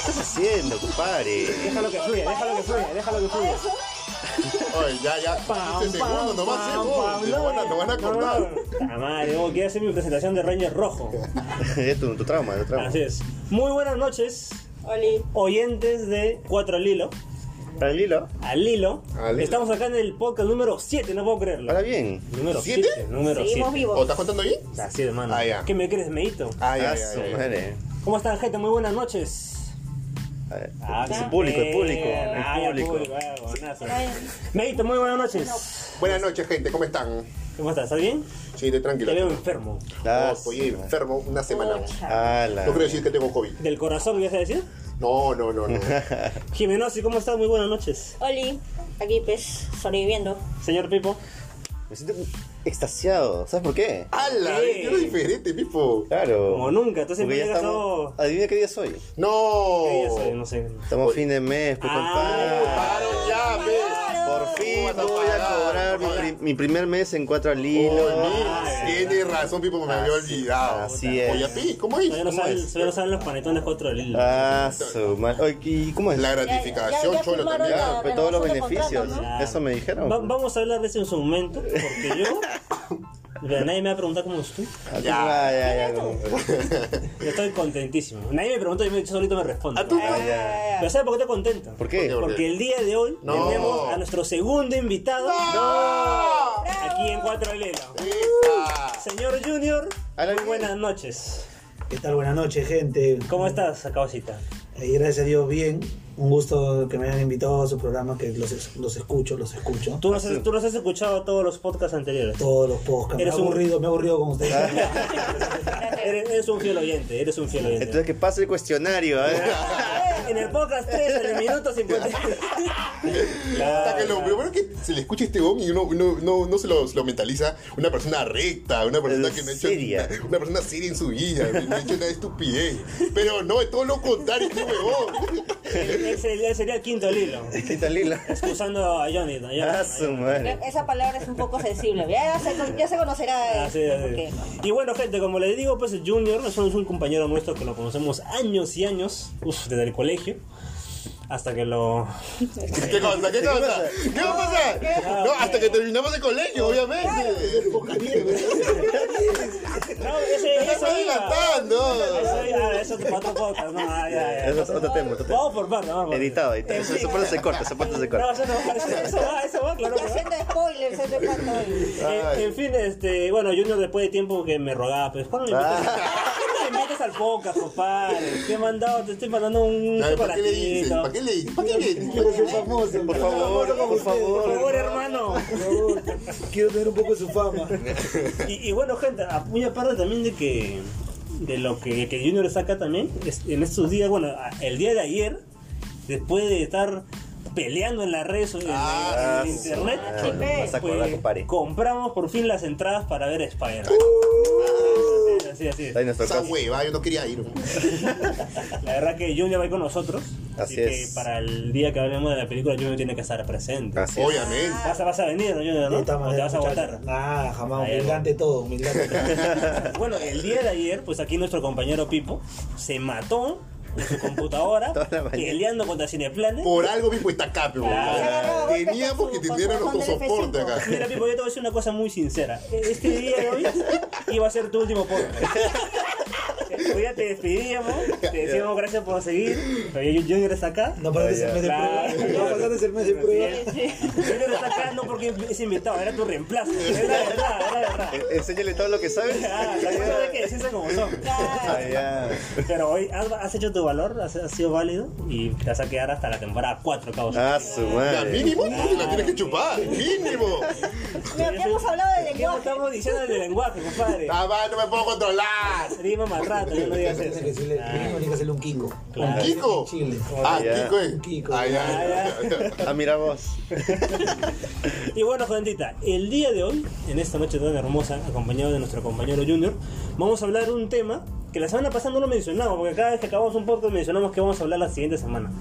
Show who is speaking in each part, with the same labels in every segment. Speaker 1: haciendo, compadre?
Speaker 2: Déjalo que fluya, déjalo que fluya, déjalo que fluya.
Speaker 3: Oye, ya, ya.
Speaker 2: Pam,
Speaker 3: Este segundo
Speaker 2: pam,
Speaker 3: nomás,
Speaker 2: pam,
Speaker 3: eh, vos.
Speaker 2: pam,
Speaker 3: Lo van a- lo van a cortar.
Speaker 2: Ah, madre, oh, quiero hacer mi presentación de Ranger Rojo.
Speaker 1: es tu, tu trauma, tu trauma.
Speaker 2: Así es. Muy buenas noches,
Speaker 4: Oli.
Speaker 2: oyentes de Cuatro al Hilo.
Speaker 1: ¿Para el hilo?
Speaker 2: Al Hilo.
Speaker 3: Al Hilo.
Speaker 2: Estamos acá en el podcast número 7, no puedo creerlo.
Speaker 1: Ahora bien.
Speaker 2: Número
Speaker 3: ¿Siete?
Speaker 2: 7, número 7.
Speaker 4: Seguimos
Speaker 3: ¿O
Speaker 4: vivos.
Speaker 3: estás contando ahí?
Speaker 2: Así, hermano.
Speaker 3: Ah, ya.
Speaker 2: ¿Qué me crees, Meito?
Speaker 3: Ah,
Speaker 1: Ah,
Speaker 3: ya,
Speaker 1: su
Speaker 3: ya, ya.
Speaker 1: madre.
Speaker 2: ¿Cómo están, gente? Muy buenas noches.
Speaker 1: A ver,
Speaker 2: Ah,
Speaker 1: el
Speaker 2: bien.
Speaker 1: público, el público, el
Speaker 2: Ah, ya,
Speaker 1: público.
Speaker 2: ah, buenazo.
Speaker 4: Ay.
Speaker 2: Meito, muy buenas noches.
Speaker 3: Buenas noches, gente. ¿Cómo están?
Speaker 2: ¿Cómo estás? ¿Estás bien?
Speaker 3: Sí, estoy tranquilo.
Speaker 2: Te veo enfermo.
Speaker 3: Oh,
Speaker 1: Ah,
Speaker 3: estoy enfermo una semana. No
Speaker 1: ah, la-
Speaker 3: creo decir que tengo COVID.
Speaker 2: ¿Del corazón me vas a decir?
Speaker 3: No, no, no, no.
Speaker 2: Jimenosi, ¿cómo estás? Muy buenas noches.
Speaker 4: Ah. Oli, aquí pues, sobreviviendo.
Speaker 2: Señor Pipo.
Speaker 1: Me siento extasiado. ¿Sabes por qué?
Speaker 3: ¡Hala!
Speaker 2: Sí.
Speaker 3: Es diferente, Pipo.
Speaker 1: Claro.
Speaker 2: Como nunca, tú siempre
Speaker 1: Porque ya
Speaker 2: llegas
Speaker 1: estamos...
Speaker 2: todo-
Speaker 1: Adivina qué día soy. Oh.
Speaker 2: Sí, ya sé,
Speaker 3: No.
Speaker 2: no sé.
Speaker 1: Estamos fin de mes, pues,
Speaker 2: Ah.
Speaker 3: Paro ya, ves.
Speaker 1: compadre. Por fin
Speaker 3: Vamos a
Speaker 1: voy a
Speaker 3: pagar,
Speaker 1: cobrar mi,
Speaker 3: vamos a
Speaker 1: pri- mi primer mes en cuatro al hilo.
Speaker 3: Mira, Tiene razón, Pipo, me había olvidado.
Speaker 1: así es.
Speaker 3: Oye, Pi, ¿cómo es?
Speaker 2: Todavía no,
Speaker 3: ¿Cómo
Speaker 2: saben,
Speaker 3: es?
Speaker 2: todavía no saben los panetones 4 del hilo.
Speaker 1: Ah, su madre. Oye, ¿Y cómo es?
Speaker 3: La
Speaker 4: Ya- ya-
Speaker 3: gratificación,
Speaker 4: ya
Speaker 3: Cholo,
Speaker 4: firmaron
Speaker 3: también.
Speaker 4: la-
Speaker 1: Pues todos los
Speaker 4: renovación de contrato,
Speaker 1: beneficios.
Speaker 4: ¿no?
Speaker 1: Eso me dijeron.
Speaker 2: Va- vamos a hablar de eso en su momento, porque yo. Mira, nadie me va a preguntar cómo estoy.
Speaker 1: Ah, ya, ya, ya, no.
Speaker 2: Yo estoy contentísimo. Nadie me preguntó, yo me- yo solito me respondo.
Speaker 3: Ah, tú-
Speaker 1: Ah, ya.
Speaker 2: ¿Pero sabes por qué estoy contento?
Speaker 1: ¿Por qué?
Speaker 3: ¿Por
Speaker 2: Porque
Speaker 3: qué?
Speaker 2: el día de hoy
Speaker 3: No.
Speaker 2: tenemos a nuestro segundo invitado
Speaker 3: ¡No!
Speaker 2: aquí en 4 del hilo.
Speaker 3: ¡Esa!
Speaker 2: Señor Junior,
Speaker 1: Hola,
Speaker 2: muy
Speaker 1: Junior.
Speaker 2: buenas noches.
Speaker 5: ¿Qué tal? Buenas noches, gente.
Speaker 2: ¿Cómo estás, Cabosita?
Speaker 5: Eh, gracias a Dios, bien. Un gusto que me hayan invitado a su programa, que los, es- los escucho, los escucho.
Speaker 2: Tú nos, tú nos has escuchado todos los podcasts anteriores.
Speaker 5: Todos los podcasts. Me he
Speaker 2: Eres un-
Speaker 5: aburrido, me he aburrido con ustedes.
Speaker 2: Eres, eres un fiel oyente, eres un fiel oyente.
Speaker 1: Entonces que pase el cuestionario, ¿eh? a ver.
Speaker 2: en el podcast 3, en el minuto 50.
Speaker 3: Hasta que lo primero que se le escucha a este gong y uno, uno- no, no se lo, se lo mentaliza una persona recta, una persona que no ha hecho
Speaker 1: Seria.
Speaker 3: una, una persona seria en su vida, que no ha hecho nada de estupidez. Pero no, es todo lo contrario, qué huevón.
Speaker 2: Él sería, él sería el quinto del hilo.
Speaker 1: ¿Qué tal, Lila?
Speaker 2: Excusando a Johnny. ¿no? Johnny,
Speaker 1: Ah,
Speaker 2: ¿no?
Speaker 1: su
Speaker 4: Ya-
Speaker 1: madre.
Speaker 4: Esa palabra es un poco sensible. Ya se, ya se conocerá. eh,
Speaker 2: Ah, sí, así.
Speaker 4: por qué.
Speaker 2: Y bueno, gente, como les digo, pues Junior es un, es un compañero nuestro que lo conocemos años y años, uf, desde el colegio, hasta que lo...
Speaker 3: ¿Qué cosa? ¿Qué cosa? ¿Qué va a pasar? No, hasta que terminamos el colegio, obviamente.
Speaker 2: No, ese,
Speaker 3: Te
Speaker 2: eso
Speaker 3: estás adelantando.
Speaker 2: Eso, ya, eso es otro podcast, no, ya, ya.
Speaker 1: Eso es otro tema, otro tema.
Speaker 2: Vamos por parte, vamos por parte.
Speaker 1: Editado, editado. Eso, eso por eso se corta, eso por eso se
Speaker 2: No,
Speaker 1: corta.
Speaker 2: eso no va, eso, eso va, eso va, claro.
Speaker 4: Ya
Speaker 2: que va.
Speaker 4: haciendo spoilers, haciendo spoilers.
Speaker 2: Eh, En, en fin, este, bueno, Junior después de tiempo que me rogaba, pues, ¿cuándo me invitas,
Speaker 3: Ah.
Speaker 2: ¿cuándo me invitas al podcast, compadre? Te he mandado, te estoy mandando un
Speaker 3: Ay, ¿Para qué le dices?
Speaker 2: chocolatito.
Speaker 3: ¿Para qué le dices? ¿Para qué le dices?
Speaker 5: Quiero ser famoso.
Speaker 1: Por favor, por
Speaker 2: Por favor,
Speaker 1: favor.
Speaker 2: hermano.
Speaker 5: Por favor. Quiero tener un poco de su fama.
Speaker 2: Y, y bueno, gente, a- muy aparte también de que de lo que, que Junior saca también, es- en estos días, bueno, a- el día de ayer, después de estar peleando en las redes, en,
Speaker 3: Ah,
Speaker 2: en
Speaker 1: sí.
Speaker 2: internet,
Speaker 1: Ah, bueno,
Speaker 2: pues,
Speaker 1: vas a acordar, compadre.
Speaker 2: compramos por fin las entradas para ver Ah, Spider.
Speaker 3: Uh.
Speaker 2: Así, así, así.
Speaker 1: Ahí nos
Speaker 3: Esa
Speaker 1: tocó.
Speaker 3: hueva, yo no quería ir.
Speaker 2: La verdad que Junior va a ir con nosotros, así,
Speaker 1: Así
Speaker 2: que
Speaker 1: es.
Speaker 2: para el día que hablemos de la película Junior tiene que estar presente.
Speaker 1: Así es.
Speaker 3: Obviamente.
Speaker 2: Vas a, vas a venir, ¿no, Junior? ¿no? ¿O
Speaker 5: De todas
Speaker 2: te vas
Speaker 5: maneras,
Speaker 2: a
Speaker 5: muchachos.
Speaker 2: aguantar?
Speaker 5: Ah, jamás.
Speaker 2: Ahí,
Speaker 5: Humildante todo, humildante todo.
Speaker 2: Bueno, el día de ayer, pues aquí nuestro compañero Pipo se mató en su computadora
Speaker 1: Toda la mañana.
Speaker 2: peleando contra Cineplanet.
Speaker 3: Por algo mismo está acá, pero
Speaker 4: Claro.
Speaker 3: teníamos que tener a nuestro soporte acá.
Speaker 2: Mira, Pipo, yo te voy a decir una cosa muy sincera. Este día de hoy iba a ser tu último podcast. Hoy ya te despedíamos, te decíamos gracias por seguir. Pero yo- Junior está acá.
Speaker 5: No pasaste el mes de prueba.
Speaker 2: Claro.
Speaker 5: No pasaste el mes de prueba.
Speaker 2: Junior está acá no porque es invitado, era tu reemplazo. Es la verdad, es la verdad.
Speaker 1: Eh, Enséñale todo lo que sabes.
Speaker 2: Ah, las cosas hay que decirse como son.
Speaker 1: Ah, ya.
Speaker 2: Pero hoy has, has hecho tu valor, has, has sido válido y te vas a quedar hasta la temporada 4, causa.
Speaker 1: Ah, su
Speaker 3: La
Speaker 1: madre.
Speaker 3: mínimo no te la tienes que chupar. Mínimo.
Speaker 4: Mira, ya hemos hablado
Speaker 2: ¿Qué
Speaker 4: de
Speaker 2: no
Speaker 4: lenguaje.
Speaker 2: estamos diciendo del lenguaje, compadre?
Speaker 3: Ah, va, no me puedo controlar.
Speaker 2: Rima más rato, no digas
Speaker 5: Tiene que
Speaker 2: eso. Ah.
Speaker 5: hacerle- primero tiene que hacerle un Kiko.
Speaker 3: ¿Un Kiko?
Speaker 5: Chile.
Speaker 3: Ah,
Speaker 1: ya.
Speaker 3: Kiko, eh.
Speaker 5: Kiko.
Speaker 3: Ah, ya.
Speaker 1: Ah, mira vos.
Speaker 2: Y bueno, gentita, el día de hoy, en esta noche tan hermosa, acompañado de nuestro compañero Junior, vamos a hablar de un tema que la semana pasada no lo mencionamos, porque cada vez que acabamos un podcast mencionamos que vamos a hablar la siguiente semana.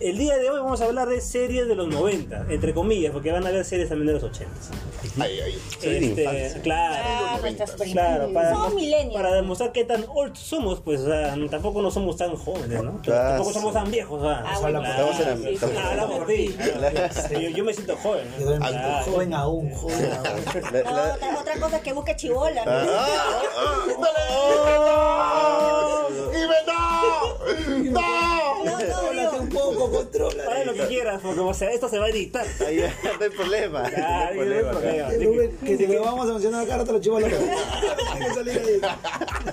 Speaker 2: El día de hoy vamos a hablar de series de los 90, entre comillas, porque van a haber series también de los 80.
Speaker 3: Ahí, ahí.
Speaker 1: Series de infancia.
Speaker 2: claro.
Speaker 4: Ah, nuestras
Speaker 2: Claro, para,
Speaker 4: Somos millennials.
Speaker 2: para demostrar qué tan old somos, pues o sea, tampoco no somos tan jóvenes, ¿no?
Speaker 1: Claro.
Speaker 2: Tampoco somos tan viejos, o sea,
Speaker 4: Ah,
Speaker 2: o sea,
Speaker 4: bueno,
Speaker 2: claro,
Speaker 1: estamos en la-
Speaker 2: sí,
Speaker 1: estamos en la-
Speaker 2: hablamos por ti. Yo, yo me siento joven. ¿no?
Speaker 5: Yo soy
Speaker 2: Claro.
Speaker 5: joven aún, joven aún.
Speaker 1: La-
Speaker 4: No,
Speaker 1: la-
Speaker 4: otra, otra cosa es que busque chibola.
Speaker 1: Ah,
Speaker 4: ¿no?
Speaker 1: ah, ah.
Speaker 3: ¡Dime no! ¡No!
Speaker 4: No, no,
Speaker 5: Contrólate un
Speaker 4: digo,
Speaker 5: poco,
Speaker 2: Para lo
Speaker 5: contrólate.
Speaker 2: que quieras, porque o sea, esto se va a editar.
Speaker 1: Ahí ya, no hay problema.
Speaker 2: Claro,
Speaker 1: no hay problema.
Speaker 2: no hay
Speaker 1: acá.
Speaker 2: problema.
Speaker 5: Rubén, que te vamos a mencionar acá, te lo chivo a la Hay que salir ahí.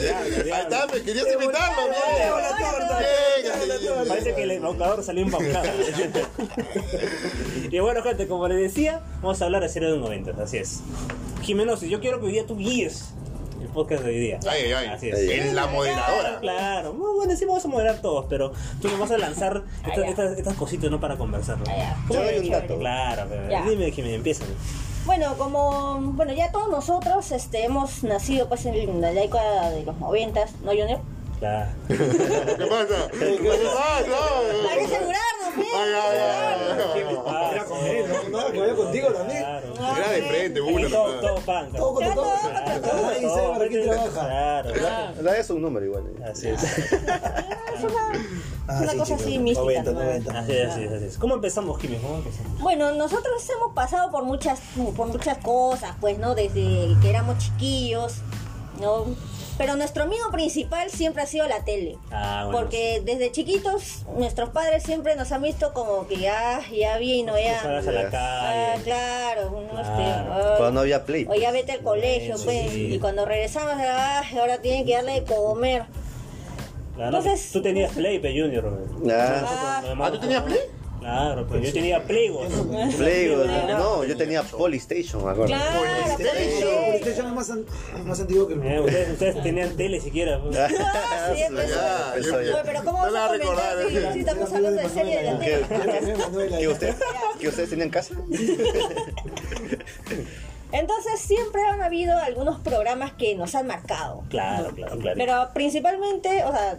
Speaker 3: Ahí está, me querías invitarlo,
Speaker 5: Llevo la torta,
Speaker 3: bien.
Speaker 5: llevo la
Speaker 3: Bien,
Speaker 5: torta.
Speaker 3: ahí,
Speaker 2: Parece que el embaucador salió embaucado. y bueno, gente, como les decía, vamos a hablar de series de los 90, así es. Jimenosis, yo quiero que hoy día tú guíes el podcast de hoy día.
Speaker 3: Ay, ay,
Speaker 2: Así
Speaker 3: ay.
Speaker 2: es.
Speaker 3: Eres la moderadora.
Speaker 2: Claro, bueno, bueno, sí vamos a moderar todos, pero tú nos vas a lanzar
Speaker 4: Ah,
Speaker 2: esta-
Speaker 4: ya.
Speaker 2: estas, estas cositas no para conversar. ¿no?
Speaker 4: Ah, ya.
Speaker 2: ¿Cómo
Speaker 1: Yo
Speaker 2: le-
Speaker 1: doy un dato.
Speaker 2: Claro, pero
Speaker 4: Ya.
Speaker 2: dime, Jimena, empieza.
Speaker 4: Bueno, como bueno ya todos nosotros este, hemos nacido pues en la década de los noventas, ¿no, Junior?
Speaker 2: Claro.
Speaker 3: ¿Qué pasa? ¿Qué
Speaker 4: Hay que
Speaker 3: pasa?
Speaker 4: asegurarnos, ¿sí?
Speaker 3: Ay, ay, ay, ay.
Speaker 2: Era con él,
Speaker 5: Eh, No, no, que vaya contigo también.
Speaker 2: Ah, Claro.
Speaker 3: Era de frente, uno.
Speaker 2: Todo, todo pan.
Speaker 5: Todo con
Speaker 4: Ya
Speaker 5: todo.
Speaker 4: todo,
Speaker 5: Cada ahí sabe para quién trabaja.
Speaker 2: Claro.
Speaker 1: La es un número igual. ¿eh?
Speaker 2: Así es.
Speaker 4: Es una,
Speaker 5: Ah,
Speaker 4: una
Speaker 5: sí,
Speaker 4: cosa
Speaker 5: sí,
Speaker 4: así
Speaker 5: sí.
Speaker 4: mística.
Speaker 5: 90,
Speaker 4: ¿no?
Speaker 5: 90.
Speaker 2: Así es, así es, así es. ¿Cómo empezamos, Jimmy? ¿Cómo empezamos?
Speaker 4: Bueno, nosotros hemos pasado por muchas, por muchas cosas, pues, ¿no? Desde que éramos chiquillos, ¿no? Pero nuestro amigo principal siempre ha sido la tele.
Speaker 2: Ah, bueno,
Speaker 4: Porque desde chiquitos nuestros padres siempre nos han visto como que ya, ya vino,
Speaker 2: Tú Pues salgas
Speaker 4: ya.
Speaker 2: a la
Speaker 1: Ya.
Speaker 4: Ah,
Speaker 2: calle.
Speaker 4: claro, uno
Speaker 2: Claro.
Speaker 4: este, ay,
Speaker 1: Cuando no había play.
Speaker 4: o ya vete al colegio,
Speaker 2: Sí,
Speaker 4: pues.
Speaker 2: sí.
Speaker 4: Y cuando regresamos, ah, ahora tienen que darle de comer.
Speaker 2: Claro,
Speaker 4: Entonces-
Speaker 2: tú tenías Play, pe Junior. Roberto.
Speaker 1: Ah,
Speaker 4: Ah,
Speaker 2: Nosotros,
Speaker 3: ¿Ah, tú tenías Play?
Speaker 2: Claro, pues yo tenía Play, güey.
Speaker 1: play. o- No, yo tenía Polystation, me acuerdo.
Speaker 4: claro,
Speaker 5: eh, El
Speaker 4: pues,
Speaker 5: PlayStation este es más, an- más antiguo que el
Speaker 2: Eh, ustedes, ustedes tenían tele siquiera. pues.
Speaker 4: Ah, sí, pues,
Speaker 1: Ya,
Speaker 3: pues,
Speaker 1: eso ya.
Speaker 4: Bueno, pero ¿cómo
Speaker 3: No
Speaker 4: vas
Speaker 3: la
Speaker 4: a
Speaker 3: va a
Speaker 4: comentar
Speaker 3: recordar,
Speaker 4: si,
Speaker 3: ¿eh?
Speaker 4: si estamos hablando de serie de la
Speaker 1: ¿Qué-
Speaker 4: tele?
Speaker 1: ¿Que usted, que ustedes tenían casa?
Speaker 4: Entonces siempre han habido algunos programas que nos han marcado.
Speaker 2: Claro, claro, claro.
Speaker 4: Pero principalmente, o sea,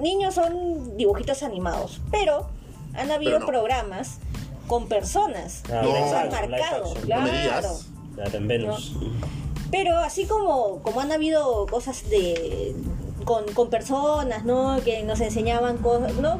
Speaker 4: niños son dibujitos animados, pero han habido
Speaker 3: Pero no.
Speaker 4: programas con personas
Speaker 2: Ah,
Speaker 4: que
Speaker 3: live
Speaker 4: nos han
Speaker 2: action, live
Speaker 4: marcado.
Speaker 2: action.
Speaker 3: No me
Speaker 4: Claro.
Speaker 3: digas.
Speaker 2: Claro, en Venus.
Speaker 4: Pero así como, como han habido cosas de con, con personas, ¿no? Que nos enseñaban cosas, ¿no?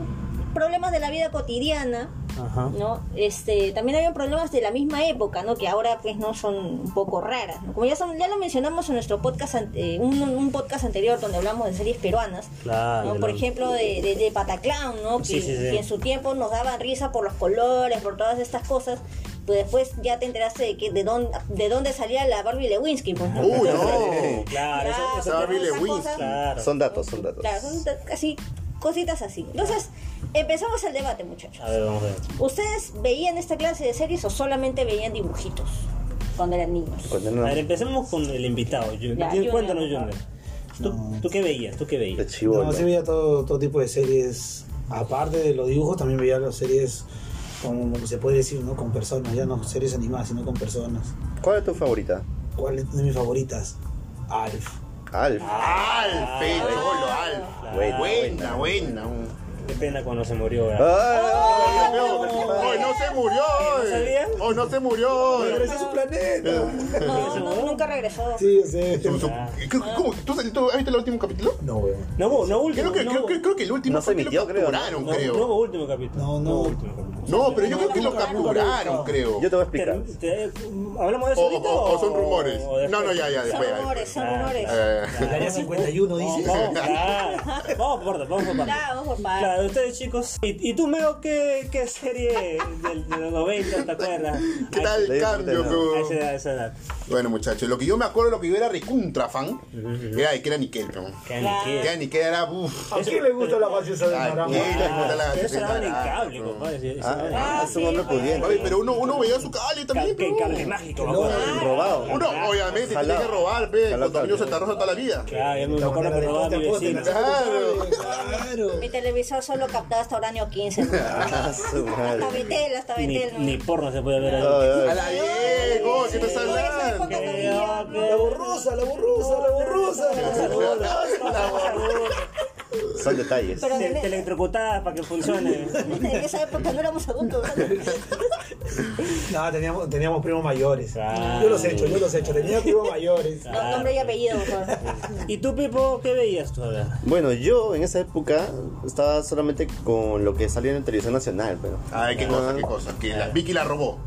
Speaker 4: Problemas de la vida cotidiana,
Speaker 2: Ajá.
Speaker 4: ¿no? Este, también habían problemas de la misma época, ¿no? Que ahora pues no son un poco raras. ¿no? Como ya son, ya lo mencionamos en nuestro podcast ante- un, un podcast anterior donde hablamos de series peruanas.
Speaker 2: Claro,
Speaker 4: ¿no?
Speaker 2: de
Speaker 4: Por
Speaker 2: la-
Speaker 4: ejemplo, de, de, de Pataclown, ¿no? Que,
Speaker 2: Sí, sí, sí.
Speaker 4: que en su tiempo nos daban risa por los colores, por todas estas cosas. Pues después ya te enteraste de que de dónde, de dónde salía la Barbie Lewinsky, pues. ¿no?
Speaker 3: Uy, no.
Speaker 2: Claro, eso, eso-
Speaker 4: Claro,
Speaker 3: Barbie
Speaker 4: esas
Speaker 3: Lewinsky.
Speaker 4: cosas.
Speaker 2: claro.
Speaker 1: Son datos, son datos.
Speaker 4: Claro, son así, cositas así. Entonces, empezamos el debate, muchachos.
Speaker 2: A ver, vamos a ver.
Speaker 4: ¿Ustedes veían esta clase de series o solamente veían dibujitos cuando eran niños?
Speaker 1: Cuando
Speaker 2: A ver,
Speaker 1: eran
Speaker 2: empecemos con el invitado, Junior.
Speaker 4: Ya,
Speaker 2: Junior,
Speaker 4: Junior,
Speaker 2: Cuéntanos,
Speaker 4: por favor.
Speaker 2: Junior. ¿Tú, tú qué veías? ¿Tú qué
Speaker 1: de
Speaker 2: veías?
Speaker 1: chibolo.
Speaker 5: No, sí veía todo, todo tipo de series. Aparte de los dibujos, también veía las series, como se puede decir, ¿no? Con personas. Ya no series animadas, sino con personas.
Speaker 1: ¿Cuál es tu favorita?
Speaker 5: ¿Cuál es de mis favoritas? Alf.
Speaker 1: Alf.
Speaker 5: Ah.
Speaker 3: Alf, cholo,
Speaker 1: Buena,
Speaker 3: Alf. Buena, buena.
Speaker 2: Qué pena cuando se murió.
Speaker 1: Ah,
Speaker 2: ¿verdad?
Speaker 3: Hoy no se murió.
Speaker 2: sabían?
Speaker 3: Hoy no se murió.
Speaker 5: ¡Regresa a su planeta!
Speaker 4: No, no, nunca regresó.
Speaker 5: Sí, yo sé.
Speaker 3: Su- su- ¿Cómo? ¿Tú, tú has visto el último capítulo?
Speaker 5: No, weón.
Speaker 2: No, no último.
Speaker 3: Creo que,
Speaker 2: no,
Speaker 3: creo, creo- creo que el último
Speaker 1: No se
Speaker 3: fue que
Speaker 1: emitió,
Speaker 3: lo
Speaker 1: creo,
Speaker 3: capturaron,
Speaker 2: no,
Speaker 3: creo.
Speaker 2: no último capítulo.
Speaker 5: No, no.
Speaker 2: último capítulo.
Speaker 3: No, pero yo creo que lo
Speaker 5: nunca- nunca lo
Speaker 3: capturaron,
Speaker 5: buscaba.
Speaker 4: Oh.
Speaker 3: creo.
Speaker 1: Yo te voy a
Speaker 2: Te-
Speaker 1: explicar.
Speaker 2: te- ¿Hablamos de
Speaker 3: O,
Speaker 2: eso ahorita?
Speaker 3: o- o son rumores.
Speaker 2: o después?
Speaker 3: No, no, ya, ya,
Speaker 4: Son
Speaker 3: después. ya,
Speaker 4: rumores,
Speaker 3: después.
Speaker 4: son
Speaker 2: Ah,
Speaker 4: rumores.
Speaker 3: Eh,
Speaker 5: El área 51,
Speaker 2: Vamos,
Speaker 5: dice.
Speaker 2: vamos, claro. vamos por parte, vamos por parte.
Speaker 4: Claro, vamos por parte.
Speaker 2: Claro, ustedes chicos. ¿Y, y tú, Meo, qué, qué serie del- de, los 90 te acuerdas?
Speaker 3: ¿Qué
Speaker 2: A-
Speaker 3: tal
Speaker 1: Ahí-
Speaker 3: el cambio?
Speaker 1: ahí
Speaker 2: A esa
Speaker 3: bro?
Speaker 2: edad, a esa edad.
Speaker 3: Bueno, muchachos, lo que yo me acuerdo, lo que yo era recontra fan, era de que era Nickel, bro.
Speaker 2: Qué
Speaker 4: Claro.
Speaker 2: aniquil.
Speaker 3: Que era Nickel, era. Uff.
Speaker 5: ¿A quién le gusta la gaseosa de
Speaker 3: Ay,
Speaker 5: naranja?
Speaker 3: qué-
Speaker 2: Ah,
Speaker 3: la-
Speaker 2: pero eso
Speaker 3: la-
Speaker 2: era en
Speaker 3: la-
Speaker 2: cable,
Speaker 3: bro.
Speaker 2: compadre. sí, eso era en-
Speaker 1: Ah, es un hombre pudiente.
Speaker 3: Oye, pero uno, uno veía su cable
Speaker 2: Ca-
Speaker 3: también,
Speaker 2: que
Speaker 3: bro.
Speaker 2: cable mágico, me
Speaker 5: No,
Speaker 2: acuerdo.
Speaker 1: Robado.
Speaker 3: Uno, obviamente, tiene que
Speaker 1: Jalado.
Speaker 3: robar, pe.
Speaker 1: Jalado
Speaker 3: Contaminó
Speaker 1: cable.
Speaker 3: Santa Rosa toda la vida.
Speaker 2: Claro, yo me acuerdo que robaba a mi vecino.
Speaker 3: Claro.
Speaker 5: Claro.
Speaker 4: Mi televisor solo captaba hasta año 15. ¿no?
Speaker 1: Ah, su
Speaker 4: Hasta
Speaker 1: madre.
Speaker 4: Betel, hasta
Speaker 2: Ni,
Speaker 4: Betel. ¿no?
Speaker 2: ni porno se puede ver ahí.
Speaker 1: Ay,
Speaker 3: A
Speaker 1: ay.
Speaker 3: la Diego, Eh, ¿qué te estás
Speaker 4: Por esa
Speaker 3: hablando?
Speaker 4: época no
Speaker 2: Qué
Speaker 4: veía,
Speaker 2: loco.
Speaker 4: ¿no?
Speaker 5: La borrosa, la borrosa, la borrosa.
Speaker 3: La borrosa.
Speaker 1: Son detalles.
Speaker 4: Pero
Speaker 2: Te,
Speaker 4: en,
Speaker 2: te electrocutabas para que funcione.
Speaker 4: en esa época no éramos adultos.
Speaker 5: No, teníamos, teníamos primos mayores.
Speaker 2: Claro.
Speaker 5: Yo los he hecho, yo los he hecho. Tenía primos mayores.
Speaker 4: No, nombre y apellido, por favor.
Speaker 2: ¿Y tú, Pipo, qué veías tú? A ver.
Speaker 1: Bueno, yo en esa época estaba solamente con lo que salía en televisión nacional, pero.
Speaker 3: Ay, qué cosa, qué cosa. Que la, Vicky la robó.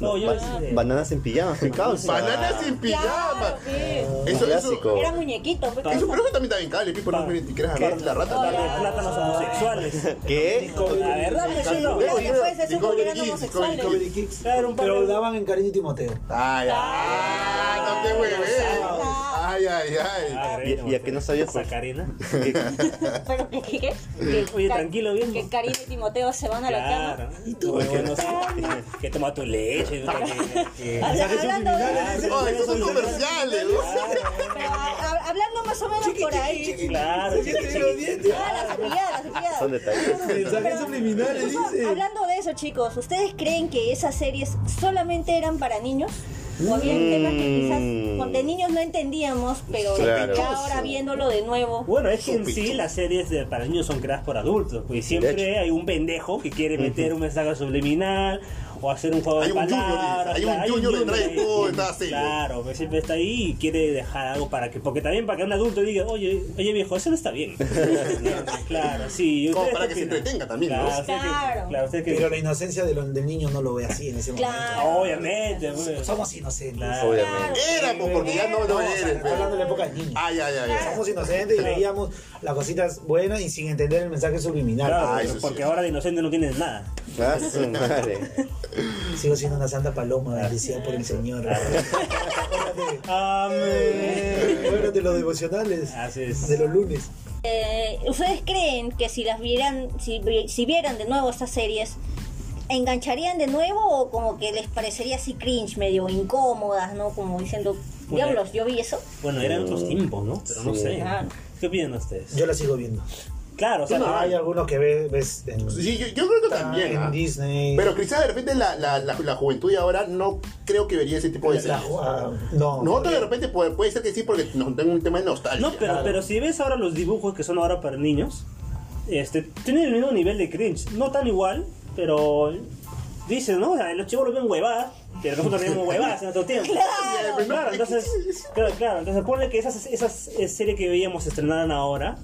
Speaker 2: No, yo
Speaker 1: Ba-
Speaker 2: veía-
Speaker 1: Bananas en pijama, fue causa.
Speaker 3: Bananas sin
Speaker 4: Claro,
Speaker 3: pijama.
Speaker 4: sí.
Speaker 3: Eso,
Speaker 1: Clásico.
Speaker 3: eso.
Speaker 4: Eran muñequitos. pues.
Speaker 3: Eso, pero eso también está bien cali, Pipo, no
Speaker 2: Pa-
Speaker 3: me ni quieras
Speaker 2: ¿Qué?
Speaker 3: hablar, la rata.
Speaker 2: Darle
Speaker 4: Ay.
Speaker 2: plátanos homosexuales.
Speaker 1: ¿Qué?
Speaker 2: La verdad, pues yo no.
Speaker 4: Pero después se supo que
Speaker 3: Discovery
Speaker 4: eran
Speaker 3: Kids,
Speaker 4: homosexuales.
Speaker 3: Discovery
Speaker 5: Discovery Kids.
Speaker 2: Claro, un par
Speaker 5: Pero
Speaker 2: de-
Speaker 5: daban en cariño y Timoteo.
Speaker 3: Ay, ay, no te hueves. Ay, ay, ay.
Speaker 2: Ah,
Speaker 1: ¿Y, y a qué no sabías? por-
Speaker 2: Sacarina.
Speaker 4: Pero, ¿qué? qué- qué?
Speaker 2: Oye,
Speaker 4: Ca-
Speaker 2: tranquilo, bien.
Speaker 4: Que Karina y Timoteo se van a la cama.
Speaker 2: Claro. Oye, bueno, sí. que toma tu leche. tú también, que-
Speaker 4: O sea, hablando,
Speaker 3: Oh, estos son comerciales.
Speaker 4: pero a- a- hablando más o menos por ahí.
Speaker 2: Claro.
Speaker 4: Ah, las cepillada, las cepillada.
Speaker 1: Son detalles.
Speaker 5: Mensajes subliminales,
Speaker 4: Incluso, hablando de eso, chicos, ¿ustedes creen que esas series solamente eran para niños? O había temas que quizás con- de niños no entendíamos, pero
Speaker 1: Mm. Claro.
Speaker 4: ya ahora viéndolo de nuevo.
Speaker 2: Bueno, es que en sí las series de, para niños son creadas por adultos, pues
Speaker 1: De
Speaker 2: siempre hay un pendejo que quiere meter un mensaje subliminal o hacer un juego
Speaker 3: Hay
Speaker 2: de
Speaker 3: un junior,
Speaker 2: palabras.
Speaker 3: hay un
Speaker 2: claro,
Speaker 3: junior detrás de
Speaker 2: junior,
Speaker 3: todo, está así.
Speaker 2: Claro, pues siempre está ahí y quiere dejar algo para que, porque también para que un adulto diga, oye, oye viejo, eso no está bien. claro, sí. ¿y
Speaker 3: Como
Speaker 2: ustedes
Speaker 3: para
Speaker 2: qué
Speaker 3: que se
Speaker 2: opinan?
Speaker 3: entretenga también, ¿no?
Speaker 2: claro, ustedes que-
Speaker 4: Claro.
Speaker 2: Claro, ustedes que-
Speaker 5: Pero la inocencia de lo- del niño no lo ve así en ese
Speaker 4: Claro.
Speaker 2: Obviamente, pues.
Speaker 5: momento. Somos inocentes.
Speaker 2: Claro.
Speaker 1: Obviamente.
Speaker 3: Era, pues, porque ya no
Speaker 5: No,
Speaker 3: lo
Speaker 5: o sea,
Speaker 3: eres.
Speaker 5: estoy
Speaker 3: pues.
Speaker 5: hablando de la época del niño.
Speaker 3: Ay, ay, ay. ay.
Speaker 5: Somos inocentes y veíamos las cositas buenas y sin entender el mensaje subliminal.
Speaker 2: Claro,
Speaker 3: Ah,
Speaker 2: pues,
Speaker 3: eso sí.
Speaker 2: porque ahora de inocente no tienes nada.
Speaker 1: Ah, su madre.
Speaker 5: Sigo siendo una santa paloma bendecida por el Señor. Acuérdate,
Speaker 2: Amén.
Speaker 5: acuérdate de los devocionales
Speaker 2: Así es.
Speaker 5: de los lunes.
Speaker 4: Eh, ¿Ustedes creen que si las vieran, si, vi- si vieran de nuevo estas series, engancharían de nuevo o como que les parecería así cringe, medio incómodas, ¿no? Como diciendo,
Speaker 2: Bueno.
Speaker 4: diablos, yo vi eso.
Speaker 2: Bueno, eran otros tiempos, ¿no? Pero no
Speaker 1: Sí.
Speaker 2: sé.
Speaker 4: Claro.
Speaker 2: ¿Qué opinan ustedes?
Speaker 5: Yo la sigo viendo.
Speaker 2: Claro, o sea,
Speaker 5: hay algunos que ves, ves en,
Speaker 3: Sí, yo, yo creo que también.
Speaker 5: en
Speaker 3: ¿ah?
Speaker 5: Disney.
Speaker 3: Pero quizás de repente la, la, la, la juventud de ahora no creo que vería ese tipo de
Speaker 5: La-
Speaker 3: series.
Speaker 5: ah, no.
Speaker 3: Nosotros de repente puede, puede ser que sí, porque nos tengo un tema de nostalgia.
Speaker 2: No, pero, pero si ves ahora los dibujos que son ahora para niños, este, tienen el mismo nivel de cringe. No tan igual, pero dicen, ¿no? O sea, los chicos lo ven huevadas, pero nosotros vemos huevadas en otro tiempo. Claro, entonces, claro, claro, entonces ponle que esas, esas eh, series que veíamos se estrenaran ahora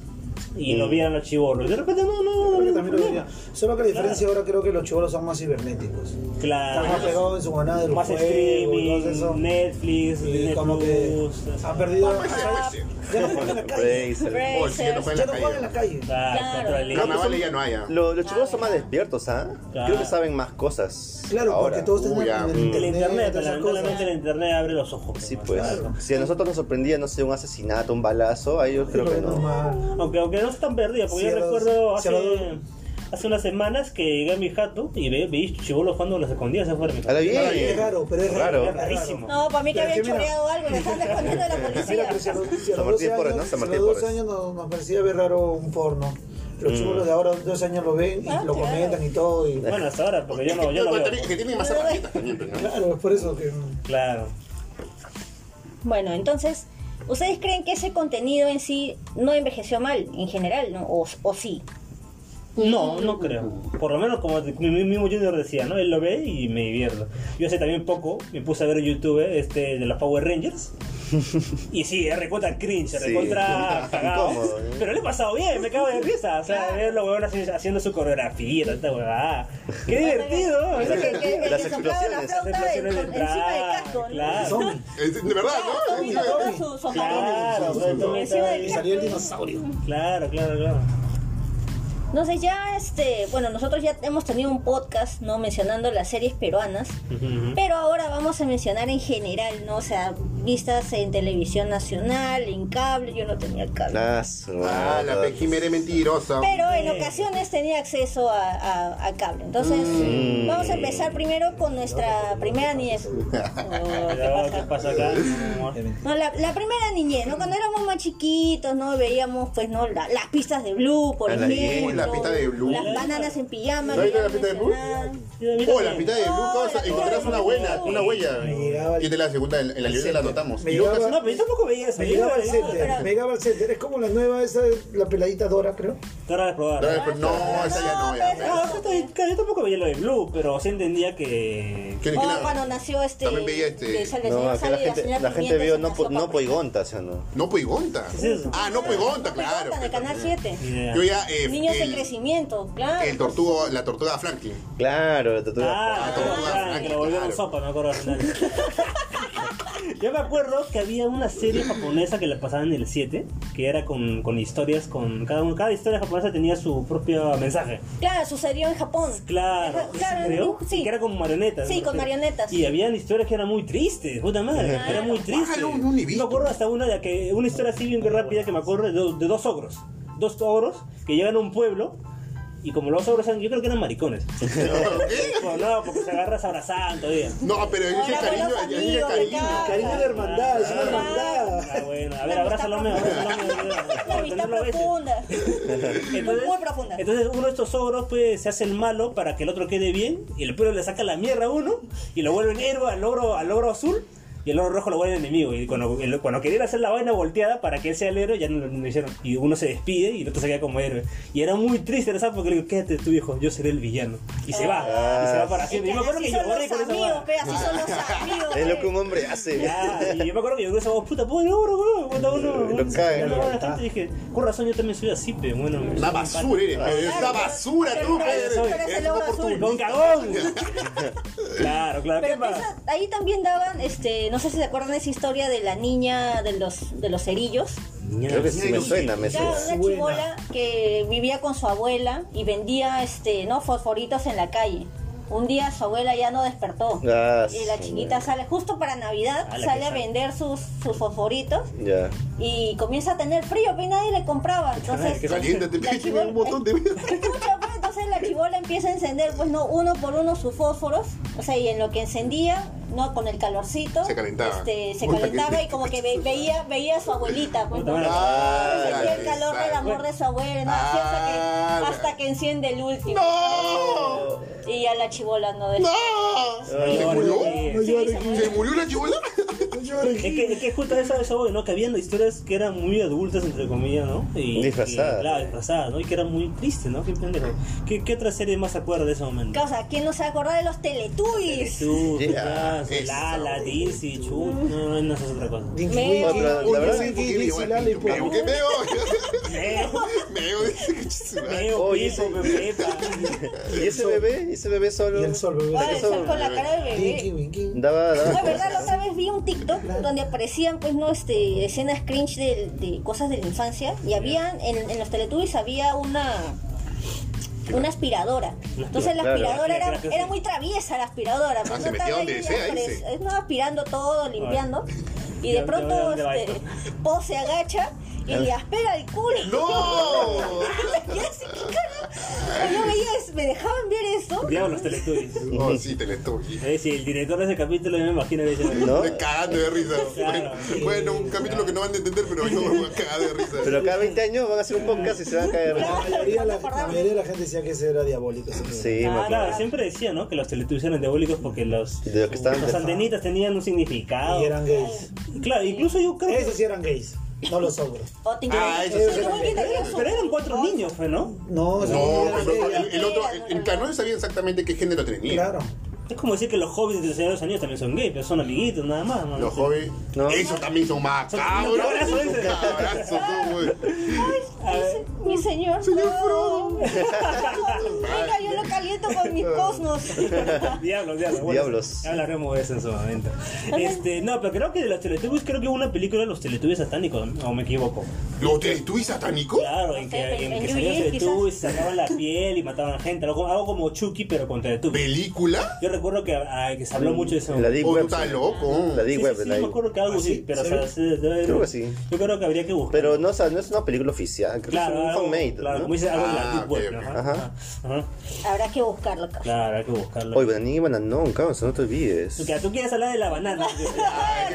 Speaker 2: y lo vieran los chivolos. De repente, no, no,
Speaker 5: Creo que
Speaker 2: no.
Speaker 5: también lo vería. Solo que la diferencia ahora creo que los chivolos son más cibernéticos. Están más
Speaker 2: Claro.
Speaker 5: pegados en su manada del
Speaker 2: Más
Speaker 5: juego,
Speaker 2: streaming,
Speaker 5: entonces eso.
Speaker 2: Netflix,
Speaker 5: Y
Speaker 2: Disney
Speaker 5: como que Ah,
Speaker 2: Plus, así.
Speaker 5: han perdido.
Speaker 3: Puede ser, puede ser.
Speaker 5: Ya no juegan en la calle.
Speaker 1: Razer.
Speaker 3: Oh, sí, que no fue en
Speaker 5: Ya
Speaker 3: la
Speaker 5: no juegan en la
Speaker 3: calle.
Speaker 5: calle.
Speaker 2: Claro,
Speaker 4: Claro.
Speaker 2: naturaleza.
Speaker 3: Carnavales ya no hay. ¿ah?
Speaker 1: Lo- los chicos son más despiertos, ¿ah?
Speaker 2: Claro.
Speaker 1: Creo que saben más cosas.
Speaker 5: Claro,
Speaker 1: ahora.
Speaker 5: porque todos
Speaker 3: Uy, ya.
Speaker 5: están en
Speaker 3: Mm.
Speaker 2: El internet,
Speaker 5: esas
Speaker 2: lamentablemente el
Speaker 5: cosas.
Speaker 2: internet abre los ojos.
Speaker 1: Sí,
Speaker 2: ¿no?
Speaker 1: pues.
Speaker 5: Claro.
Speaker 1: Si a nosotros nos sorprendía, no sé, un asesinato, un balazo, a ellos
Speaker 5: Es
Speaker 1: creo
Speaker 5: lo
Speaker 1: que no.
Speaker 5: normal.
Speaker 2: Aunque, aunque no están perdidos, porque yo
Speaker 5: Cierros-
Speaker 2: recuerdo hace,
Speaker 5: cierros-
Speaker 2: hace unas semanas que llegué a mi jato y ve, vi chivolos cuando los escondía se fuera de mi jato.
Speaker 1: Ahora bien.
Speaker 5: Claro, es raro, pero es
Speaker 1: Raro.
Speaker 5: raro.
Speaker 2: Es rarísimo.
Speaker 4: No, para mí que
Speaker 5: Pero
Speaker 4: habían
Speaker 5: es que mira-
Speaker 4: choreado algo, le están respondiendo a la policía.
Speaker 5: Mira, pero si a los, si a
Speaker 1: San
Speaker 5: los
Speaker 1: Martín
Speaker 5: 12
Speaker 1: Porres, ¿no?
Speaker 5: años,
Speaker 1: San
Speaker 5: si a
Speaker 1: Martín Mm.
Speaker 5: los 12
Speaker 1: Porres.
Speaker 5: años nos, nos parecía ver raro un porno. Los chivolos de ahora, 12 años lo ven y
Speaker 4: Ah,
Speaker 5: lo
Speaker 4: claro.
Speaker 5: comentan y todo. Y,
Speaker 2: Bueno, hasta ahora, porque yo no, yo no
Speaker 3: Pero
Speaker 2: veo.
Speaker 3: también- que tienen más herramientas también, pero ¿no?
Speaker 5: claro, es por eso que.
Speaker 2: Claro.
Speaker 4: Bueno, entonces, ¿ustedes creen que ese contenido en sí no envejeció mal en general, ¿no? O, o sí. Pues
Speaker 2: No, no creo. Por lo menos como mi mi mismo Junior decía, ¿no? Él lo ve y me divierto. Yo hace también poco me puse a ver en YouTube este de los Power Rangers. Y sí, es recontra cringe, es
Speaker 1: Sí,
Speaker 2: recontra
Speaker 1: incómodo,
Speaker 2: cagado.
Speaker 1: ¿eh?
Speaker 2: Pero le he pasado bien, me cago de risa. O sea, ver los huevones haci- haciendo su coreografía, tanta huevada. Qué divertido.
Speaker 4: El que- el que- el que
Speaker 1: Las
Speaker 4: soplaba la
Speaker 1: explosiones.
Speaker 4: flauta en- con- encima del casco, ¿no? Ah,
Speaker 2: Claro.
Speaker 5: Zombie.
Speaker 3: Es- De verdad, ¿no?
Speaker 4: Tommy,
Speaker 3: Es-
Speaker 4: todo su- su
Speaker 2: Claro,
Speaker 4: aparato.
Speaker 2: sobre todo
Speaker 4: Encima del
Speaker 2: ahí.
Speaker 5: Y salió el dinosaurio.
Speaker 2: Claro, claro, claro.
Speaker 4: Entonces ya, este, bueno, nosotros ya hemos tenido un podcast, ¿no? Mencionando las series peruanas, pero ahora vamos a mencionar en general, ¿no? O sea, vistas en televisión nacional, en cable, yo no tenía cable.
Speaker 1: Ah, su
Speaker 3: Ah, la
Speaker 1: madre.
Speaker 3: Pejimere mentirosa.
Speaker 4: Pero en ocasiones tenía acceso a, a- a cable. Entonces,
Speaker 3: Mm.
Speaker 4: vamos a empezar primero con nuestra primera niñez. Oh, ¿qué
Speaker 2: Ya, ¿Qué
Speaker 4: pasa?
Speaker 2: pasa acá? mi amor?
Speaker 4: No, la, la primera niñez, ¿no? Cuando éramos más chiquitos, ¿no? Veíamos, pues, ¿no? La- las pistas de Blue, por
Speaker 1: A la
Speaker 4: ejemplo.
Speaker 3: Ah, la pita de Blue.
Speaker 4: Las bananas en pijama.
Speaker 3: ¿No
Speaker 4: que
Speaker 3: viste
Speaker 4: ya
Speaker 3: la pita de Blue?
Speaker 4: mencionaba.
Speaker 3: Oh, la pita de Blue, cosa,
Speaker 4: Oh,
Speaker 3: encontrás una buena, una
Speaker 5: Me
Speaker 3: huella.
Speaker 5: llegaba el-
Speaker 3: Y de la segunda, en en la libreta la anotamos.
Speaker 5: Me
Speaker 3: Y Lucas,
Speaker 5: llegaba-
Speaker 2: No, pero yo tampoco veía esa.
Speaker 5: Me
Speaker 2: Yo
Speaker 5: llegaba
Speaker 2: la
Speaker 5: al
Speaker 2: veía.
Speaker 5: center, me llegaba al center. Es como la nueva, esa, la peladita Dora, creo.
Speaker 2: Ahora la probaba.
Speaker 3: no, después- no, esa ya no, ya.
Speaker 2: No,
Speaker 3: pero-
Speaker 2: yo estoy- yo tampoco veía lo de Blue, pero sí entendía que.
Speaker 3: ¿Quién-
Speaker 4: O
Speaker 3: quién la-
Speaker 4: cuando Oh, nació este.
Speaker 3: También veía este-
Speaker 4: de Sal- de
Speaker 1: No,
Speaker 4: Señor
Speaker 1: acá la
Speaker 4: Sal y
Speaker 1: gente,
Speaker 4: señora
Speaker 1: la gente
Speaker 4: Pimienta
Speaker 1: vio
Speaker 4: se
Speaker 1: no,
Speaker 4: casó
Speaker 1: po-
Speaker 4: con-
Speaker 1: no poigonta, ¿sí o no?
Speaker 3: No Puigonta. Ah, no Puigonta, claro.
Speaker 4: En el pues, canal 7.
Speaker 2: Yeah.
Speaker 3: Yo ya. eh,
Speaker 4: Niños en
Speaker 3: el-
Speaker 4: crecimiento, claro.
Speaker 3: El tortugo, la tortuga Franklin.
Speaker 1: Claro, la tortuga.
Speaker 2: Ah,
Speaker 3: Ah,
Speaker 2: claro,
Speaker 3: tortuga
Speaker 2: claro,
Speaker 3: Frankie,
Speaker 2: que lo volvieron
Speaker 3: claro.
Speaker 2: sopa, me acuerdo al final. Yo me acuerdo que había una serie japonesa que la pasaban en el 7, que era con, con historias, con cada uno, cada historia japonesa tenía su propio mensaje.
Speaker 4: Claro, sucedió en Japón.
Speaker 2: Claro,
Speaker 4: Ajá, claro,
Speaker 2: creo,
Speaker 4: sí.
Speaker 2: que era con marionetas.
Speaker 4: Sí,
Speaker 2: ¿no?
Speaker 4: con marionetas.
Speaker 2: Y habían historias que eran muy tristes, puta madre,
Speaker 4: Claro.
Speaker 2: era muy triste.
Speaker 3: Ah, no, no ni visto.
Speaker 2: me acuerdo hasta una de que una historia así bien rápida que me acuerdo de, do- de dos ogros, dos ogros que llegan a un pueblo y como los ogros eran, yo creo que eran maricones. no, no, porque se agarras abrazando todavía.
Speaker 3: No, pero es el
Speaker 4: Hola,
Speaker 3: cariño,
Speaker 4: buenos
Speaker 3: es el
Speaker 4: amigos,
Speaker 3: cariño.
Speaker 4: acá.
Speaker 5: Cariño de hermandad, es una hermandad.
Speaker 2: Ah, bueno, a ver,
Speaker 4: La amistad
Speaker 2: abrázalo, me
Speaker 4: profunda. La amistad profunda. Muy profunda.
Speaker 2: Entonces uno de estos ogros pues, se hace el malo para que el otro quede bien y el pueblo le saca la mierda a uno y lo vuelven héroe al ogro, al ogro azul y el ogro rojo lo vuelven enemigo. Y cuando, el- cuando querían hacer la vaina volteada para que él sea el héroe ya no lo, no lo hicieron. Y uno se despide y el otro se queda como héroe. Y era muy triste, ¿sabes? Porque le digo, quédate tú viejo, yo seré el villano. Y se va, y se va para
Speaker 4: Es
Speaker 2: siempre.
Speaker 4: que
Speaker 2: Y me acuerdo que
Speaker 4: así son
Speaker 2: lloré
Speaker 4: los
Speaker 2: con esa vaina.
Speaker 4: amigos, pe, así son los amigos. pues.
Speaker 1: Es lo que
Speaker 4: pe.
Speaker 1: un hombre hace.
Speaker 2: Ya, y yo me acuerdo que yo esa voz, puta, pobre ogro, weón, puta, uno.
Speaker 1: Lo
Speaker 2: uno-
Speaker 1: cagan.
Speaker 2: uno- la gente dije, con razón yo también soy así, pero bueno. me-
Speaker 3: Una basura eres, pero es una
Speaker 4: Claro,
Speaker 3: basura
Speaker 4: pero-
Speaker 3: tú,
Speaker 4: pero-
Speaker 3: eres-
Speaker 4: pero
Speaker 3: eres
Speaker 4: eres el
Speaker 3: un
Speaker 4: ogro azul.
Speaker 3: oportunista.
Speaker 2: ¡Con cagón! claro, claro, ¿qué
Speaker 4: Pero
Speaker 2: más?
Speaker 4: esa- ahí también daban, este, no sé si se acuerdan de esa historia de la niña de los, de los cerillos.
Speaker 1: Creo que sí me suena, me
Speaker 4: Claro,
Speaker 1: suena.
Speaker 4: una
Speaker 5: Buena.
Speaker 4: chibola que vivía con su abuela y vendía este, ¿no? fosforitos en la calle. Un día su abuela ya no despertó.
Speaker 1: Ah,
Speaker 4: y la
Speaker 1: su
Speaker 4: chiquita
Speaker 1: madre.
Speaker 4: sale, justo para
Speaker 2: A
Speaker 4: Navidad,
Speaker 2: Ah, la que
Speaker 4: sale a
Speaker 2: sale.
Speaker 4: vender sus, sus fosforitos
Speaker 1: Ya.
Speaker 4: y comienza a tener frío, pero nadie le compraba. Entonces,
Speaker 2: que
Speaker 3: Caliéntate,
Speaker 4: la
Speaker 3: pinche,
Speaker 4: chibola-
Speaker 3: un montón de veces.
Speaker 4: Escucha, pues, entonces la chibola empieza a encender, pues no, uno por uno sus fósforos, o sea, y en lo que encendía, no, con el calorcito,
Speaker 3: Se calentaba.
Speaker 4: este, se
Speaker 3: Puta,
Speaker 4: calentaba
Speaker 3: qué-
Speaker 4: y como que ve- veía, veía a su abuelita, pues,
Speaker 2: Puta
Speaker 4: ¿no?
Speaker 2: madre.
Speaker 3: Ah,
Speaker 4: sentía el
Speaker 3: ya,
Speaker 4: calor del
Speaker 3: exacto.
Speaker 4: amor de su abuela, ¿no? Así
Speaker 3: Ah,
Speaker 4: hasta, que,
Speaker 3: ya.
Speaker 4: hasta que enciende el último.
Speaker 3: ¡No!
Speaker 4: Y ya la chibola no deja.
Speaker 3: ¡No! ¿Se
Speaker 2: llores,
Speaker 3: murió?
Speaker 2: sí.
Speaker 5: No llores,
Speaker 3: ¿Se murió la chibola?
Speaker 5: no llores.
Speaker 2: Es que, es que justo eso, eso voy, ¿no? Que habían historias que eran muy adultas, entre comillas, ¿no? Y,
Speaker 1: Disfrazadas.
Speaker 2: y, claro, disfrazadas, ¿no? Y que eran muy tristes, ¿no? Qué pendejo. ¿Qué, qué otra serie más se acuerda de ese momento?
Speaker 4: Causa, ¿quién no se acuerda de los Teletubbies?
Speaker 2: Tú,
Speaker 1: Yeah.
Speaker 2: Taz, Lala, Dizzy, Chu, no, no, eso es otra cosa.
Speaker 5: Dinky
Speaker 4: Me-
Speaker 5: Winky,
Speaker 1: Otra, la
Speaker 5: Oye,
Speaker 1: verdad,
Speaker 5: Dinky,
Speaker 3: Porque
Speaker 5: Dinky,
Speaker 3: igual,
Speaker 5: Lollipop.
Speaker 3: me ahogué, me ahogué.
Speaker 2: Meo,
Speaker 3: Me ahogué, dice que chisura.
Speaker 2: Meo,
Speaker 1: Oye,
Speaker 2: Pipo, Pepa.
Speaker 1: ¿Y ese bebé? ¿Ese bebé solo?
Speaker 5: Y el sol, bebé.
Speaker 4: Ay,
Speaker 1: eso-
Speaker 4: sal con la cara del
Speaker 5: Dinky
Speaker 4: bebé.
Speaker 5: Winky.
Speaker 1: Daba,
Speaker 4: La
Speaker 1: daba.
Speaker 4: verdad, la otra vez vi un TikTok donde aparecían, pues, no, este, escenas cringe de, de cosas de la infancia y había, en, en los Teletubbies había una... Una aspiradora. Entonces la
Speaker 1: Claro.
Speaker 4: aspiradora era,
Speaker 2: Claro que sí.
Speaker 4: era muy traviesa la aspiradora. pues,
Speaker 3: se metía
Speaker 4: no estaba
Speaker 3: donde
Speaker 4: ahí,
Speaker 3: sea, ahí
Speaker 4: apres-
Speaker 3: sí.
Speaker 4: no, aspirando todo, limpiando. Y de
Speaker 2: Ya- ya veo
Speaker 4: pronto
Speaker 2: dónde va
Speaker 4: este,
Speaker 2: esto.
Speaker 4: Po se agacha y le aspira el culo.
Speaker 3: ¡No!
Speaker 4: Y así, claro, yo veía, es- me dejaban ver eso.
Speaker 2: Diablos Teletubbies.
Speaker 3: Oh, sí, te le toqué.
Speaker 2: Eh, si el director de ese capítulo yo me imagino que dice,
Speaker 1: ¿No?
Speaker 3: Estoy cagando de risa.
Speaker 2: Claro.
Speaker 3: Bueno, Bueno, un capítulo que no van a entender, pero yo me voy a cagar de risa.
Speaker 1: Pero cada 20 años van a hacer un podcast y se van a caer.
Speaker 5: La mayoría, la, la mayoría de la gente decía que ese era diabólico. ese bebé.
Speaker 1: Sí, me
Speaker 2: Ah,
Speaker 1: acuerdo.
Speaker 2: claro, siempre decía, ¿no? Que los Teletubbies eran diabólicos porque los,
Speaker 1: De los que estaban
Speaker 2: las
Speaker 1: de-
Speaker 2: antenitas tenían un significado.
Speaker 5: Y eran gays.
Speaker 2: Claro, incluso yo creo que...
Speaker 5: Esos sí eran gays, no los ogros.
Speaker 4: O Tinky
Speaker 3: Ah,
Speaker 4: Winky.
Speaker 3: eso
Speaker 4: Sí,
Speaker 3: sí.
Speaker 4: Tinky Winky tenía su-
Speaker 2: Pero eran cuatro niños, fue, ¿no?
Speaker 5: No, esos
Speaker 3: No,
Speaker 5: eran
Speaker 3: el
Speaker 5: gays.
Speaker 3: otro, el, el otro, el, el Canoel sabía exactamente qué género tenía.
Speaker 5: Claro.
Speaker 2: Es como decir que los hobbits de Señor de los Anillos también son gays, pero son amiguitos, nada más. ¿no?
Speaker 3: Los jóvenes,
Speaker 1: No.
Speaker 3: esos también son macabros.
Speaker 2: Son cabrazos,
Speaker 3: Son
Speaker 2: dice.
Speaker 3: cabrazos, tú, güey.
Speaker 2: A ver.
Speaker 4: Ay, mi señor.
Speaker 3: Señor
Speaker 4: Frodo. Venga, yo lo caliento con mis cosmos.
Speaker 2: Diablos, diablos.
Speaker 1: Diablos.
Speaker 2: Ya hablaremos de eso en su momento. Este, no, pero creo que de los Teletubbies, creo que hubo una película de los Teletubbies satánicos, ¿no? o me equivoco.
Speaker 3: ¿Los Teletubbies satánicos?
Speaker 2: Claro, en que,
Speaker 4: En-
Speaker 2: en
Speaker 4: en
Speaker 2: que salían
Speaker 4: Yu-Gi-Oh,
Speaker 2: Teletubbies, sacaban la piel y mataban gente. Algo, algo como Chucky, pero con Teletubbies.
Speaker 3: ¿Película?
Speaker 2: Yo recuerdo que, ah, que se habló mucho de eso.
Speaker 1: Mm, La Deep
Speaker 3: Oh, tú
Speaker 1: Web.
Speaker 3: estás loco.
Speaker 1: pues, La Deep
Speaker 2: sí,
Speaker 1: Web.
Speaker 2: sí, sí,
Speaker 1: la Deep
Speaker 2: me
Speaker 1: Ah, Web.
Speaker 2: acuerdo que algo sí, pero o sea, se debe-
Speaker 1: Creo que sí.
Speaker 2: Yo creo que habría que buscar.
Speaker 1: Pero no, o sea, no es una película oficial. Creo
Speaker 2: claro,
Speaker 1: que es un
Speaker 2: algo-
Speaker 1: fanmade.
Speaker 2: claro,
Speaker 1: ¿no?
Speaker 2: como dice algo de la
Speaker 3: Ah,
Speaker 2: Deep
Speaker 3: ok,
Speaker 2: Web,
Speaker 3: ok.
Speaker 2: ¿no? Ajá,
Speaker 1: Ajá.
Speaker 2: ajá.
Speaker 4: Habrá que buscarlo, Carlos.
Speaker 2: Claro, hay que buscarlo.
Speaker 1: Oye, banana y bananón, cabrón, no te olvides.
Speaker 2: O sea, tú quieres hablar de la banana.
Speaker 4: Ay,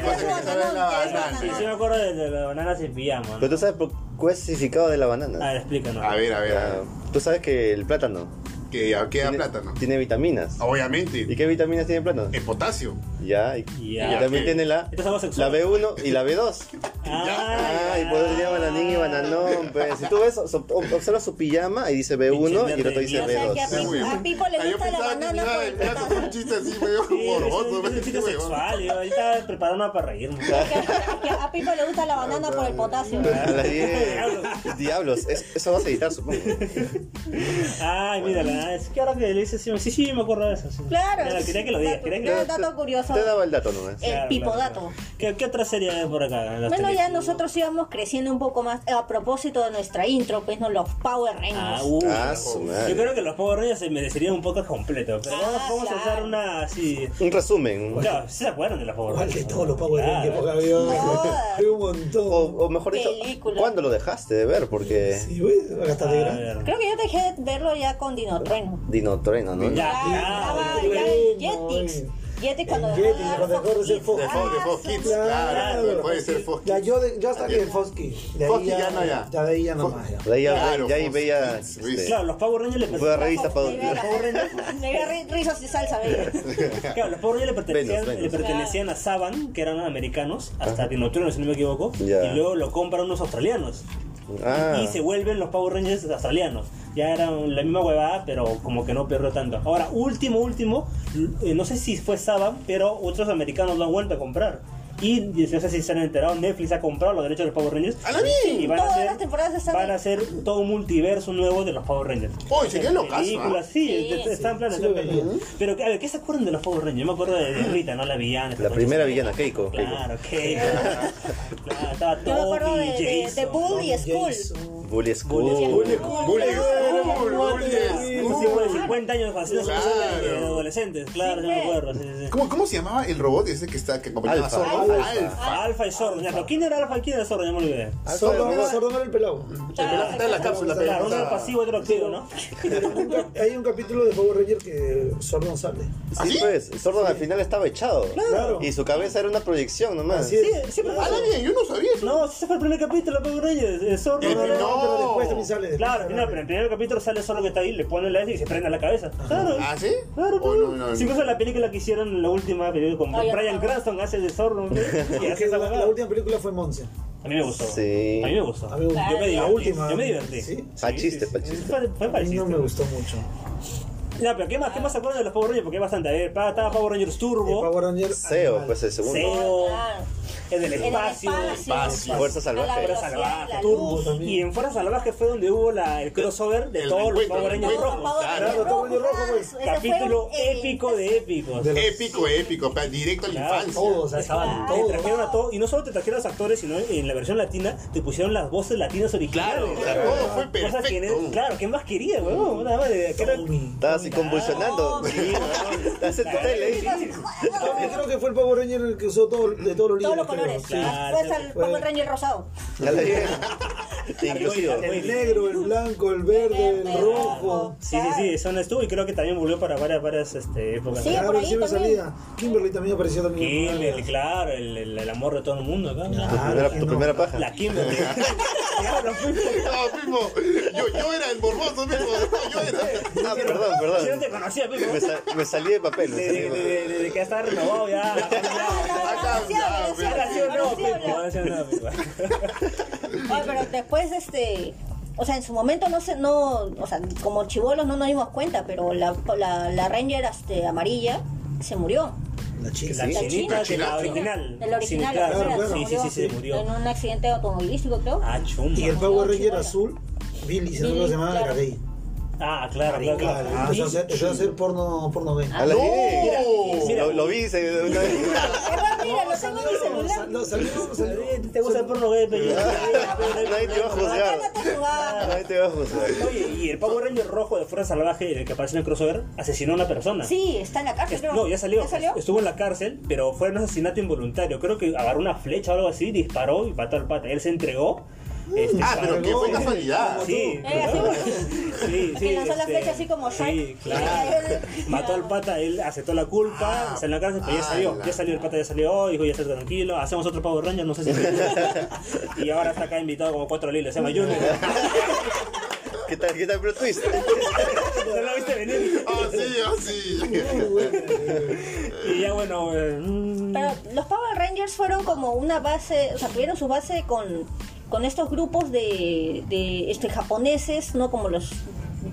Speaker 3: ¿Qué pasa que
Speaker 4: es
Speaker 3: te sale la
Speaker 4: bananón, que es
Speaker 3: banana?
Speaker 2: Sí,
Speaker 4: bananón.
Speaker 2: sí me acuerdo de, de la banana sin pijama. ¿no?
Speaker 1: Pero tú sabes por, ¿Cuál es el significado de la banana?
Speaker 2: A ver, explícanos.
Speaker 3: A ver, a ver, a
Speaker 1: Ah,
Speaker 3: ver.
Speaker 1: Tú sabes que el plátano
Speaker 3: Que ya queda
Speaker 1: tiene,
Speaker 3: plátano.
Speaker 1: tiene vitaminas. ¿Y
Speaker 3: Obviamente.
Speaker 1: qué vitaminas tiene el plátano?
Speaker 3: El potasio.
Speaker 1: Ya, y,
Speaker 2: Ya.
Speaker 1: y también
Speaker 3: Ya.
Speaker 1: tiene la,
Speaker 2: Esto es algo sexual.
Speaker 1: la B1 y la B2.
Speaker 2: Ah,
Speaker 1: Ah, y por eso tenía bananín y bananón. Pues. Si tú ves, so- ob- observa su pijama y dice B1 y el otro dice
Speaker 2: Pinche
Speaker 4: O sea, que a,
Speaker 1: B2.
Speaker 3: Sí,
Speaker 4: Pipo,
Speaker 3: güey.
Speaker 4: a Pipo le
Speaker 3: Ah, yo
Speaker 4: gusta la
Speaker 3: pensaba que
Speaker 4: banana
Speaker 3: me
Speaker 4: por
Speaker 3: iba-
Speaker 4: el
Speaker 3: me iba a
Speaker 4: plátano.
Speaker 3: contar un chiste así, medio
Speaker 2: Sí,
Speaker 3: morboso,
Speaker 2: es un chiste
Speaker 3: güey.
Speaker 2: sexual, yo ahorita preparándome para reírme.
Speaker 4: Que a- que a Pipo le gusta la banana por el potasio.
Speaker 1: A las 10.
Speaker 2: Diablos.
Speaker 1: Diablos, es- eso vas a editar, supongo.
Speaker 2: Ay, mírala, es que ahora que le dices, sí, sí, me acuerdo de eso. sí.
Speaker 4: Claro.
Speaker 2: Mira, quería que lo digas, quería que lo
Speaker 4: Era un
Speaker 2: digas.
Speaker 4: dato curioso.
Speaker 1: Te daba el dato nomás.
Speaker 4: Eh, El pipodato.
Speaker 2: ¿Qué, ¿Qué otra serie hay por acá? Las
Speaker 4: Bueno, ya
Speaker 2: teleseries.
Speaker 4: nosotros íbamos creciendo un poco más. Eh, A propósito de nuestra intro, pues, ¿no? Los Power Rangers.
Speaker 2: Ah, uh,
Speaker 1: Ah, su madre.
Speaker 2: Yo creo que los Power Rangers se merecerían un poco completo, pero
Speaker 4: Ah,
Speaker 2: vamos, vamos a
Speaker 4: claro.
Speaker 2: hacer una así.
Speaker 1: Un resumen.
Speaker 2: Claro, ¿sí se acuerdan de los Power
Speaker 5: Igual
Speaker 2: Rangers?
Speaker 5: de todos los Power Rangers,
Speaker 2: Claro.
Speaker 5: porque había
Speaker 4: Todas.
Speaker 5: había un
Speaker 1: O,
Speaker 5: montón.
Speaker 1: o mejor dicho,
Speaker 4: Película.
Speaker 1: ¿cuándo lo dejaste de ver? Porque
Speaker 5: Sí, güey, hasta de
Speaker 2: A
Speaker 5: gran.
Speaker 2: ver.
Speaker 4: Creo que yo dejé de verlo ya con Dinotrueno.
Speaker 1: Dinotreno, ¿no?
Speaker 2: Ya.
Speaker 4: Ya,
Speaker 2: Ah,
Speaker 4: estaba ya en
Speaker 5: bueno.
Speaker 4: Jetix. Jetix cuando
Speaker 5: En
Speaker 4: dejó de
Speaker 5: Jetix,
Speaker 4: dar
Speaker 5: cuando dejó de
Speaker 4: Fox
Speaker 5: ser
Speaker 4: Kids.
Speaker 5: Fox.
Speaker 3: De Fox, de
Speaker 4: Ah,
Speaker 3: Fox
Speaker 4: su-
Speaker 3: Kids, claro. Puede ser Fox
Speaker 5: Ya,
Speaker 3: Kids.
Speaker 5: yo, de- yo hasta que en Fosky. De
Speaker 3: Fosky
Speaker 5: ahí
Speaker 3: ya no, ya.
Speaker 5: Ya de ahí ya no más. ya.
Speaker 1: De ahí ya,
Speaker 3: Claro,
Speaker 1: ya ahí
Speaker 3: Fox
Speaker 1: veía.
Speaker 3: Kids,
Speaker 1: este,
Speaker 3: sí.
Speaker 2: Claro, los Power Rangers le
Speaker 1: fue a revista
Speaker 2: pertenecían.
Speaker 1: Pau.
Speaker 4: Me veo la- me veo ri- rizos y salsa, baby.
Speaker 2: Claro, los Power Rangers le pertenecían,
Speaker 1: Venus,
Speaker 2: le
Speaker 1: Venus.
Speaker 2: pertenecían a Saban, que eran americanos, hasta Dinotreno, si no me equivoco,
Speaker 1: Ya.
Speaker 2: y luego lo compran unos australianos.
Speaker 1: Ah,
Speaker 2: Y se vuelven los Power Rangers australianos. Ya eran la misma huevada, pero como que no perdió tanto. Ahora, último, último, eh, no sé si fue Saban, pero otros americanos lo han vuelto a comprar. Y no sé si se han enterado, Netflix ha comprado los derechos de los Power Rangers.
Speaker 3: ¡A la bien!
Speaker 2: Y van a
Speaker 4: Todas
Speaker 2: hacer,
Speaker 4: las temporadas están
Speaker 2: van a
Speaker 4: ahí.
Speaker 2: hacer todo un multiverso nuevo de los Power Rangers.
Speaker 3: Oye, sería locazo, ¿ah?
Speaker 2: Películas, sí,
Speaker 4: Sí,
Speaker 2: est- están planes.
Speaker 5: sí
Speaker 2: están
Speaker 5: lo
Speaker 2: planes.
Speaker 5: veía.
Speaker 2: Pero, a ver, ¿qué se acuerdan de los Power Rangers? Yo me acuerdo de, de Rita, ¿no? La villana. esta
Speaker 1: la
Speaker 2: concha
Speaker 1: primera
Speaker 2: de-
Speaker 1: villana, Keiko. Keiko.
Speaker 2: Claro, Keiko. claro, estaba
Speaker 4: Yo me acuerdo
Speaker 2: Toby,
Speaker 4: de, de, de
Speaker 2: Jason.
Speaker 4: Bull y Skull.
Speaker 5: Jason.
Speaker 1: Bully
Speaker 2: Bully
Speaker 1: School.
Speaker 2: School.
Speaker 3: Bully, bully,
Speaker 2: Sí,
Speaker 3: bully,
Speaker 2: sí,
Speaker 3: bully.
Speaker 2: bueno, 50 años de fascinación
Speaker 3: Claro.
Speaker 2: sexual de- de adolescentes, claro,
Speaker 4: Sí,
Speaker 2: yo me
Speaker 4: pues.
Speaker 2: acuerdo. Sí, sí, sí.
Speaker 3: ¿Cómo, ¿Cómo se llamaba el robot ese que está que acompañaba a
Speaker 1: Alfa.
Speaker 3: Zorro?
Speaker 1: Alfa.
Speaker 2: Alfa y Zorro, ya, pero ¿quién era Alfa y quién era Zorro? Ya me olvidé.
Speaker 1: Ah,
Speaker 5: Sordo era- sordo era el pelado.
Speaker 3: pelado que está en la cápsula,
Speaker 5: Claro,
Speaker 3: pelado.
Speaker 2: Claro, uno era pasivo, otro activo, ¿no?
Speaker 5: Un cap- Hay un capítulo de Power Ranger que Sordo no sale.
Speaker 3: ¿Ah,
Speaker 1: Sí,
Speaker 3: sí?
Speaker 1: pues, Sordon al final estaba echado.
Speaker 5: Claro.
Speaker 1: Y su cabeza era una proyección nomás.
Speaker 5: Así es.
Speaker 2: Sí, siempre
Speaker 3: Ah,
Speaker 2: pasó.
Speaker 3: bien, yo no sabía eso.
Speaker 2: No, ese fue el primer capítulo, Power Rangers, eh, Zorro.
Speaker 3: El
Speaker 2: ¿no?
Speaker 3: primer-
Speaker 5: No, pero después también sale.
Speaker 2: Claro, no, pero en el primer capítulo sale Zorro que está ahí, le pone la S y se prende la cabeza. Claro.
Speaker 3: ¿Ah, sí?
Speaker 2: Claro, pues.
Speaker 3: Oh, no, no,
Speaker 2: Si
Speaker 3: no.
Speaker 2: incluso la película que hicieron, la última película con
Speaker 4: Ay,
Speaker 2: Brian
Speaker 4: no.
Speaker 2: Cranston hace de Zorro. ¿no? Y hace
Speaker 5: Porque
Speaker 2: esa
Speaker 5: la, la
Speaker 2: huevada.
Speaker 5: última película fue Monse.
Speaker 2: A mí me gustó.
Speaker 1: Sí.
Speaker 2: A mí me gustó.
Speaker 5: A mí me gustó.
Speaker 2: Yo me
Speaker 5: La
Speaker 2: divertí.
Speaker 5: última.
Speaker 2: Yo me divertí.
Speaker 5: Sí.
Speaker 1: Pa'l chiste, pa'l chiste.
Speaker 2: Fue, fue
Speaker 5: A
Speaker 2: pa'l
Speaker 5: mí
Speaker 2: chiste.
Speaker 5: no me gustó mucho.
Speaker 2: No, pero ¿qué más, qué más se acuerdan de los Power Rangers? Porque hay bastante. A ver, pa- estaba Power Rangers
Speaker 5: El
Speaker 2: Turbo,
Speaker 5: Power Ranger.
Speaker 1: Seo,
Speaker 5: animal.
Speaker 1: pues el segundo.
Speaker 2: Seo,
Speaker 4: Claro.
Speaker 2: en el
Speaker 4: En
Speaker 2: espacio.
Speaker 1: Espacio. Fuerza salvaje.
Speaker 4: A la
Speaker 2: Fuerza
Speaker 4: velocidad de
Speaker 2: salvaje,
Speaker 4: la
Speaker 2: turbo
Speaker 4: luz.
Speaker 5: también.
Speaker 2: Y en Fuerza Salvaje fue donde hubo la, el crossover de
Speaker 3: El
Speaker 2: todos los
Speaker 3: reencuentro,
Speaker 2: Power
Speaker 3: el
Speaker 2: Rangers
Speaker 4: Todo
Speaker 2: rojos.
Speaker 4: Power Ranger
Speaker 5: Claro,
Speaker 4: rojo,
Speaker 5: Power Ranger rojo,
Speaker 4: ah, su- ese
Speaker 2: Capítulo
Speaker 4: fue un-
Speaker 2: épico de épicos.
Speaker 5: De-
Speaker 3: Épico, épico, pa- directo a la
Speaker 2: Claro,
Speaker 3: infancia.
Speaker 5: Todos, estaban
Speaker 2: Estaban- te
Speaker 5: todos.
Speaker 2: trajeron a todo, y no solo te trajeron a los actores, sino en la versión latina te pusieron las voces latinas originales.
Speaker 3: Claro, o sea, todo fue
Speaker 2: Cosa que
Speaker 3: perfecto.
Speaker 2: ne- claro, ¿qué más quería, huevón? Nada más de- que era-
Speaker 5: Tommy.
Speaker 1: Estaba así convulsionando.
Speaker 4: No,
Speaker 1: Sí, ¿no? Estás en tu tele.
Speaker 2: Sí, sí.
Speaker 5: Tommy creo que fue el Power Ranger el que usó todo, de todos los
Speaker 4: Todos los
Speaker 5: líderes, creo.
Speaker 4: colores.
Speaker 5: Sí.
Speaker 2: Claro,
Speaker 4: Después al Power Ranger rosado.
Speaker 1: Ya la dije. Inclusive.
Speaker 5: El negro, el blanco, el verde, el
Speaker 4: Verde,
Speaker 5: rojo.
Speaker 2: Sí, sí, sí, eso no estuvo y creo que también volvió para varias, varias este, épocas.
Speaker 4: Sí, por
Speaker 5: Claro,
Speaker 4: ahí
Speaker 5: siempre
Speaker 4: también.
Speaker 5: salía. Kimberly también apareció también.
Speaker 2: Kimberly, claro, el, el- el amor de todo el mundo acá.
Speaker 1: Tu
Speaker 5: Claro,
Speaker 1: primera,
Speaker 5: que
Speaker 1: tu
Speaker 5: no.
Speaker 1: primera paja.
Speaker 2: La Kimberly. Claro, fui-
Speaker 3: No, Pipo, yo, yo era el morboso, Pipo, yo era.
Speaker 1: Ah, perdón,
Speaker 2: Yo no te
Speaker 1: perdón.
Speaker 2: conocía, Pipo.
Speaker 1: Me, sa- me salí de papel. me salí de
Speaker 2: Desde
Speaker 1: papel.
Speaker 2: de, de- de que ya está renovado ya.
Speaker 3: Acá,
Speaker 4: Ahora sí habla,
Speaker 2: Ahora sí o no,
Speaker 4: ahora sí habla.
Speaker 2: Pipo. Ahora sí o no, pues, Pipo.
Speaker 4: Oye, pero después este o sea en su momento no sé no o sea como chivolos no nos dimos cuenta pero la, la, la ranger este, amarilla se murió
Speaker 5: La chica.
Speaker 2: La
Speaker 1: Sí.
Speaker 2: chinita de la
Speaker 3: La
Speaker 2: original.
Speaker 4: el original
Speaker 2: Sí,
Speaker 4: la
Speaker 2: claro.
Speaker 4: primera,
Speaker 5: claro.
Speaker 2: Sí, Ah, sí, sí, se murió.
Speaker 4: en un accidente automovilístico creo
Speaker 2: Ah, chumba.
Speaker 5: Y el Power
Speaker 4: No,
Speaker 5: Ranger
Speaker 4: chibola.
Speaker 5: azul, Billy, si no
Speaker 4: Billy,
Speaker 5: lo llamaba,
Speaker 4: claro.
Speaker 5: era gay.
Speaker 2: Ah, claro, claro, claro.
Speaker 5: Ah,
Speaker 2: Y-
Speaker 5: eso hace- eso hace porno, porno gay.
Speaker 1: A la dije.
Speaker 2: mira.
Speaker 1: Lo, lo vi. se- una vez.
Speaker 4: Ah, mira lo tengo en mi celular
Speaker 5: No, salió, salió.
Speaker 2: ¿Te gusta el porno gay, pues, Peña?
Speaker 1: Nadie te va a juzgar.
Speaker 4: Acá no te jugaba.
Speaker 1: Nadie te va a juzgar.
Speaker 2: Oye, y el Power Ranger rojo de Fuerza Salvaje, en el que apareció en el crossover, asesinó a una persona.
Speaker 4: sí está en la cárcel
Speaker 2: Es-
Speaker 4: creo.
Speaker 2: no, ya salió.
Speaker 4: ya salió
Speaker 2: Estuvo en la cárcel, pero fue un asesinato involuntario. Creo que agarró una flecha o algo así, disparó y mató al pata. Él se entregó. Este,
Speaker 3: Ah, pero qué
Speaker 2: pagó-
Speaker 3: buena casualidad.
Speaker 2: Sí,
Speaker 4: Mm. Eh,
Speaker 2: claro.
Speaker 4: así como-
Speaker 2: sí, este,
Speaker 4: que lanzó la flecha así como
Speaker 2: Sí,
Speaker 4: Shrek.
Speaker 2: claro. Mató al pata, él aceptó la culpa,
Speaker 3: Ah,
Speaker 2: salió a la cárcel, pero ya
Speaker 3: ah,
Speaker 2: salió.
Speaker 3: la-
Speaker 2: Ya salió el pata, ya salió, dijo ya está tranquilo, hacemos otro Power Ranger, no sé si. y ahora está acá invitado como cuatro lilos, se llama Junior.
Speaker 1: ¿Qué tal, qué tal Pro Twist?
Speaker 2: no la viste venir.
Speaker 3: Ah, sí, ah, sí.
Speaker 2: Y ya bueno, eh, mm,
Speaker 4: Pero los Power Rangers fueron como una base, o sea, tuvieron su base con, con estos grupos de, de este, japoneses, ¿no? Como los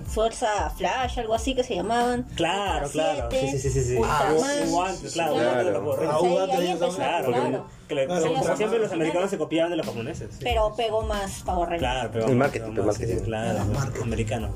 Speaker 4: Fuerza Flash, algo así que se llamaban.
Speaker 2: Claro, claro. Sí, sí, sí, sí, sí.
Speaker 4: Ultraman.
Speaker 3: Ah,
Speaker 2: Hubo antes, claro, hubo antes de los Power
Speaker 4: O sea,
Speaker 2: Rangers.
Speaker 5: Aún
Speaker 4: ahí-
Speaker 5: antes
Speaker 4: ahí
Speaker 5: de ellos,
Speaker 4: empezó,
Speaker 2: Claro, porque-
Speaker 4: claro.
Speaker 2: que-
Speaker 5: Claro,
Speaker 2: como
Speaker 5: claro.
Speaker 2: siempre los americanos se copiaban de los japoneses. sí.
Speaker 4: Pero pegó más Power Rangers.
Speaker 2: Claro, pero
Speaker 1: El marketing,
Speaker 2: pero
Speaker 1: el marketing.
Speaker 2: sí, Claro, americano.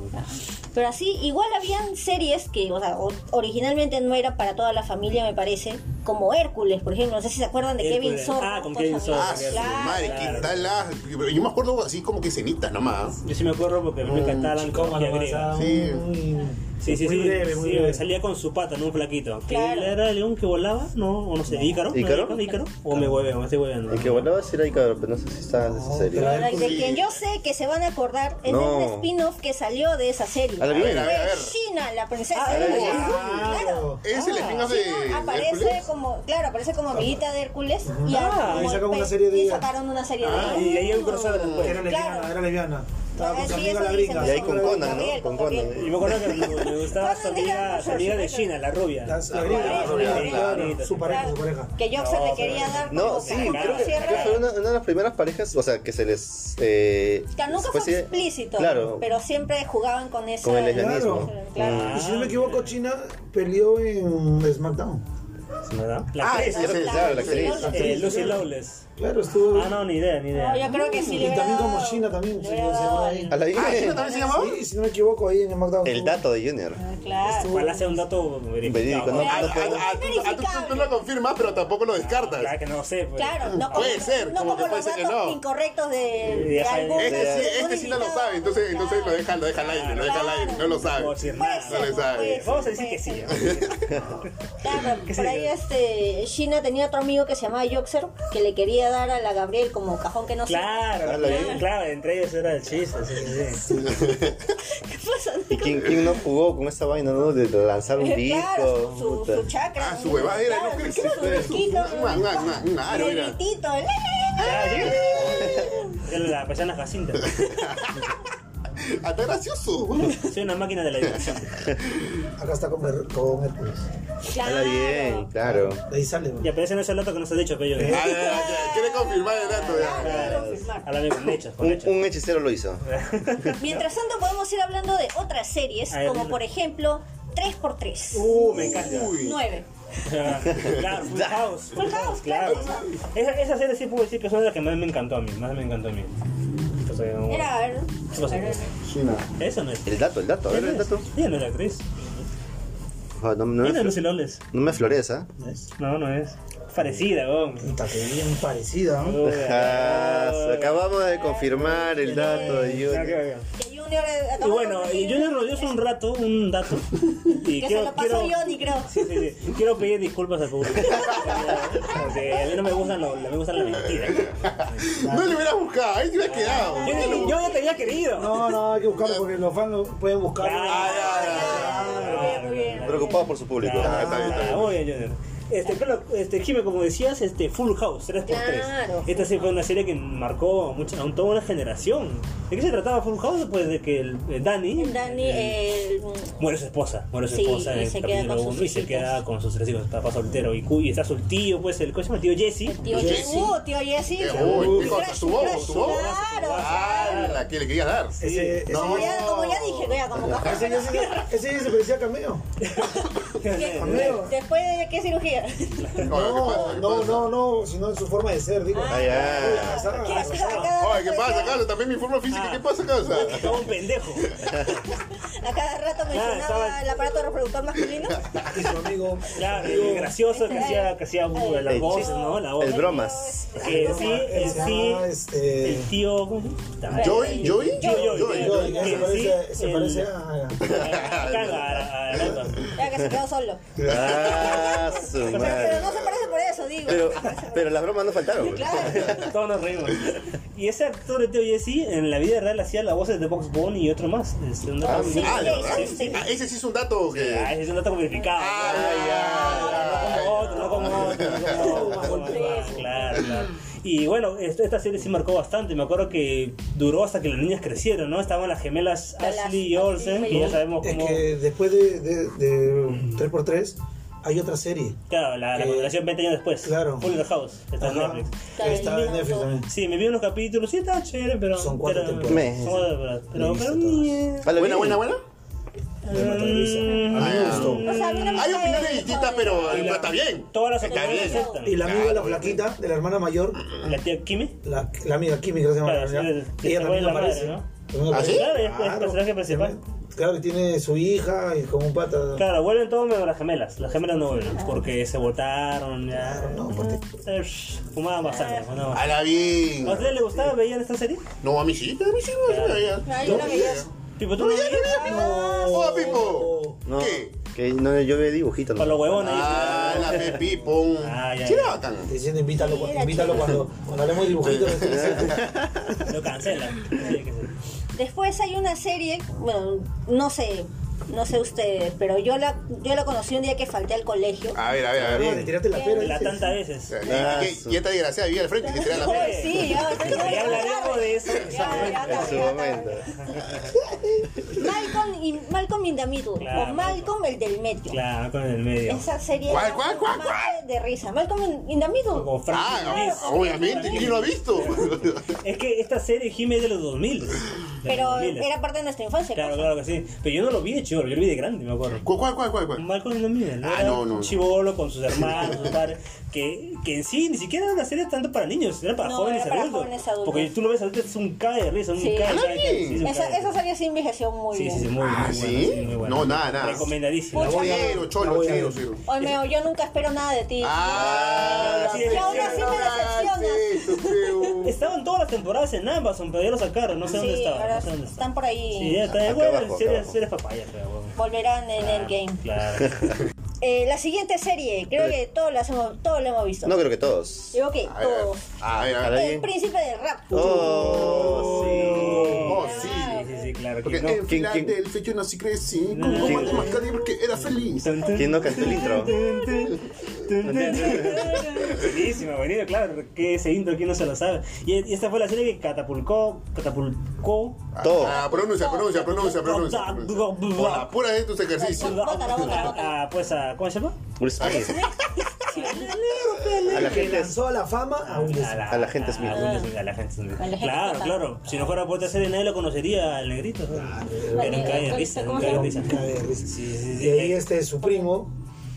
Speaker 4: Pero así, igual habían series que, o sea, o- originalmente no era para toda la familia, me parece, como Hércules, por ejemplo. No sé si se acuerdan de Kevin
Speaker 2: Hércules.
Speaker 4: Sorbo.
Speaker 2: Ah, con
Speaker 4: por
Speaker 2: Kevin
Speaker 4: ejemplo.
Speaker 2: Sorbo,
Speaker 3: Ah,
Speaker 2: que
Speaker 3: su
Speaker 4: Claro.
Speaker 3: madre, qué tal. ah, Yo me acuerdo así como que cenitas nomás.
Speaker 2: Yo sí me acuerdo porque a mí me encantaba la
Speaker 5: Chicoma
Speaker 2: mitología
Speaker 5: nomás,
Speaker 2: griega.
Speaker 3: Sí.
Speaker 5: ah, muy-
Speaker 2: Sí, sí, sí.
Speaker 5: muy breve, muy
Speaker 2: sí,
Speaker 5: breve.
Speaker 2: Salía con su pata, ¿no? Un flaquito. ¿Que
Speaker 4: Claro.
Speaker 2: ¿Era el león que volaba? No, o no sé. ¿Ícaro?
Speaker 1: ¿Ícaro?
Speaker 2: ¿No era ¿Ícaro? ¿O me hueveo? Me estoy hueveando.
Speaker 1: El que volaba sí era Icaro, pero no sé si estaba en esa serie.
Speaker 5: pero-
Speaker 4: Pero De
Speaker 3: Sí.
Speaker 4: quien yo sé que se van a acordar es
Speaker 1: No.
Speaker 4: de un spin-off que salió de esa serie.
Speaker 1: A la bien.
Speaker 3: A ver, a ver.
Speaker 4: China, la princesa.
Speaker 2: Ah,
Speaker 4: Claro.
Speaker 5: claro.
Speaker 3: Es el
Speaker 4: China
Speaker 3: spin-off de
Speaker 4: Ah, aparece
Speaker 3: Hércules.
Speaker 4: como, claro, aparece como amiguita de Hércules y,
Speaker 2: Ah,
Speaker 4: como
Speaker 5: y sacaron una
Speaker 4: pe-
Speaker 5: serie de
Speaker 4: y
Speaker 5: ella.
Speaker 4: sacaron una serie
Speaker 2: Ah,
Speaker 4: de
Speaker 2: y
Speaker 4: ella.
Speaker 2: ahí hay un crossover después.
Speaker 5: Era lesbiana,
Speaker 4: Claro.
Speaker 5: era lesbiana. Estaba con
Speaker 4: Ah,
Speaker 5: su
Speaker 4: sí,
Speaker 5: amiga
Speaker 4: eso
Speaker 5: la
Speaker 4: dicen,
Speaker 5: gringa.
Speaker 1: Y ahí con
Speaker 4: Con
Speaker 1: Conan, ¿no?
Speaker 4: Gabriel,
Speaker 1: Con
Speaker 4: con
Speaker 1: Conan.
Speaker 4: Gabriel.
Speaker 2: Y me acuerdo que me, me gustaba
Speaker 4: Cuando
Speaker 2: su
Speaker 4: digan,
Speaker 2: amiga, su amiga de
Speaker 4: claro.
Speaker 2: China, la rubia.
Speaker 5: La, la gringa,
Speaker 4: Ah,
Speaker 5: la
Speaker 4: claro,
Speaker 5: rubia,
Speaker 2: claro.
Speaker 5: claro, Su pareja,
Speaker 4: Claro,
Speaker 5: su pareja.
Speaker 4: que
Speaker 2: No,
Speaker 4: Joxer le
Speaker 2: pero-
Speaker 4: quería dar
Speaker 1: No,
Speaker 4: como
Speaker 1: sí,
Speaker 4: que-
Speaker 2: Claro,
Speaker 1: creo que,
Speaker 2: claro.
Speaker 1: creo que fue una, una de las primeras parejas, o sea, que se les... Eh,
Speaker 4: O sea, nunca
Speaker 1: fue
Speaker 4: fue
Speaker 1: así-
Speaker 4: explícito,
Speaker 1: Claro,
Speaker 4: pero siempre jugaban con eso.
Speaker 1: con el lesbianismo.
Speaker 5: Claro.
Speaker 4: Claro.
Speaker 5: Y si no me equivoco, China peleó en SmackDown.
Speaker 2: ¿Verdad? La
Speaker 3: Ah,
Speaker 2: actriz,
Speaker 3: ese es el,
Speaker 4: Claro,
Speaker 3: claro, la actriz.
Speaker 4: sí,
Speaker 2: eh, Lucy Lawless.
Speaker 5: Claro, estuvo.
Speaker 2: Ah, no, ni idea, ni idea.
Speaker 4: No, yo creo que sí.
Speaker 5: Y
Speaker 4: le hubiera
Speaker 5: también como
Speaker 4: dado-
Speaker 5: China también,
Speaker 4: le
Speaker 5: sí,
Speaker 4: hubiera
Speaker 5: no se
Speaker 4: dado
Speaker 5: llama
Speaker 4: el-
Speaker 5: ahí.
Speaker 3: ¿A
Speaker 1: A la bien.
Speaker 3: Ah, ¿China también se llamaba?
Speaker 5: Sí, si no me equivoco, ahí en SmackDown.
Speaker 1: El dato de Junior.
Speaker 4: Claro.
Speaker 2: Ojalá sea un dato verificado.
Speaker 1: Verídico, no,
Speaker 3: Ah,
Speaker 1: no
Speaker 3: ah,
Speaker 1: puedo.
Speaker 3: ah, tú- ah, tú- tú- Tú lo confirmas, pero tampoco lo descartas.
Speaker 2: Claro que no sé. pues.
Speaker 4: Claro, no como,
Speaker 3: Puede ser,
Speaker 4: no
Speaker 3: como
Speaker 4: como
Speaker 3: que
Speaker 4: los
Speaker 3: puede ser que
Speaker 4: datos
Speaker 3: no.
Speaker 4: incorrectos de,
Speaker 2: ya
Speaker 4: de
Speaker 2: saben,
Speaker 4: algún
Speaker 3: Este sí,
Speaker 4: algún
Speaker 3: este sí no lo
Speaker 4: invitado.
Speaker 3: sabe, entonces, entonces lo
Speaker 4: Claro.
Speaker 3: deja, lo deja al aire, lo deja al aire, no lo sabe.
Speaker 2: Por si
Speaker 4: Puede
Speaker 2: nada.
Speaker 4: ser,
Speaker 3: No le sabe.
Speaker 4: puede ser,
Speaker 2: Eh, Vamos a decir
Speaker 4: puede
Speaker 2: que sí.
Speaker 4: ser. Claro,
Speaker 2: Que
Speaker 4: por
Speaker 2: sí.
Speaker 4: ahí este China tenía otro amigo que se llamaba Joxer que le quería dar a la Gabriel como cajón que no sé.
Speaker 2: Claro,
Speaker 1: Dale.
Speaker 2: claro, claro, entre ellos era el chiste. Sí, sí, sí.
Speaker 4: ¿Qué pasa?
Speaker 1: ¿Y quién, quién no jugó con esa vaina, no? De lanzar un
Speaker 4: Eh, Claro,
Speaker 1: disco.
Speaker 4: su,
Speaker 1: puta.
Speaker 4: su, su chakra.
Speaker 3: Ah, su huevada era,
Speaker 4: Claro,
Speaker 3: ¿no?
Speaker 4: su- su disquito,
Speaker 3: Una- una- una- una aro
Speaker 4: el
Speaker 3: era.
Speaker 4: gritito, el-
Speaker 2: Ah, Era la paisana Jacinta.
Speaker 3: Hasta gracioso.
Speaker 2: Soy una máquina de la diversión.
Speaker 5: Acá está con, Her- con Hércules.
Speaker 1: A la bien, claro.
Speaker 5: De ahí sale, güey.
Speaker 2: Y aparece en ese dato que nos has dicho, Pello. ¿eh?
Speaker 3: Ah, ya, ya, Quiere confirmar el dato. ya.
Speaker 4: Claro, confirmar.
Speaker 2: Háblame con hechos, con
Speaker 1: Un,
Speaker 2: hechos.
Speaker 1: un hechicero lo hizo.
Speaker 4: Mientras tanto podemos ir hablando de otras series,
Speaker 2: A ver,
Speaker 4: como
Speaker 2: dime.
Speaker 4: por ejemplo 3x3.
Speaker 2: Uh, me encanta.
Speaker 4: 9.
Speaker 2: claro, Full House.
Speaker 4: Full House,
Speaker 2: claro.
Speaker 4: claro.
Speaker 2: Esa, esa serie sí puedo decir que son de las que más me encantó a mí. Más me encantó a mí. Entonces, no-
Speaker 4: Era, a ver.
Speaker 2: ¿Qué pasa? Eso no es.
Speaker 1: El dato, el dato, a ver el
Speaker 2: Ella no
Speaker 1: dato.
Speaker 2: es- Ella no es la actriz.
Speaker 1: Ah, no, no,
Speaker 2: Ella no
Speaker 1: me,
Speaker 2: es Lucy Lawless.
Speaker 1: no me florece, ¿ah?
Speaker 5: ¿Ves?
Speaker 2: No, no es. Parecida, weón.
Speaker 5: Puta, que bien parecida, ¿no?
Speaker 2: Uy,
Speaker 1: Ah,
Speaker 2: uy.
Speaker 1: acabamos de confirmar el dato de
Speaker 2: Ya,
Speaker 1: Junior.
Speaker 2: ya, ya.
Speaker 4: que Junior eh,
Speaker 2: Y bueno, y Junior nos dio hace un rato un dato. Y
Speaker 4: Que se
Speaker 2: quiero-
Speaker 4: lo pasó
Speaker 2: quiero-
Speaker 4: Johnny, creo.
Speaker 2: Sí, sí, sí. Quiero pedir disculpas al público. Porque a mí no me gustan los- me gustan las mentiras.
Speaker 3: No le hubieras buscado, ahí te hubieras quedado.
Speaker 2: Yo, ya- yo ya te había querido.
Speaker 5: No, no, hay que buscarlo porque los fans lo pueden buscar.
Speaker 2: Ah,
Speaker 4: Ah, muy bien, muy bien.
Speaker 1: Preocupado por su público.
Speaker 3: Ah, está bien, está bien.
Speaker 2: Muy bien, Junior. Este, pero, este, Jimmy, como decías, este, Full House, 3x3.
Speaker 4: Claro.
Speaker 2: Esta sí fue una serie que marcó a, mucha, a toda una generación. ¿De qué se trataba Full House? Pues de que el, el Danny...
Speaker 4: Dani, el,
Speaker 2: Muere su esposa, muere su
Speaker 4: Sí,
Speaker 2: esposa en
Speaker 4: y
Speaker 2: el
Speaker 4: se queda
Speaker 2: capítulo
Speaker 4: con sus
Speaker 2: uno, y se
Speaker 4: hijitos.
Speaker 2: queda con sus tres hijos, está está soltero y, cu- y está su tío, pues el, ¿cómo se llama? El tío Jesse.
Speaker 4: tío Jesse. Uh, tío Jesse.
Speaker 3: Eh, uy, ¿qué
Speaker 4: Crash,
Speaker 3: cosa? ¿Su bobo?
Speaker 4: Crash,
Speaker 3: ¿Su bobo?
Speaker 4: Claro.
Speaker 3: Ah, la que le querías dar.
Speaker 5: Ese, ese,
Speaker 4: Como,
Speaker 3: No.
Speaker 4: ya, como ya dije, vea, como
Speaker 5: ese,
Speaker 4: cajón.
Speaker 5: ese, ese día se parecía a Cameo. Cameo.
Speaker 4: Después de qué cirugía.
Speaker 5: No, no, no, no, sino en su forma de ser, digo.
Speaker 1: Ah, ya.
Speaker 5: Esa-
Speaker 4: ¿Qué haces
Speaker 5: esa-
Speaker 4: acá?
Speaker 3: Oye, ¿qué pasa, Carlos? También mi forma física, ¿qué pasa, Carlos?
Speaker 2: Estaba un pendejo.
Speaker 4: A cada rato mencionaba
Speaker 2: Ah, estaba-
Speaker 4: el aparato reproductor masculino.
Speaker 5: Y su amigo.
Speaker 2: Claro, y gracioso, que hacía, que hacía uh, las
Speaker 1: El
Speaker 2: voces,
Speaker 1: chiste.
Speaker 2: ¿no? La voz.
Speaker 1: El bromas.
Speaker 2: Que en sí, en
Speaker 5: Él se
Speaker 2: sí,
Speaker 5: llama, este,
Speaker 2: el tío... ¿cómo se llama? Puta madre.
Speaker 3: ¿Joy? ¿Joy?
Speaker 2: Joy,
Speaker 5: tío,
Speaker 2: Joy.
Speaker 5: que
Speaker 2: que
Speaker 5: Se
Speaker 2: en sí,
Speaker 5: parece, se
Speaker 2: el-
Speaker 5: parece a.
Speaker 2: Caga, a- a- a-
Speaker 4: Ya que se quedó solo.
Speaker 1: Ah, su
Speaker 4: Pero, pero
Speaker 1: madre.
Speaker 4: no se parece por eso, digo.
Speaker 1: Pero, pero las bromas no faltaron. güey.
Speaker 2: Todos nos reímos. Y ese actor de Teo Jesse en la vida real hacía la voz de Box Bunny y otro más. Es un dato
Speaker 3: Ah,
Speaker 4: sí,
Speaker 3: ah, ¿de
Speaker 4: sí,
Speaker 3: verdad?
Speaker 4: sí, sí.
Speaker 3: Ah, ese sí es un dato
Speaker 2: Ah,
Speaker 3: que.
Speaker 2: ese es un dato verificado.
Speaker 3: Ah,
Speaker 2: No como otro, no como otro, no como otro. Ah, Claro, claro. Y bueno, esto- esta serie sí marcó bastante. Me acuerdo que duró hasta que las niñas crecieron, ¿no? Estaban las gemelas
Speaker 4: Las-
Speaker 2: Ashley y Olsen,
Speaker 4: Ashley
Speaker 2: que ya
Speaker 4: y-
Speaker 2: sabemos
Speaker 5: Es
Speaker 2: cómo.
Speaker 5: que después de, de, de 3x3 hay otra serie.
Speaker 2: Claro, la, la
Speaker 5: eh,
Speaker 2: continuación 20 años después.
Speaker 5: claro.
Speaker 2: Full in the House, que está en
Speaker 5: Ajá,
Speaker 2: Netflix.
Speaker 5: que Está en Netflix también.
Speaker 2: Sí, me vi unos capítulos, sí, estaba chévere, pero.
Speaker 5: Son cuatro
Speaker 2: pero-
Speaker 5: temporadas.
Speaker 2: Son cuatro temporadas. Pero,
Speaker 5: Me he
Speaker 2: pero
Speaker 5: visto todas.
Speaker 2: ni. eh,
Speaker 1: A la
Speaker 3: ¿Buena,
Speaker 1: bien.
Speaker 3: buena, buena?
Speaker 5: Me mata de risa. A mí me
Speaker 3: Ah.
Speaker 5: gustó.
Speaker 4: O sea, a mí no me
Speaker 3: Hay
Speaker 4: cae
Speaker 3: opiniones
Speaker 4: el
Speaker 3: distintas,
Speaker 4: hijo de-
Speaker 3: pero
Speaker 2: la-
Speaker 3: está bien.
Speaker 2: Todas las
Speaker 3: Está
Speaker 2: opiniones
Speaker 3: bien.
Speaker 2: aceptan.
Speaker 5: Y la amiga,
Speaker 3: Claro,
Speaker 5: la flaquita, de la hermana mayor,
Speaker 2: ¿La tía Kimi?
Speaker 5: la, la amiga química se llama.
Speaker 2: Claro,
Speaker 5: la-
Speaker 2: sí,
Speaker 5: ella
Speaker 2: que se vuelve
Speaker 5: también
Speaker 2: la madre,
Speaker 5: aparece.
Speaker 2: ¿no?
Speaker 5: También
Speaker 3: ¿Ah,
Speaker 5: aparece.
Speaker 3: sí?
Speaker 2: Claro, ella es el personaje principal.
Speaker 5: Claro, y tiene su hija y como un pata.
Speaker 2: Claro, vuelven todos menos las gemelas. Las gemelas no vuelven porque se botaron, ya.
Speaker 5: Claro, no, porque-
Speaker 2: Eh, Fumaban bastante, fumaban
Speaker 3: A
Speaker 2: bastante.
Speaker 3: la bien.
Speaker 2: ¿A ustedes les gustaba? ¿Veían esta serie?
Speaker 3: Ah, No, a mí sí, a mí sí, no,
Speaker 2: Claro.
Speaker 3: ya, ya.
Speaker 4: Ah, yo la veía.
Speaker 2: Pipo, tú no
Speaker 3: ya,
Speaker 2: veías?
Speaker 3: ya, ¡Oh, Pipo!
Speaker 1: No,
Speaker 3: ¿Qué?
Speaker 1: que no, yo veo dibujitos. ¿no?
Speaker 2: Para los huevones.
Speaker 3: Ah, la Pepipón.
Speaker 2: Ah, ya,
Speaker 3: Sí,
Speaker 2: ya.
Speaker 3: era bacán.
Speaker 5: Te diciendo invítalo,
Speaker 4: Sí, era
Speaker 5: invítalo
Speaker 4: chido.
Speaker 5: cuando, cuando hablemos de dibujitos.
Speaker 2: Lo cancelan. Sí, que sí.
Speaker 4: Después hay una serie, bueno, no sé, no sé ustedes, pero yo la, yo la conocí un día que falté al colegio.
Speaker 3: A ver, a ver, a
Speaker 5: Ah, te
Speaker 3: ver.
Speaker 5: tiraste la pera.
Speaker 2: La
Speaker 5: dices.
Speaker 2: tantas veces.
Speaker 3: Y- y- y- Y esta desgraciada vivía al frente, que te la
Speaker 4: Ay,
Speaker 3: pera.
Speaker 4: sí, ya, ya,
Speaker 2: Ya hablaremos de eso.
Speaker 4: Ya, ya,
Speaker 1: En su
Speaker 4: ya, ya.
Speaker 1: momento.
Speaker 4: Malcolm y Malcolm in the Middle,
Speaker 2: Claro,
Speaker 4: o Malcolm el del medio.
Speaker 2: Claro, con el medio.
Speaker 4: Esa serie
Speaker 3: ¿Cuál,
Speaker 4: era
Speaker 3: cuál,
Speaker 4: un
Speaker 3: cuál,
Speaker 4: mate
Speaker 3: cuál?
Speaker 4: de risa. Malcolm in, in the Middle.
Speaker 2: Con Frank
Speaker 3: Ah,
Speaker 2: Luis.
Speaker 3: obviamente, ¿quién lo ha visto?
Speaker 2: Es que esta serie Jimmy es de los 2000. de los
Speaker 4: Pero
Speaker 2: 2000.
Speaker 4: era parte de nuestra infancia. pues.
Speaker 2: Claro,
Speaker 4: cosa.
Speaker 2: claro que sí. Pero yo no lo vi de chivo, yo lo vi de grande, me acuerdo.
Speaker 3: ¿Cuál, cuál, cuál, cuál? cuál?
Speaker 2: Malcolm in the Middle.
Speaker 3: Ah,
Speaker 2: era
Speaker 3: no, no,
Speaker 2: Un
Speaker 3: no.
Speaker 2: chivolo con sus hermanos, sus padres. Que, que en sí ni siquiera era una serie tanto para niños, era para,
Speaker 4: No,
Speaker 2: jóvenes,
Speaker 4: era para
Speaker 2: adultos.
Speaker 4: jóvenes adultos.
Speaker 2: Porque tú lo ves ahorita, es un cae de risa, un
Speaker 4: Sí.
Speaker 2: cae,
Speaker 4: Ah,
Speaker 2: cae, cae,
Speaker 3: sí.
Speaker 2: es un cae
Speaker 4: Esa,
Speaker 2: de risa.
Speaker 4: esa serie sí envejeció muy
Speaker 2: Sí, sí,
Speaker 4: bien.
Speaker 2: sí, muy, muy
Speaker 3: Ah,
Speaker 2: buena,
Speaker 3: ¿sí?
Speaker 2: muy buena.
Speaker 3: No, nada, nada.
Speaker 2: Recomendadísima.
Speaker 4: Pucha,
Speaker 3: Chero, cholo, chero, chero.
Speaker 4: Oye, Meo, yo nunca espero nada de ti.
Speaker 3: Ah,
Speaker 2: Y aún así me
Speaker 3: decepcionas.
Speaker 2: Estaban todas las temporadas en Amazon, pero ya lo sacaron, no sé dónde
Speaker 4: sí,
Speaker 2: estaban.
Speaker 4: ahora
Speaker 2: No sé dónde estaban.
Speaker 4: están por ahí.
Speaker 2: Sí, ya está.
Speaker 1: Acá
Speaker 2: bueno,
Speaker 1: abajo, acá
Speaker 2: series,
Speaker 1: abajo.
Speaker 2: series papaya, pero bueno.
Speaker 4: Volverán en
Speaker 2: Claro,
Speaker 4: el game.
Speaker 2: Claro.
Speaker 4: Eh, la siguiente serie, creo que todos las hemos, todos lo hemos visto.
Speaker 1: No creo que todos.
Speaker 4: Digo que
Speaker 3: A ver,
Speaker 4: todos.
Speaker 3: a ver, a
Speaker 1: A
Speaker 3: ver.
Speaker 1: ver.
Speaker 4: El
Speaker 1: bien.
Speaker 4: príncipe del rap.
Speaker 1: Oh, sí.
Speaker 3: Oh,
Speaker 2: Sí,
Speaker 3: sí.
Speaker 2: sí, sí, claro.
Speaker 3: Porque
Speaker 2: ¿quién no?
Speaker 3: en
Speaker 1: ¿quién- quién?
Speaker 3: Filadelfia yo nací crecí
Speaker 2: No,
Speaker 3: con
Speaker 2: no,
Speaker 3: comas
Speaker 1: no.
Speaker 3: de mascarilla porque era feliz.
Speaker 2: Tun, tun,
Speaker 1: ¿Quién no cantó el intro?
Speaker 2: tun, tun, tun, tun, tun. Buenísimo, venido, claro. Que ese intro, ¿quién no se lo sabe? Y, y esta fue la serie que catapulcó, catapulcó.
Speaker 1: Todo.
Speaker 3: Ah, pronuncia, pronuncia, pronuncia, pronuncia. pronuncia. Por la pura de tus ejercicios.
Speaker 4: Bótala, bótala, bótala.
Speaker 2: Ah, pues a. ¿Cómo se llama?
Speaker 1: Will Smith. A la
Speaker 5: Que
Speaker 1: gente es-
Speaker 5: lanzó a la fama
Speaker 2: Ah,
Speaker 5: a un des-
Speaker 1: a la gente Smith.
Speaker 2: A la gente, a la gente Smith.
Speaker 4: A la gente
Speaker 2: Claro,
Speaker 4: Smith.
Speaker 2: claro. Si no fuera por esta serie, nadie lo conocería al negrito. Pero un cae de risa,
Speaker 4: ¿Cómo
Speaker 2: un
Speaker 4: se
Speaker 2: cae de
Speaker 4: llama?
Speaker 2: risa.
Speaker 5: Cae de
Speaker 2: Sí,
Speaker 5: risa.
Speaker 2: sí, sí.
Speaker 5: Y ahí este su primo,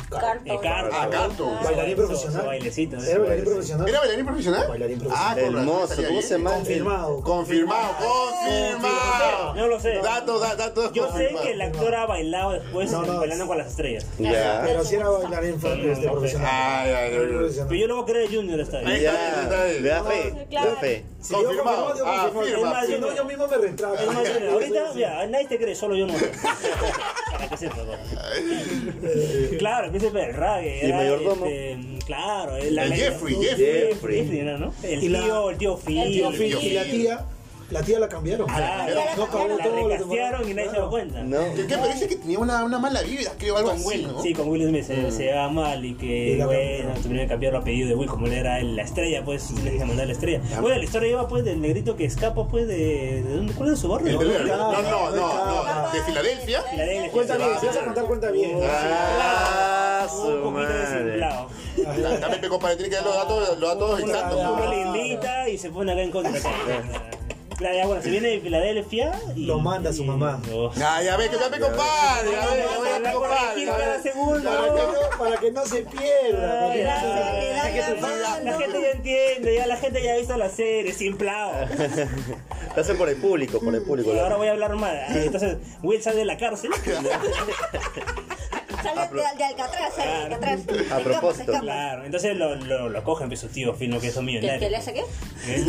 Speaker 5: Carl,
Speaker 2: Eh, Carto.
Speaker 3: Ah, Carto.
Speaker 5: bailarín
Speaker 2: Eso,
Speaker 5: profesional.
Speaker 2: su bailecito, eh. ese
Speaker 5: Era bailarín
Speaker 1: bailecito.
Speaker 5: profesional.
Speaker 3: ¿Era bailarín profesional?
Speaker 5: Bailarín profesional.
Speaker 3: Ah, con razón
Speaker 1: Hermoso,
Speaker 3: salía
Speaker 1: ¿cómo
Speaker 3: bien.
Speaker 1: se llama?
Speaker 5: Confirmado.
Speaker 3: Confirmado, confirmado.
Speaker 2: No Ah, lo sé.
Speaker 3: Dato, da- dato.
Speaker 2: Yo sé
Speaker 3: confirmado.
Speaker 2: que el actor ha bailado después
Speaker 5: No,
Speaker 2: en
Speaker 5: no,
Speaker 2: Bailando
Speaker 5: es-
Speaker 2: con las Estrellas.
Speaker 1: Ya.
Speaker 5: Pero si era bailarín fa- este, profesional.
Speaker 3: Ay, ay, ay,
Speaker 5: Bailarín
Speaker 3: ay.
Speaker 5: profesional.
Speaker 2: Pero yo no voy a creer a Junior esta vez.
Speaker 3: Ahí
Speaker 1: Ya.
Speaker 3: está bien,
Speaker 1: Le da
Speaker 3: está bien.
Speaker 1: fe. Le da fe.
Speaker 5: Si yo
Speaker 3: Confirmado.
Speaker 5: confirmo, yo confirmo.
Speaker 3: Afirma.
Speaker 5: Es más, Si no, yo mismo me retrato.
Speaker 2: Es más, mira, Ah, ahorita, mira, nadie te cree, solo yo no. Para que sepa, ¿no? Claro, el príncipe del rap.
Speaker 1: ¿Y el mayordomo?
Speaker 2: este, claro, el,
Speaker 3: El Jeffrey,
Speaker 1: Jeffrey.
Speaker 2: era, ¿no? El
Speaker 5: Y la-
Speaker 2: tío, el tío Phil.
Speaker 4: El tío Phil.
Speaker 5: Y la tía, la tía la cambiaron.
Speaker 2: Claro,
Speaker 4: Ya la
Speaker 5: No
Speaker 2: la,
Speaker 5: acabó
Speaker 4: cambiaron.
Speaker 5: todo lo
Speaker 2: recastearon y nadie se dio cuenta.
Speaker 1: No.
Speaker 3: ¿Qué, qué? Pero dice que tenía una, una mala vida, creo, algo
Speaker 2: Con
Speaker 3: así,
Speaker 2: Will,
Speaker 3: ¿no?
Speaker 2: sí, con Will Smith se, se llevaba mal y que,
Speaker 5: Y la
Speaker 2: bueno,
Speaker 5: cambiaron.
Speaker 2: tuvieron que cambiar el apellido de Will, como él era el- la estrella, pues, tienes que mandar la estrella. Bueno, la historia lleva, pues, del negrito que escapa, pues, de... ¿de dónde? ¿Cuál es su
Speaker 3: El
Speaker 2: barrio?
Speaker 3: de- no,
Speaker 5: no,
Speaker 3: no, no,
Speaker 5: no,
Speaker 3: no, de Filadelfia.
Speaker 2: Filadelfia.
Speaker 5: Cuenta bien, si vas a contar, cuenta bien.
Speaker 1: Ah,
Speaker 2: Un
Speaker 1: su
Speaker 2: poquito
Speaker 1: madre.
Speaker 2: desinflado.
Speaker 3: Da- Dame pe, compadre, tiene que dar los datos, los datos exactos.
Speaker 5: Ah.
Speaker 2: Uno
Speaker 3: ¿no?
Speaker 2: le invita y se pone acá en contra. Claro, ya, bueno, se viene de Filadelfia y...
Speaker 5: Lo manda su mamá.
Speaker 2: y- oh.
Speaker 3: Ya, ya ve que ya ve, compadre, ya ve, ya ve,
Speaker 2: La
Speaker 3: compadre.
Speaker 2: corregí
Speaker 3: ya
Speaker 2: cada
Speaker 3: ve.
Speaker 2: segundo.
Speaker 5: Para que no- Para que no se pierda.
Speaker 2: Ah,
Speaker 5: para que no se
Speaker 4: dale,
Speaker 5: pierda.
Speaker 4: dale,
Speaker 2: La gente-
Speaker 4: dale,
Speaker 2: La
Speaker 4: dale.
Speaker 2: gente ya entiende, ya la gente ya ha visto la serie, sin plao.
Speaker 1: Lo hacen por el público, por el público.
Speaker 2: Y
Speaker 1: lo-
Speaker 2: ahora voy a hablar mal. Entonces, Will sale de la cárcel.
Speaker 4: Sale de, de Alcatraz, sale de Alcatraz. Se escapa, se
Speaker 1: propósito.
Speaker 4: escapa.
Speaker 2: Claro, entonces lo, lo, lo cogen, pues su tío Phil, ¿no? que son
Speaker 4: ¿Que, que le
Speaker 2: millonarios.
Speaker 4: hace qué?
Speaker 2: ¿Eh?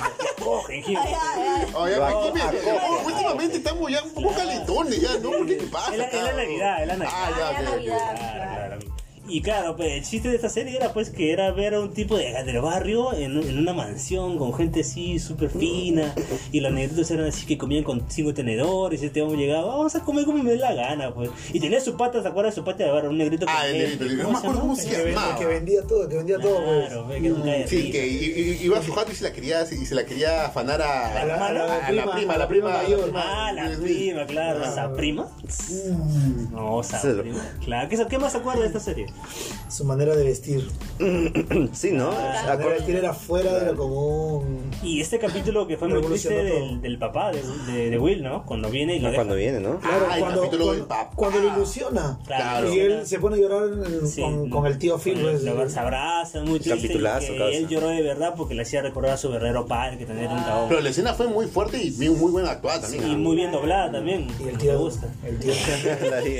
Speaker 2: Lo cogen, Gil.
Speaker 4: Ay, ay, ay.
Speaker 3: Oye,
Speaker 1: Lo
Speaker 3: ¿qué me-
Speaker 1: acoge.
Speaker 3: oh, últimamente estamos ya un poco calentones, ya, ¿no? ¿Por qué? ¿Qué pasa?
Speaker 2: Es la- es la
Speaker 3: cabrón?
Speaker 2: Navidad, es la Navidad.
Speaker 3: Ah, ya,
Speaker 4: Ah,
Speaker 3: ok,
Speaker 4: la
Speaker 3: ok.
Speaker 4: Navidad.
Speaker 2: Claro, claro. Y claro, pues, el chiste de esta serie era pues que era ver a un tipo de, del barrio en, en una mansión con gente así súper fina. Y los negritos eran así que comían con cinco tenedores. Y este hombre llegaba, vamos a comer como me dé la gana, pues. Y tenía su pata, ¿se acuerdas de su pata de barro? Un negrito
Speaker 3: Ah,
Speaker 2: con
Speaker 3: el
Speaker 2: él.
Speaker 3: negrito, el negrito.
Speaker 2: ¿Cómo se
Speaker 3: No me
Speaker 2: llama?
Speaker 3: acuerdo cómo se
Speaker 5: Que,
Speaker 3: llamaba.
Speaker 5: ven- que vendía todo, que vendía todo. pues.
Speaker 2: Claro, ve que nunca de
Speaker 3: Sí,
Speaker 2: risa.
Speaker 3: que i- i- iba a su jato y se la quería, y se la quería afanar a,
Speaker 5: A la- a la
Speaker 3: a la prima, a la prima
Speaker 5: mayor.
Speaker 2: Ah, la
Speaker 3: Sí.
Speaker 2: prima, claro. Ah. ¿Esa prima?
Speaker 5: Mm.
Speaker 2: No, esa
Speaker 1: Cero.
Speaker 2: prima. Claro, ¿qué, qué más se acuerda de esta serie?
Speaker 5: Su manera de vestir.
Speaker 1: Sí, ¿no? Ah,
Speaker 5: Su manera de
Speaker 1: Acor-
Speaker 5: vestir era fuera de lo común.
Speaker 2: Y este capítulo que fue muy triste
Speaker 5: Revolucionó
Speaker 2: del,
Speaker 5: todo.
Speaker 2: del papá de, de- de Will, ¿no? Cuando viene y lo deja.
Speaker 1: Cuando viene, ¿no?
Speaker 5: Claro,
Speaker 3: Ah, el
Speaker 5: cuando,
Speaker 3: capítulo del
Speaker 5: cuando,
Speaker 3: papá.
Speaker 5: cuando lo ilusiona.
Speaker 2: Claro.
Speaker 5: Y él se pone a llorar en-
Speaker 2: Sí,
Speaker 5: con, con el tío Phil.
Speaker 2: con
Speaker 5: pues,
Speaker 2: el- lo- se abraza, muy triste.
Speaker 1: capitulazo,
Speaker 2: y que
Speaker 1: causa.
Speaker 2: él lloró de verdad porque le hacía recordar a su verdadero padre que tenía un
Speaker 5: Ah.
Speaker 3: Pero la escena fue muy fuerte y muy- muy buena actuada también.
Speaker 2: Y
Speaker 3: ¿ah?
Speaker 2: muy bien doblada también.
Speaker 5: y el
Speaker 2: me
Speaker 5: tío.
Speaker 2: gusta.
Speaker 5: El tío.
Speaker 1: La vi.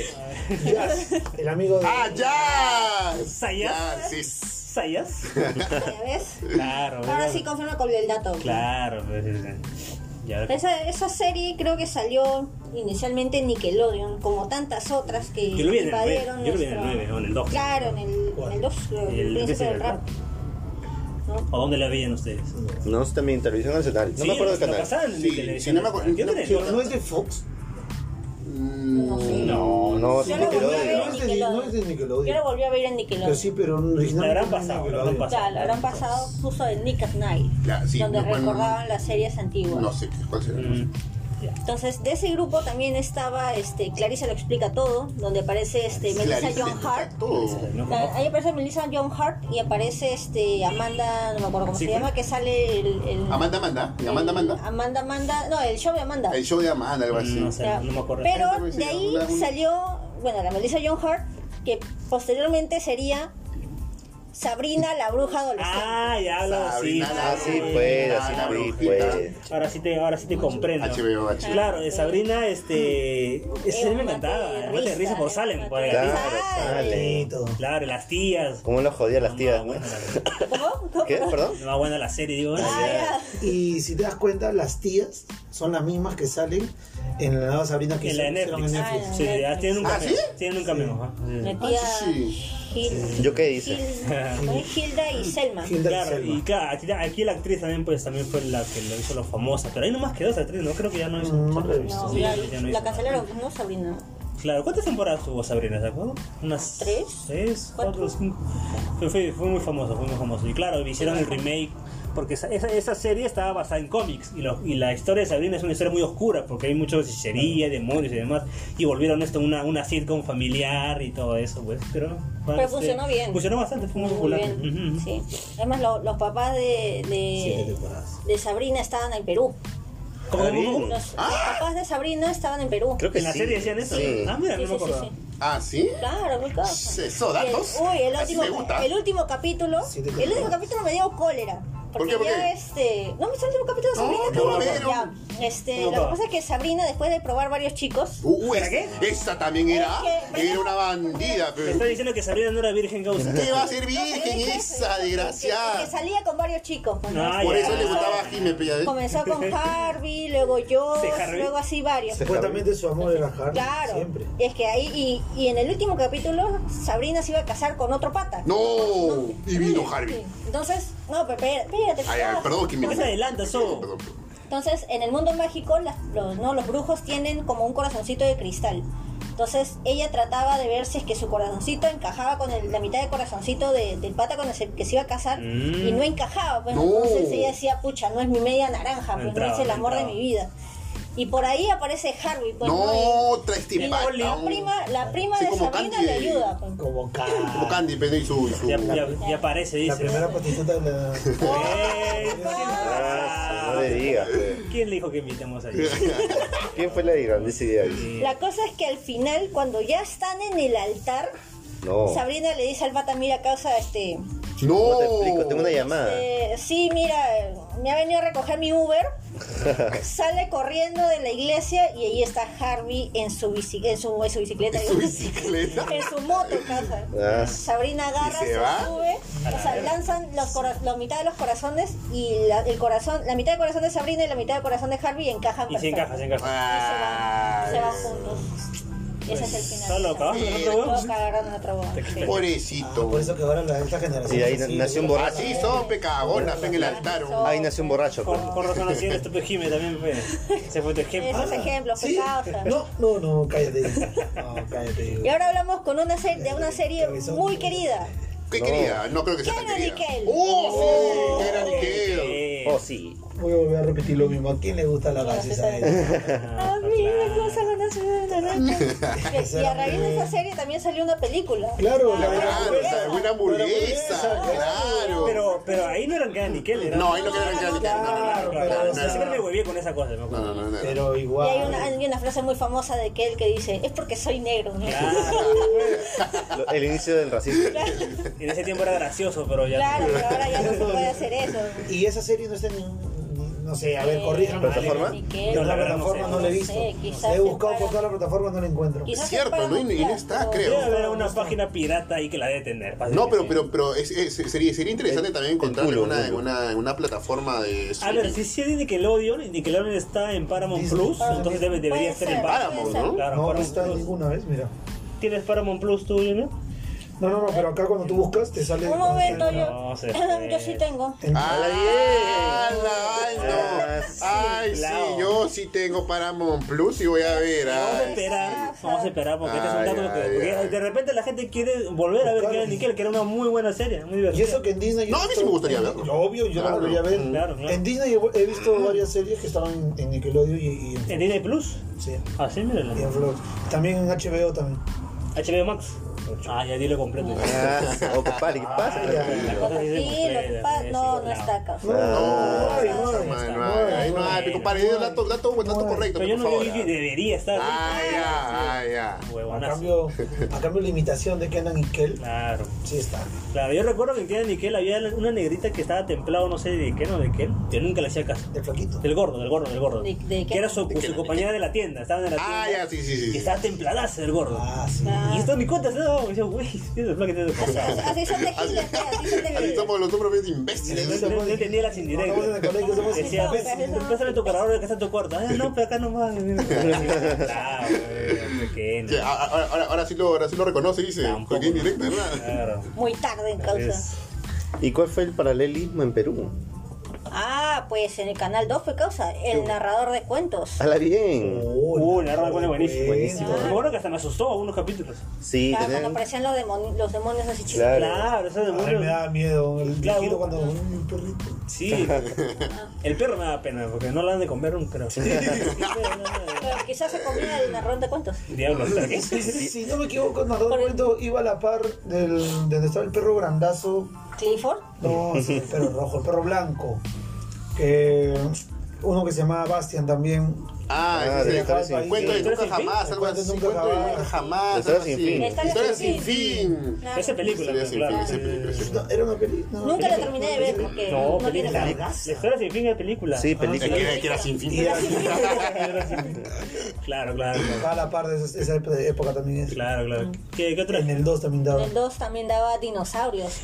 Speaker 5: Jazz, el amigo de.
Speaker 3: ¡Ah, ya!
Speaker 2: ¿Sayas?
Speaker 3: Ya, sí.
Speaker 2: ¿Sayas?
Speaker 4: ¿Ya ves?
Speaker 2: Claro.
Speaker 4: Ahora
Speaker 2: ¿verdad?
Speaker 4: sí confirma con el dato.
Speaker 2: Claro. pues, y ahora-
Speaker 4: Esa, esa serie creo que salió inicialmente en Nickelodeon, como tantas otras que
Speaker 2: Yo lo vi en el
Speaker 4: invadieron
Speaker 2: 9, yo lo vi en el
Speaker 4: nuestra-
Speaker 2: 9 o en el 2.
Speaker 4: Claro, en el, en el 2, creo,
Speaker 2: El
Speaker 4: el príncipe
Speaker 2: príncipe
Speaker 4: del rap. ¿no?
Speaker 2: ¿O dónde la veían ustedes?
Speaker 1: No, está también Televisión Nacional. No me acuerdo del
Speaker 2: lo
Speaker 1: canal.
Speaker 2: pasaban en
Speaker 3: Sí,
Speaker 2: televisión.
Speaker 3: sí, no me acuerdo.
Speaker 2: Yo
Speaker 3: No,
Speaker 2: tenía-
Speaker 5: Pero no es de Fox.
Speaker 2: Mm,
Speaker 4: No sé.
Speaker 1: No, no,
Speaker 4: Yo lo
Speaker 5: Nickelodeon.
Speaker 4: volví a ver
Speaker 5: No
Speaker 4: en
Speaker 5: es de-
Speaker 4: Nickelodeon.
Speaker 5: no es de Nickelodeon.
Speaker 4: Yo lo volví a ver en
Speaker 5: Pero
Speaker 4: Nickelodeon.
Speaker 5: sí, pero originalmente.
Speaker 2: La habrán
Speaker 5: no es de
Speaker 2: pasado, la
Speaker 5: Nickelodeon.
Speaker 2: habrán
Speaker 4: Ya, lo habrán pasado justo en Nick at Night,
Speaker 3: Ya, sí,
Speaker 4: donde
Speaker 3: no, bueno,
Speaker 4: recordaban las series antiguas.
Speaker 3: No sé qué- cuál será.
Speaker 2: Mm,
Speaker 4: Entonces, de ese grupo también estaba este, Clarissa lo explica todo, donde aparece este, Melissa
Speaker 3: Clarice
Speaker 4: John
Speaker 3: le
Speaker 4: Hart.
Speaker 3: toca todo.
Speaker 2: no,
Speaker 4: La- Ahí aparece Melissa John Hart y aparece este Amanda, no me acuerdo cómo
Speaker 2: Sí,
Speaker 4: se
Speaker 2: fue.
Speaker 4: llama, que sale el, el-
Speaker 3: Amanda Amanda,
Speaker 4: el-
Speaker 3: Amanda Amanda.
Speaker 4: Amanda Amanda, no, el show de Amanda.
Speaker 3: El show de Amanda, algo así.
Speaker 2: Mm, No sé.
Speaker 4: Ya.
Speaker 2: me acuerdo.
Speaker 4: Pero
Speaker 3: Sí,
Speaker 4: de ahí
Speaker 3: una- una-
Speaker 4: salió, bueno, la Melissa John Hart, que posteriormente sería Sabrina la bruja adolescente.
Speaker 2: Ah, ya lo sí.
Speaker 3: Sabrina, la
Speaker 1: Así
Speaker 3: bruja.
Speaker 1: fue,
Speaker 3: Ah, la
Speaker 1: así
Speaker 3: brujita.
Speaker 1: fue.
Speaker 2: Ahora sí te, ahora sí te comprendo.
Speaker 3: HBO, HBO.
Speaker 2: Claro, eh, Sabrina, este. Esa serie me
Speaker 4: un
Speaker 2: encantaba.
Speaker 4: mate de
Speaker 2: Mate de
Speaker 4: risa,
Speaker 2: risa por
Speaker 4: eh,
Speaker 2: Salem. Por
Speaker 4: mate de
Speaker 2: ahí.
Speaker 4: risa.
Speaker 1: Claro, sale.
Speaker 5: Bonito.
Speaker 2: Claro, y las tías.
Speaker 1: ¿Cómo lo jodía las tías? ¿no?
Speaker 4: ¿Cómo? ¿Cómo?
Speaker 1: ¿Qué? ¿Perdón?
Speaker 2: No va buena la serie, digo.
Speaker 4: Ah,
Speaker 5: Y si te das cuenta, las tías son las mismas que salen en la nueva Sabrina que
Speaker 2: En la de
Speaker 5: hicieron
Speaker 2: Netflix.
Speaker 5: en
Speaker 4: Ah,
Speaker 5: Netflix.
Speaker 2: Sí, ya tienen un
Speaker 3: ¿Ah,
Speaker 2: cameo.
Speaker 3: sí?
Speaker 2: Tienen un cameo. ajá.
Speaker 4: ya. La
Speaker 3: Ah,
Speaker 4: tía
Speaker 3: sí.
Speaker 4: Gil-
Speaker 1: ¿Yo qué hice?
Speaker 4: Gil- ¿no? Hilda y Selma.
Speaker 5: Hilda y
Speaker 2: Claro,
Speaker 5: Selma.
Speaker 2: y claro, aquí, aquí la actriz también pues también fue la que lo hizo lo famosa, pero ahí nomás quedó esa actriz, no creo que ya no hizo
Speaker 5: No,
Speaker 2: mucho.
Speaker 5: no la he visto.
Speaker 4: No,
Speaker 2: Sí,
Speaker 4: la,
Speaker 2: ya no hizo.
Speaker 4: la cancelaron, ¿no, Sabrina?
Speaker 2: Claro, ¿cuántas temporadas tuvo Sabrina, se acuerdan? Unas
Speaker 4: ¿Tres?
Speaker 2: seis,
Speaker 4: ¿Cuatro?
Speaker 2: cuatro, cinco. Fue, fue- fue muy famoso, fue muy famoso. Y claro, hicieron el remake porque esa, esa, esa serie estaba basada en cómics y, lo- y la historia de Sabrina es una historia muy oscura porque hay muchos hechicería, demonios y demás y volvieron esto una una sitcom familiar y todo eso, pues, pero
Speaker 4: Pero funcionó bien.
Speaker 2: Funcionó bastante, fue muy,
Speaker 4: Muy
Speaker 2: popular.
Speaker 4: bien,
Speaker 2: Ujú.
Speaker 4: sí. Además, lo- los papás de,
Speaker 5: Siete
Speaker 4: de,
Speaker 5: temporadas.
Speaker 4: de Sabrina estaban en Perú.
Speaker 2: ¿Cómo, cómo, cómo?
Speaker 4: Los, los
Speaker 3: Ah.
Speaker 4: papás de Sabrina estaban en Perú.
Speaker 1: Creo que
Speaker 2: ¿En la
Speaker 1: sí.
Speaker 2: serie decían eso?
Speaker 1: Sí.
Speaker 2: Ah, mira,
Speaker 4: Sí,
Speaker 2: no me
Speaker 4: sí, sí,
Speaker 2: acordaba.
Speaker 4: sí.
Speaker 3: Ah, ¿sí?
Speaker 4: Claro, qué cosa.
Speaker 3: Eso,
Speaker 4: Y el-
Speaker 3: datos.
Speaker 4: uy, el
Speaker 3: Así
Speaker 4: último,
Speaker 3: me gusta.
Speaker 4: el último capítulo.
Speaker 5: Sí, te
Speaker 4: el último
Speaker 5: gusta.
Speaker 4: capítulo me dio cólera. Porque
Speaker 3: qué? ¿Por
Speaker 4: ya
Speaker 3: qué?
Speaker 4: este. No me sale el último capítulo de
Speaker 3: No,
Speaker 4: Sabrina.
Speaker 3: no lo
Speaker 4: Ya,
Speaker 3: vieron.
Speaker 4: este,
Speaker 2: No,
Speaker 4: lo
Speaker 2: no.
Speaker 4: que pasa es que Sabrina, después de probar varios chicos.
Speaker 3: Uh, uh, es- esta también era,
Speaker 4: Es que-
Speaker 3: era una bandida,
Speaker 2: Me está
Speaker 3: pero...
Speaker 2: diciendo que Sabrina no era virgen causa.
Speaker 3: ¿Qué va a ser
Speaker 4: No, pero
Speaker 3: virgen
Speaker 4: es que-
Speaker 3: esa
Speaker 4: Que, que
Speaker 3: desgraciada?
Speaker 4: salía con varios chicos. ¿no? Este,
Speaker 2: Ah,
Speaker 3: Por
Speaker 2: ya.
Speaker 3: eso le gustaba a Jimé, pilla, ¿eh?
Speaker 4: Comenzó con Harvey, luego yo,
Speaker 2: Sí, Harvey.
Speaker 4: luego así varios.
Speaker 5: Supuestamente su amor era Harvey.
Speaker 4: Claro.
Speaker 5: Siempre.
Speaker 4: Y es que ahí, y, y en el último capítulo, Sabrina se iba a casar con otro pata.
Speaker 3: No, y vino Harvey.
Speaker 4: Sí. Entonces, no, pero espérate, espérate,
Speaker 3: Ay, ay,
Speaker 4: espérate.
Speaker 3: perdón, Jimé.
Speaker 2: No se adelanta, so.
Speaker 3: Perdón, perdón.
Speaker 4: Entonces, en el mundo mágico, las- los, ¿no? los brujos tienen como un corazoncito de cristal. Entonces, ella trataba de ver si es que su corazoncito encajaba con el- la mitad del corazoncito de- del pata con el se- que se iba a casar
Speaker 2: Mm.
Speaker 4: y no encajaba. Pues,
Speaker 3: No.
Speaker 4: Entonces, ella decía, pucha, no es mi media
Speaker 2: No
Speaker 4: naranja, pues
Speaker 2: entraba,
Speaker 4: no es el
Speaker 2: no
Speaker 4: amor de
Speaker 2: entraba.
Speaker 4: mi vida. Y por ahí aparece Harvey. Pues,
Speaker 3: No,
Speaker 4: Y-
Speaker 3: traes
Speaker 4: y la,
Speaker 3: timbal,
Speaker 4: la
Speaker 3: aún.
Speaker 4: prima, la prima
Speaker 3: Sí,
Speaker 4: de
Speaker 3: como
Speaker 4: Sabrina
Speaker 3: Candy.
Speaker 4: le ayuda. pues.
Speaker 5: Como Car.
Speaker 3: Como Candy, pero y su... y su-
Speaker 2: Ya, ya- ya aparece,
Speaker 5: La
Speaker 2: dice.
Speaker 5: primera prostituta de la.
Speaker 2: ¡Ey!
Speaker 1: Ah, No le digas. pues.
Speaker 2: ¿Quién le dijo que invitamos ahí?
Speaker 1: ¿Quién fue la de grandísima idea?
Speaker 2: Sí.
Speaker 4: La cosa es que al final, cuando ya están en el altar,
Speaker 3: Oh.
Speaker 1: No.
Speaker 4: Sabrina le dice al pata, mira, causa, este...
Speaker 1: ¿Cómo
Speaker 3: No.
Speaker 1: te explico? Tengo una llamada.
Speaker 4: Eh, sí, mira, eh, me ha venido a recoger mi Uber. sale corriendo de la iglesia y ahí está Harvey en su, bici- en su, en su bicicleta.
Speaker 3: ¿En su bicicleta?
Speaker 4: En su moto, casa.
Speaker 1: Ah.
Speaker 4: Sabrina agarra,
Speaker 3: ¿Y se
Speaker 4: se,
Speaker 3: va?
Speaker 4: sube, o sea, lanzan los cora- la mitad de los corazones y la, el corazón, la mitad del corazón de Sabrina y la mitad del corazón de Harvey encajan
Speaker 2: Y se
Speaker 4: perfecto.
Speaker 2: encaja, se encaja.
Speaker 4: Y se van-
Speaker 3: Ah,
Speaker 4: se van juntos. Ese es el final.
Speaker 2: Solo acabamos
Speaker 3: Sí,
Speaker 2: hablando,
Speaker 4: Todo
Speaker 2: huevos.
Speaker 4: cagaron en otra hueá.
Speaker 5: Ah,
Speaker 3: Pobrecito.
Speaker 5: por eso que ahora la, esta generación.
Speaker 1: Y ahí
Speaker 5: es así,
Speaker 1: nació un
Speaker 5: ¿no?
Speaker 1: borracho.
Speaker 3: Así son, pecagonas, en el altar. ¿no?
Speaker 1: Ahí nació un borracho. pues.
Speaker 2: Por, por razón así eres tu pejime también, pues. Se fue tu ejemplo.
Speaker 4: Esos ejemplos,
Speaker 5: Sí.
Speaker 4: pecados. ¿sabes?
Speaker 5: No, no, no, cállate. No, cállate.
Speaker 4: Y ahora hablamos con una serie, de una serie muy querida.
Speaker 3: ¿Qué
Speaker 1: No.
Speaker 3: quería? No creo que sea tan
Speaker 4: Keira
Speaker 3: querida.
Speaker 4: Nickel.
Speaker 3: ¡Oh, sí! ¡Qué era Nickel!
Speaker 2: Eh,
Speaker 1: Oh, sí.
Speaker 5: Voy a volver a repetir lo mismo. ¿A quién le gusta la gaseosa?
Speaker 2: ah,
Speaker 4: A mí me gusta la nación de naranja. Y a raíz de esa serie también salió una película.
Speaker 5: Claro,
Speaker 3: La buena,
Speaker 5: hamburguesa.
Speaker 3: la buena hamburguesa, claro.
Speaker 2: Pero, pero ahí no eran cada Nickel, era.
Speaker 3: No, ahí no queda Keira Nickel. No, no,
Speaker 5: Claro,
Speaker 3: no,
Speaker 5: pero,
Speaker 2: claro.
Speaker 5: o
Speaker 3: no,
Speaker 5: sea,
Speaker 3: no.
Speaker 2: Siempre me hueví con esa cosa, me
Speaker 3: No,
Speaker 2: acuerdo.
Speaker 3: no, no, no.
Speaker 5: Pero
Speaker 4: Y
Speaker 5: igual.
Speaker 4: hay una, hay una frase muy famosa de que él que dice, es porque soy negro. ¿no?
Speaker 1: Lo- El inicio del racismo.
Speaker 2: En ese tiempo era gracioso, pero ya.
Speaker 4: Claro, pero ahora ya no se puede hacer eso.
Speaker 5: Y esa serie no está en. ningún- No sé, a ver, corrígame.
Speaker 1: ¿Plataforma?
Speaker 4: Ni
Speaker 5: En
Speaker 4: qué.
Speaker 2: No,
Speaker 5: la plataforma no la he
Speaker 4: sé,
Speaker 5: visto.
Speaker 4: quizás
Speaker 5: he
Speaker 4: se
Speaker 5: buscado
Speaker 4: para-
Speaker 5: por toda la plataforma, no la encuentro.
Speaker 4: Quizás
Speaker 3: Es
Speaker 4: se
Speaker 3: cierto,
Speaker 4: pueda
Speaker 3: ¿no? Y- y no
Speaker 4: bloquear,
Speaker 3: está,
Speaker 4: pero-
Speaker 3: creo.
Speaker 2: Debe haber una página pirata ahí que la debe tener. fácil.
Speaker 3: No, pero, pero, pero es- es- sería, sería interesante
Speaker 1: El-
Speaker 3: también encontrar
Speaker 1: el culo,
Speaker 3: una,
Speaker 1: el culo.
Speaker 3: una, una plataforma de
Speaker 2: A ver, si
Speaker 3: streaming.
Speaker 2: Ah, sí es de Nickelodeon y Nickelodeon está en Paramount
Speaker 5: Disney.
Speaker 2: Plus,
Speaker 5: Ah,
Speaker 2: entonces debe,
Speaker 4: Disney.
Speaker 2: debería
Speaker 4: Puede
Speaker 2: estar en
Speaker 4: ser,
Speaker 2: Paramount,
Speaker 4: puede
Speaker 2: ¿no?
Speaker 4: ser.
Speaker 2: Claro,
Speaker 5: no, no
Speaker 2: Paramount
Speaker 5: está
Speaker 2: Plus.
Speaker 5: ninguna vez, mira.
Speaker 2: ¿Tienes Paramount Plus tú, Junior?
Speaker 5: No, no, no, pero acá cuando tú buscas te sale.
Speaker 4: Un momento,
Speaker 2: No, se
Speaker 4: yo,
Speaker 2: fue.
Speaker 4: yo sí tengo.
Speaker 5: En-
Speaker 3: ¡Ah,
Speaker 1: la
Speaker 3: ay, no!
Speaker 1: Ah, sí,
Speaker 3: ¡Ay, sí!
Speaker 2: claro.
Speaker 3: Yo sí tengo Paramount Plus y voy a ver.
Speaker 2: Vamos a
Speaker 3: ay.
Speaker 2: esperar, vamos a esperar porque este es un
Speaker 3: Ay,
Speaker 2: dato que
Speaker 3: ay,
Speaker 2: porque
Speaker 3: ay.
Speaker 2: de repente la gente quiere volver a ver
Speaker 5: Claro.
Speaker 2: Keira Nickel, que era una muy buena serie, muy
Speaker 5: Y
Speaker 2: divertida.
Speaker 5: eso que en Disney. yo
Speaker 3: No, a mí sí me gustaría verlo.
Speaker 5: Yo, Obvio, yo
Speaker 3: Claro.
Speaker 5: lo volvería a ver.
Speaker 2: Claro, claro.
Speaker 5: En Disney he he visto varias series que estaban en- en Nickelodeon y, y en,
Speaker 2: ¿En Disney Plus?
Speaker 5: sí,
Speaker 2: Ah, sí, mírala.
Speaker 5: y en Flux. También en HBO también.
Speaker 2: HBO Max. Ah, ya dilo completo.
Speaker 1: Ah, o compadre, ¿qué pasa?
Speaker 5: Ay, ay,
Speaker 4: Ah,
Speaker 2: La
Speaker 5: ay.
Speaker 2: cosa sí se
Speaker 4: Tranquilo,
Speaker 2: completa,
Speaker 4: pa-
Speaker 2: sí,
Speaker 4: no, no
Speaker 2: claro.
Speaker 4: está acá.
Speaker 5: No, ay,
Speaker 3: No,
Speaker 5: no, ay,
Speaker 3: no,
Speaker 5: no,
Speaker 3: ay, ay, no,
Speaker 5: no,
Speaker 3: ay,
Speaker 2: no,
Speaker 3: compadre, el dato, dato, dato
Speaker 5: no,
Speaker 3: correcto,
Speaker 2: Pero yo
Speaker 3: por
Speaker 2: no
Speaker 3: favor.
Speaker 2: vi que debería estar.
Speaker 3: Ah, ya, ah, ya.
Speaker 5: A
Speaker 2: Huevonazo.
Speaker 5: cambio, a cambio la imitación de Kenan y Kel,
Speaker 2: Claro.
Speaker 5: sí está.
Speaker 2: Claro, yo recuerdo que en Tienda Nickel había una negrita que estaba templado, no sé de qué, no de qué. Yo nunca le hacía caso.
Speaker 5: De flaquito.
Speaker 2: Del gordo, del gordo, del gordo.
Speaker 4: ¿De- de qué?
Speaker 2: que era su,
Speaker 3: ¿De qué?
Speaker 2: su compañera de la tienda. Estaban en la tienda.
Speaker 3: Ah, ya, sí, sí, sí,
Speaker 2: Y
Speaker 3: sí.
Speaker 2: estaba templadaza del gordo.
Speaker 5: Ah, sí.
Speaker 4: Ah.
Speaker 2: Y esto ni cuenta se daba. Me decía, güey, ¿qué es lo que te
Speaker 4: Así,
Speaker 2: pasa?
Speaker 4: así son de
Speaker 3: Así,
Speaker 4: giles, tía, así son de
Speaker 3: así
Speaker 4: giles.
Speaker 3: somos los hombres bien
Speaker 2: No
Speaker 3: imbéciles.
Speaker 5: Sí,
Speaker 2: no entendía las indirectas.
Speaker 5: Estamos en el colegio, somos
Speaker 2: Decía,
Speaker 4: imbéciles.
Speaker 2: pésame tu cargador de que está en tu cuarto. Ah, no, pero acá nomás. Claro, güey, pequeño.
Speaker 3: Sí, a- a- ahora, ahora, ahora sí lo, ahora sí lo reconoce, dice.
Speaker 2: Tampoco.
Speaker 3: Porque es indirecto, ¿verdad?
Speaker 2: Claro.
Speaker 4: Muy tarde en causa.
Speaker 2: Es-
Speaker 1: ¿Y cuál fue el paralelismo en Perú?
Speaker 4: Ah, pues en el canal 2 fue causa. El narrador de cuentos.
Speaker 1: ¡Hala bien!
Speaker 2: Uh, la verdad, bueno, buenísimo.
Speaker 5: buenísimo.
Speaker 2: Me acuerdo que hasta me asustó unos capítulos.
Speaker 1: Sí,
Speaker 4: Claro, cuando
Speaker 1: tenían-
Speaker 4: aparecían los, demoni- los demonios así chicos.
Speaker 1: Claro.
Speaker 2: Claro, ese
Speaker 5: Ay, me
Speaker 2: demonio.
Speaker 5: da miedo. El
Speaker 2: Claro.
Speaker 5: viejito cuando. Uy, un perrito.
Speaker 2: Sí, el perro me da pena porque no lo han de comer un creo.
Speaker 4: Pero quizás se comía el narrador de cuentos.
Speaker 2: Diablo, ¿pero qué?
Speaker 5: Si no me equivoco, en algún momento iba a la par del, de donde estaba el perro grandazo.
Speaker 4: Clifford.
Speaker 5: No, sí, el perro rojo, el perro blanco. Que, uno que se llamaba Bastian también.
Speaker 3: Ah,
Speaker 1: Ah,
Speaker 3: ese
Speaker 1: de
Speaker 3: es
Speaker 1: Historia
Speaker 5: sin
Speaker 3: el
Speaker 5: fin.
Speaker 3: cuento de
Speaker 2: Historia
Speaker 3: nunca
Speaker 2: sin fin.
Speaker 3: jamás, algo
Speaker 5: Cuento de
Speaker 3: así.
Speaker 5: nunca
Speaker 3: Cuento de nunca
Speaker 5: jamás.
Speaker 3: jamás,
Speaker 1: Historia
Speaker 3: algo
Speaker 1: sin
Speaker 3: así.
Speaker 1: fin.
Speaker 3: Historia sin fin.
Speaker 4: Claro.
Speaker 2: Esa película,
Speaker 3: Historia sin fin,
Speaker 2: claro.
Speaker 3: esa película, sí.
Speaker 5: No, era una película.
Speaker 4: Nunca la terminé de ver porque no,
Speaker 2: No,
Speaker 4: no tiene
Speaker 2: película.
Speaker 4: nada.
Speaker 2: La historia sin fin de película.
Speaker 1: Sí,
Speaker 3: Es
Speaker 1: película.
Speaker 3: que, es que era sin fin.
Speaker 2: Claro, claro,
Speaker 5: Estaba a la par de esa, esa época también. es.
Speaker 2: claro, claro. ¿Qué, qué otra?
Speaker 5: En el 2 también daba. Ah,
Speaker 4: El Uh, 2 también daba dinosaurios.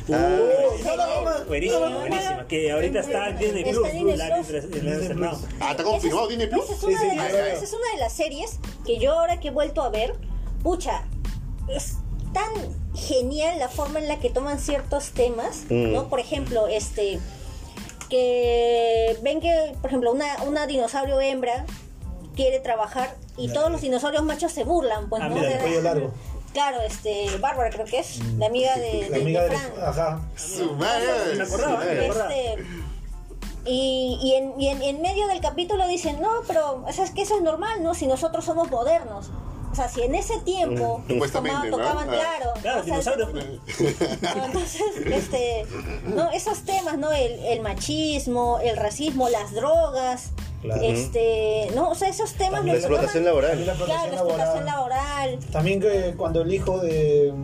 Speaker 2: Buenísima, buenísima. Que ahorita está en Disney Plus. La han entre- la han estrenado.
Speaker 3: Ah, está confirmado, tiene plus. Ah,
Speaker 4: Esa es, una de las,
Speaker 5: Sí, sí, claro.
Speaker 4: esa es una de las series que yo ahora que he vuelto a ver, pucha, es tan genial la forma en la que toman ciertos temas,
Speaker 1: Mm.
Speaker 4: ¿no? Por ejemplo, este que ven que, por ejemplo, una, una dinosaurio hembra quiere trabajar y todos los dinosaurios machos se burlan, pues
Speaker 2: Ah,
Speaker 4: no
Speaker 2: mira,
Speaker 5: El
Speaker 4: De-
Speaker 5: cuello largo.
Speaker 4: Claro, este, Bárbara creo que es, la amiga de,
Speaker 5: La
Speaker 4: de-
Speaker 5: amiga
Speaker 4: de
Speaker 5: de. ah,
Speaker 4: Frank.
Speaker 5: Ajá.
Speaker 3: Su
Speaker 2: Me
Speaker 3: madre.
Speaker 2: acordaba, me acordaba.
Speaker 4: Este, y y, en, y en, en medio del capítulo dicen, no, pero o sea, es que eso es normal, ¿no? Si nosotros somos modernos. O sea, si en ese tiempo
Speaker 3: Supuestamente, ¿no?
Speaker 4: tocaban,
Speaker 3: Ah.
Speaker 4: claro.
Speaker 2: Claro,
Speaker 4: o sea,
Speaker 2: dinosaurios.
Speaker 4: no, entonces, este, no, esos temas, ¿no? El, el machismo, el racismo, las drogas,
Speaker 5: Claro.
Speaker 4: este, no, o sea, esos temas
Speaker 1: La
Speaker 4: los
Speaker 1: explotación
Speaker 4: retoman-
Speaker 5: También
Speaker 1: laboral.
Speaker 5: la
Speaker 4: Claro, la
Speaker 5: protección
Speaker 4: explotación
Speaker 5: laboral.
Speaker 4: laboral.
Speaker 5: También que cuando el hijo de,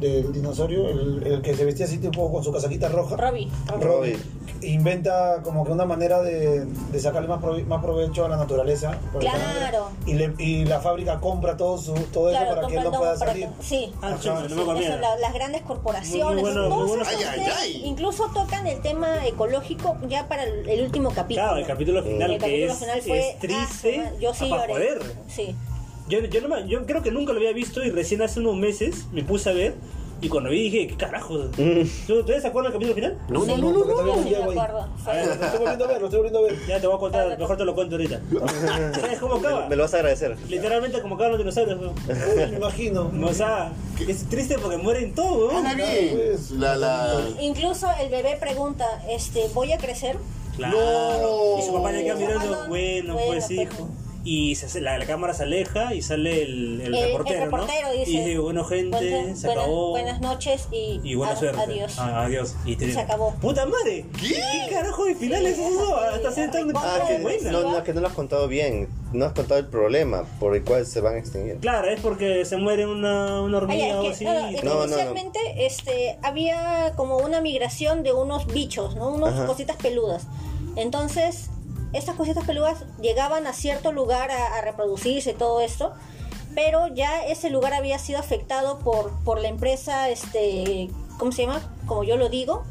Speaker 5: del dinosaurio, el, el que se vestía así tipo con su casaquita roja,
Speaker 4: Robbie, Robbie.
Speaker 5: Robbie, inventa como que una manera de, de sacarle más, prove- más provecho a la naturaleza. por el
Speaker 4: Claro.
Speaker 5: canal. Y, le- y la fábrica compra todo, su, todo
Speaker 4: Claro,
Speaker 5: eso para que él no
Speaker 4: comprando
Speaker 5: pueda
Speaker 4: para
Speaker 5: salir.
Speaker 4: que- sí.
Speaker 2: Ah, chuta, no me
Speaker 4: Sí,
Speaker 2: acordaba.
Speaker 4: eso, la- las grandes
Speaker 2: Muy
Speaker 4: corporaciones,
Speaker 2: bueno,
Speaker 4: todos
Speaker 2: muy bueno.
Speaker 4: esos
Speaker 3: Ay, ay,
Speaker 4: temas,
Speaker 3: ay.
Speaker 4: incluso tocan el tema ecológico ya para el, el último capítulo.
Speaker 2: Claro, el capítulo final
Speaker 4: El
Speaker 2: que
Speaker 4: capítulo
Speaker 2: es,
Speaker 4: final fue,
Speaker 2: es triste.
Speaker 4: ah, su madre, yo sí
Speaker 2: a pa'
Speaker 4: lloré.
Speaker 2: poder.
Speaker 4: Sí.
Speaker 2: Yo, yo, no me- yo creo que nunca lo había visto y recién hace unos meses me puse a ver. Y cuando vi dije, ¿qué carajos?
Speaker 1: Mm.
Speaker 2: ¿Tú- ¿Ustedes se acuerdan del capítulo final?
Speaker 3: No, no,
Speaker 4: Sí,
Speaker 3: no, no,
Speaker 5: porque
Speaker 3: no.
Speaker 5: todavía
Speaker 4: sí,
Speaker 5: llego
Speaker 4: me
Speaker 5: ahí.
Speaker 4: acuerdo.
Speaker 2: A
Speaker 5: Lo
Speaker 2: ver,
Speaker 5: estoy volviendo a ver, lo estoy volviendo a ver.
Speaker 2: ya te voy a contar, mejor te lo cuento ahorita. ¿Sabes cómo acaba?
Speaker 1: Me lo vas a agradecer.
Speaker 2: Literalmente como acaban los dinosaurios, weón.
Speaker 5: Uy, me imagino.
Speaker 2: O sea, es triste porque mueren todos,
Speaker 3: Ah,
Speaker 2: weón.
Speaker 3: la bien. La, la.
Speaker 4: Incluso el bebé pregunta, este, ¿voy a crecer?
Speaker 3: No.
Speaker 2: Y su papá le queda
Speaker 4: Oh. Papá,
Speaker 2: mirando, bueno,
Speaker 4: no, bueno,
Speaker 2: pues
Speaker 4: pues,
Speaker 2: hijo. Y se hace- la, la cámara se aleja y sale el, el
Speaker 4: El- el
Speaker 2: reportero,
Speaker 4: reportero
Speaker 2: ¿no?
Speaker 4: dice,
Speaker 2: y dice, bueno, gente,
Speaker 4: Buenas-
Speaker 2: se
Speaker 4: buenas-
Speaker 2: acabó.
Speaker 4: Buenas noches y,
Speaker 2: y buena
Speaker 4: a-
Speaker 2: suerte.
Speaker 4: adiós.
Speaker 2: Ah, adiós. Y te dice,
Speaker 4: acabó.
Speaker 2: ¡Puta madre!
Speaker 3: ¿Qué?
Speaker 2: carajo de final es eso? Hasta ser tan
Speaker 1: Ah,
Speaker 4: Ay,
Speaker 1: que
Speaker 2: buena.
Speaker 1: no, no, es que no lo has contado bien. No has contado el problema por el cual se van a extinguir.
Speaker 2: Claro, es porque se muere una, una
Speaker 4: Ah, ya,
Speaker 2: hormiga o
Speaker 4: es
Speaker 2: así.
Speaker 4: que, no, es que
Speaker 1: No, no, no.
Speaker 4: inicialmente este, había como una migración de unos bichos, ¿no? Unas
Speaker 1: Ajá.
Speaker 4: cositas peludas. Entonces, estas cositas peludas llegaban a cierto lugar a, a reproducirse y todo esto, pero ya ese lugar había sido afectado por, por la empresa, este, ¿cómo se llama? Como yo lo digo,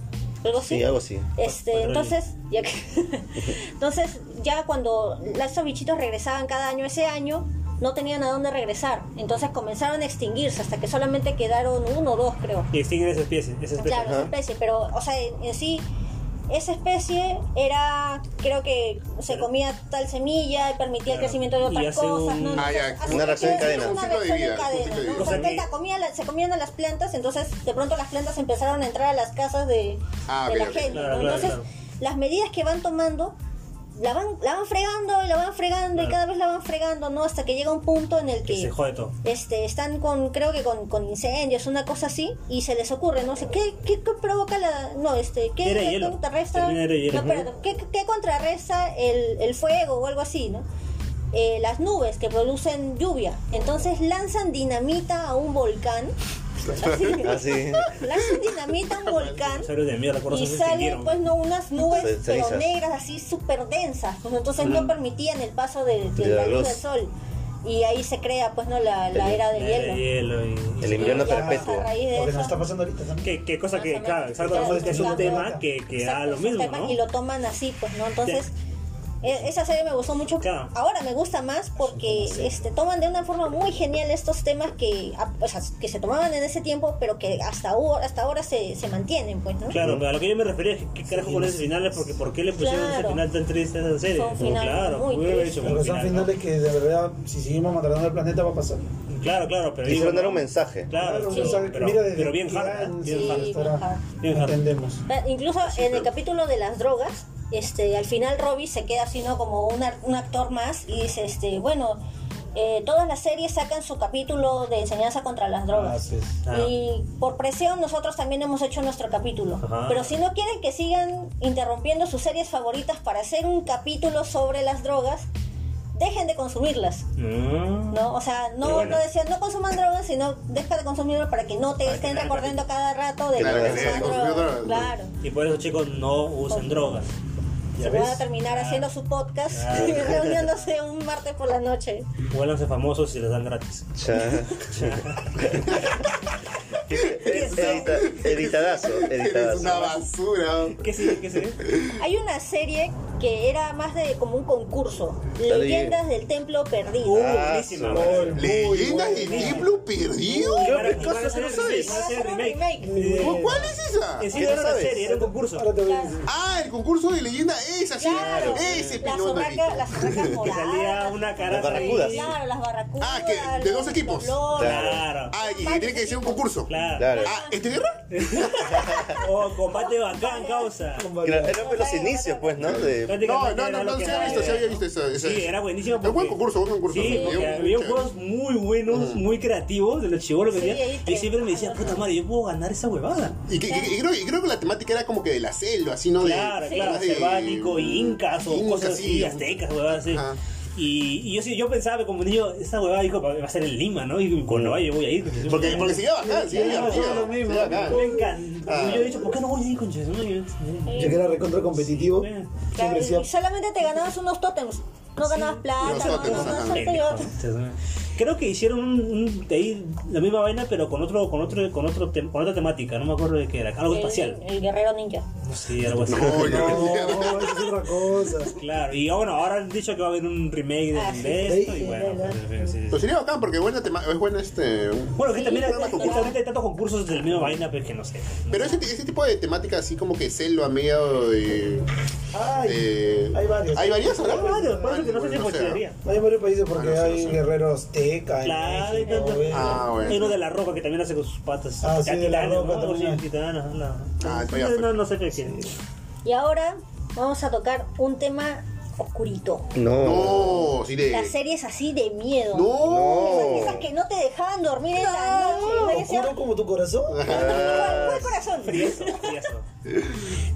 Speaker 4: algo así.
Speaker 1: Sí, algo así.
Speaker 4: Este,
Speaker 2: Patrón.
Speaker 4: entonces, ya que- entonces, ya cuando esos bichitos regresaban cada año ese año, no tenían a dónde regresar. Entonces comenzaron a extinguirse hasta que solamente quedaron uno o dos, creo.
Speaker 2: Y extinguen esa especie. Esa especie.
Speaker 4: Claro,
Speaker 1: Ajá.
Speaker 4: esa especie, pero, o sea, en, en sí, esa especie era, creo que se comía tal semilla y permitía
Speaker 2: Claro.
Speaker 4: el crecimiento de
Speaker 2: Y
Speaker 4: otras
Speaker 2: hace
Speaker 4: cosas.
Speaker 2: un-
Speaker 4: ¿no?
Speaker 3: Ah, ya,
Speaker 4: Entonces, hace
Speaker 1: una
Speaker 4: que-
Speaker 1: reacción en cadena.
Speaker 4: Una
Speaker 3: Un ciclo de
Speaker 4: reacción en
Speaker 3: vida, un
Speaker 4: cadena,
Speaker 3: ciclo de vida.
Speaker 4: ¿no? O sea,
Speaker 2: O sea,
Speaker 4: que la comía la- se comían a las plantas, entonces de pronto las plantas empezaron a entrar a las casas de,
Speaker 3: Ah,
Speaker 4: de
Speaker 3: ok,
Speaker 4: la
Speaker 3: ok.
Speaker 4: gente.
Speaker 2: Claro,
Speaker 4: ¿no?
Speaker 2: claro,
Speaker 4: Entonces,
Speaker 2: claro.
Speaker 4: las medidas que van tomando la van, la van fregando y la van fregando
Speaker 2: Claro.
Speaker 4: y cada vez la van fregando, ¿no? Hasta que llega un punto en el
Speaker 2: Que se
Speaker 4: que
Speaker 2: jode todo.
Speaker 4: este, están con, creo que con, con incendios, una cosa así, y se les ocurre, no sé, ¿qué, qué, qué provoca la... No, este, ¿qué,
Speaker 2: Era
Speaker 4: qué
Speaker 2: hielo.
Speaker 4: contrarresta?
Speaker 2: Termina era hielo.
Speaker 4: No, espérate, ¿qué, qué- qué contrarresta el, el fuego o algo así, no? Eh, las nubes que producen lluvia. Entonces lanzan dinamita a un volcán. Así.
Speaker 1: Así.
Speaker 4: lanzan dinamita a un volcán.
Speaker 2: Dinosaurios de mierda, por eso
Speaker 4: Y
Speaker 2: se
Speaker 4: salen,
Speaker 2: extinguieron.
Speaker 4: pues, no, unas
Speaker 1: Se-
Speaker 4: nubes,
Speaker 1: se
Speaker 4: pero
Speaker 1: erizas.
Speaker 4: negras, así súper densas. pues, entonces no permitían el paso de, de
Speaker 1: De la
Speaker 4: la luz
Speaker 1: luz.
Speaker 4: del sol. Y ahí se crea, pues, no la, la era de
Speaker 2: La era
Speaker 4: hielo.
Speaker 2: hielo y-
Speaker 1: El
Speaker 2: y-
Speaker 1: invierno
Speaker 4: Ya, pues,
Speaker 1: perpetuo.
Speaker 4: A raíz de
Speaker 5: Lo que nos
Speaker 4: eso.
Speaker 5: está pasando ahorita también.
Speaker 2: Que, que cosa que,
Speaker 4: Más o
Speaker 2: claro,
Speaker 4: menos.
Speaker 2: exacto,
Speaker 5: Claro,
Speaker 2: es un
Speaker 5: exacto.
Speaker 2: tema que, que da
Speaker 4: Exacto,
Speaker 2: lo
Speaker 4: es un
Speaker 2: mismo,
Speaker 4: tema
Speaker 2: ¿no?
Speaker 4: Y lo toman así, pues, ¿no? Entonces, e- esa serie me gustó mucho.
Speaker 2: Claro.
Speaker 4: Ahora me gusta más porque este, toman de una forma muy genial estos temas que, a- o sea, que se tomaban en ese tiempo, pero que hasta ahora, hasta ahora se, se mantienen, pues, ¿no?
Speaker 2: Claro, pero a lo que yo me refería es que qué carajo con ese final es porque ¿por qué le pusieron ese
Speaker 4: Claro.
Speaker 2: final tan triste a esa serie?
Speaker 4: Son finales
Speaker 2: claro,
Speaker 4: muy
Speaker 2: pudo haber
Speaker 4: tristes.
Speaker 2: hecho un
Speaker 5: Pero son
Speaker 2: final,
Speaker 5: finales que de verdad, si seguimos maltratando el planeta, va a pasar.
Speaker 2: ¿no? Claro, claro, pero digo,
Speaker 1: Quisieron dar
Speaker 2: no,
Speaker 1: un mensaje.
Speaker 2: Claro,
Speaker 5: Claro,
Speaker 2: pero,
Speaker 5: o sea,
Speaker 2: pero-
Speaker 5: mira desde
Speaker 2: pero bien
Speaker 5: qué
Speaker 2: hard, ¿eh?
Speaker 5: años
Speaker 2: bien
Speaker 4: sí.
Speaker 2: hard.
Speaker 5: estará.
Speaker 2: Bien hard.
Speaker 5: Entendemos.
Speaker 4: Pero Incluso en el capítulo de las drogas, este, al final Robbie se queda así, ¿no? Como un, ar- un actor más y dice, este, bueno, eh, todas las series sacan su capítulo de enseñanza contra las drogas.
Speaker 5: Así es.
Speaker 2: Ah.
Speaker 4: Y por presión nosotros también hemos hecho nuestro capítulo.
Speaker 2: Ajá.
Speaker 4: Pero si no quieren que sigan interrumpiendo sus series favoritas para hacer un capítulo sobre las drogas, dejen de consumirlas.
Speaker 2: Mm.
Speaker 4: ¿no? O sea, no,
Speaker 2: Pero bueno.
Speaker 4: no decían no consuman drogas, sino deja de consumirlo para que no te
Speaker 2: Para que
Speaker 4: estén
Speaker 2: te hagan
Speaker 4: recordando cada rato de
Speaker 3: Claro,
Speaker 4: que
Speaker 3: que
Speaker 4: consuman
Speaker 3: dejen de consumir
Speaker 4: drogas.
Speaker 3: drogas.
Speaker 4: Claro.
Speaker 2: Y por eso, chicos, no usen drogas.
Speaker 5: ¿Ya
Speaker 4: Se van a
Speaker 5: ves?
Speaker 4: terminar haciendo su podcast
Speaker 2: Claro.
Speaker 4: y reuniéndose un martes por la noche.
Speaker 2: Vuélvanse famosos y les dan gratis.
Speaker 1: Cha. Edita- editadazo,
Speaker 3: Eres una
Speaker 1: editadazo.
Speaker 3: basura.
Speaker 2: ¿Qué sigue? ¿Qué sigue?
Speaker 4: Hay una serie que era más de como un concurso,
Speaker 1: Dale.
Speaker 4: Leyendas del Templo Perdido.
Speaker 2: Uh,
Speaker 1: Ah,
Speaker 2: buenísima.
Speaker 1: su-
Speaker 2: buena.
Speaker 3: Leyendas y templo perdido.
Speaker 2: Y van a-
Speaker 1: ¿Qué
Speaker 2: y van a
Speaker 1: cosas
Speaker 2: hacer-
Speaker 1: no sabes?
Speaker 2: y van a hacer
Speaker 4: Van a hacer un
Speaker 2: remake.
Speaker 4: remake.
Speaker 2: Eh,
Speaker 3: ¿Cuál es esa?
Speaker 2: en sí
Speaker 1: ¿Qué
Speaker 2: no
Speaker 1: no
Speaker 2: era una
Speaker 1: sabes?
Speaker 2: serie, era un concurso.
Speaker 5: Ahora te voy a
Speaker 4: Claro.
Speaker 5: decir.
Speaker 3: Ah, el concurso de leyenda. Esa sí.
Speaker 4: Claro,
Speaker 3: Ese
Speaker 4: la
Speaker 3: pilón de
Speaker 4: zorraca, la zorraca
Speaker 2: Que
Speaker 4: morada,
Speaker 2: salía una cara
Speaker 1: barracudas.
Speaker 4: Claro, las barracudas.
Speaker 3: Ah, que de dos
Speaker 4: los
Speaker 3: equipos.
Speaker 4: dolores.
Speaker 2: Claro,
Speaker 3: Ah, y que tiene que ser un concurso.
Speaker 2: claro.
Speaker 1: Claro.
Speaker 3: Ah, ¿este guerra?
Speaker 2: O combate bacán, causa.
Speaker 1: Claro, eran los inicios, pues, ¿no? De-
Speaker 3: No, no,
Speaker 2: era
Speaker 3: no,
Speaker 2: lo
Speaker 3: no
Speaker 2: que
Speaker 3: se
Speaker 2: era,
Speaker 3: había visto, se
Speaker 2: era-
Speaker 3: había visto esa. esa-
Speaker 2: Sí, era buenísimo.
Speaker 3: Es buen concurso, buen concurso.
Speaker 2: Sí,
Speaker 3: Había Mm.
Speaker 2: porque
Speaker 3: un-
Speaker 2: había juegos muy buenos, muy creativos de los chivolos que
Speaker 4: Sí,
Speaker 2: tenían.
Speaker 4: ahí
Speaker 2: Y
Speaker 4: te-
Speaker 2: siempre me decía, puta madre, yo puedo ganar esa huevada.
Speaker 3: Y, que- y que- y creo, y creo que la temática era como que de la selva, así, ¿no? De-
Speaker 2: Claro,
Speaker 3: de, mm,
Speaker 2: claro, selvático, incas o
Speaker 3: Incas,
Speaker 2: cosas así,
Speaker 3: sí.
Speaker 2: aztecas, huevadas así.
Speaker 3: Ajá.
Speaker 2: Y, y yo sí, yo pensaba como niño, esa huevada dijo, va a ser en Lima, ¿no? Y cuando vaya voy a ir.
Speaker 3: Mm. Porque, porque seguía bajando, seguía
Speaker 2: Ah, sí,
Speaker 3: divertido,
Speaker 2: lo mismo,
Speaker 3: seguía bajando.
Speaker 2: me encanta.
Speaker 3: Ah.
Speaker 2: Y Yo he dicho, ¿por qué no eh, voy a ir con Jesús?
Speaker 5: Yo que era recontra competitivo.
Speaker 2: Sí.
Speaker 5: Siempre
Speaker 4: Claro,
Speaker 5: decía,
Speaker 4: y solamente te ganabas unos tótems. No ganabas plata,
Speaker 3: Los
Speaker 4: no
Speaker 3: tótems,
Speaker 4: ganabas
Speaker 3: ajá.
Speaker 4: esto y otro.
Speaker 2: Creo que hicieron un, un- de ahí la misma vaina, pero con otro, con otro, con otro, tem- con otra temática, no me acuerdo de qué era, algo
Speaker 4: El-
Speaker 2: espacial.
Speaker 4: el guerrero ninja.
Speaker 2: Sí, algo así.
Speaker 3: No, yo-
Speaker 5: No, eso es otra cosa.
Speaker 2: Claro, y bueno, ahora han dicho que va a haber un remake de,
Speaker 4: Ah, sí,
Speaker 2: de
Speaker 5: sí,
Speaker 2: esto y
Speaker 5: sí,
Speaker 2: bueno,
Speaker 4: verdad.
Speaker 2: pues, sí, sí.
Speaker 3: Pero sería bacán porque buena tema- es buena este.
Speaker 2: Bueno, que
Speaker 4: Sí,
Speaker 2: también hay,
Speaker 4: programa
Speaker 2: hay-
Speaker 4: concurso.
Speaker 2: también hay tantos concursos del mismo vaina, pues que no sé.
Speaker 3: Pero ese, ti- ese tipo de temática así como que selva medio de.
Speaker 5: Ay,
Speaker 3: de-
Speaker 5: hay varios.
Speaker 3: ¿Hay varias?
Speaker 2: Pero hay varios, por eso que no sé si consideraría.
Speaker 5: Hay varios países porque
Speaker 3: Ah, no sé,
Speaker 5: hay
Speaker 3: no sé.
Speaker 5: guerreros teca. en
Speaker 2: Claro, hay
Speaker 5: México, eh.
Speaker 2: tanto-
Speaker 5: ¿ves?
Speaker 3: Ah, bueno.
Speaker 2: Hay uno de la roca que también hace con sus patas.
Speaker 5: Ah, sí,
Speaker 2: Ya
Speaker 5: de La
Speaker 2: titanes,
Speaker 5: Roca
Speaker 2: ¿no?
Speaker 5: también.
Speaker 2: Sí, titanes, la-
Speaker 3: Ah, esto ya
Speaker 2: no,
Speaker 3: fue.
Speaker 2: no, no sé qué quiere.
Speaker 4: Y ahora vamos a tocar un tema oscurito.
Speaker 1: No.
Speaker 3: No, sí de.
Speaker 4: Las series así de miedo.
Speaker 3: Eh, No.
Speaker 4: Esas que no te dejaban dormir en la noche. no que sea-
Speaker 5: ¿Oscuro como tu corazón?
Speaker 4: ¿Cuál, cuál corazón?
Speaker 2: Frieso, frieso.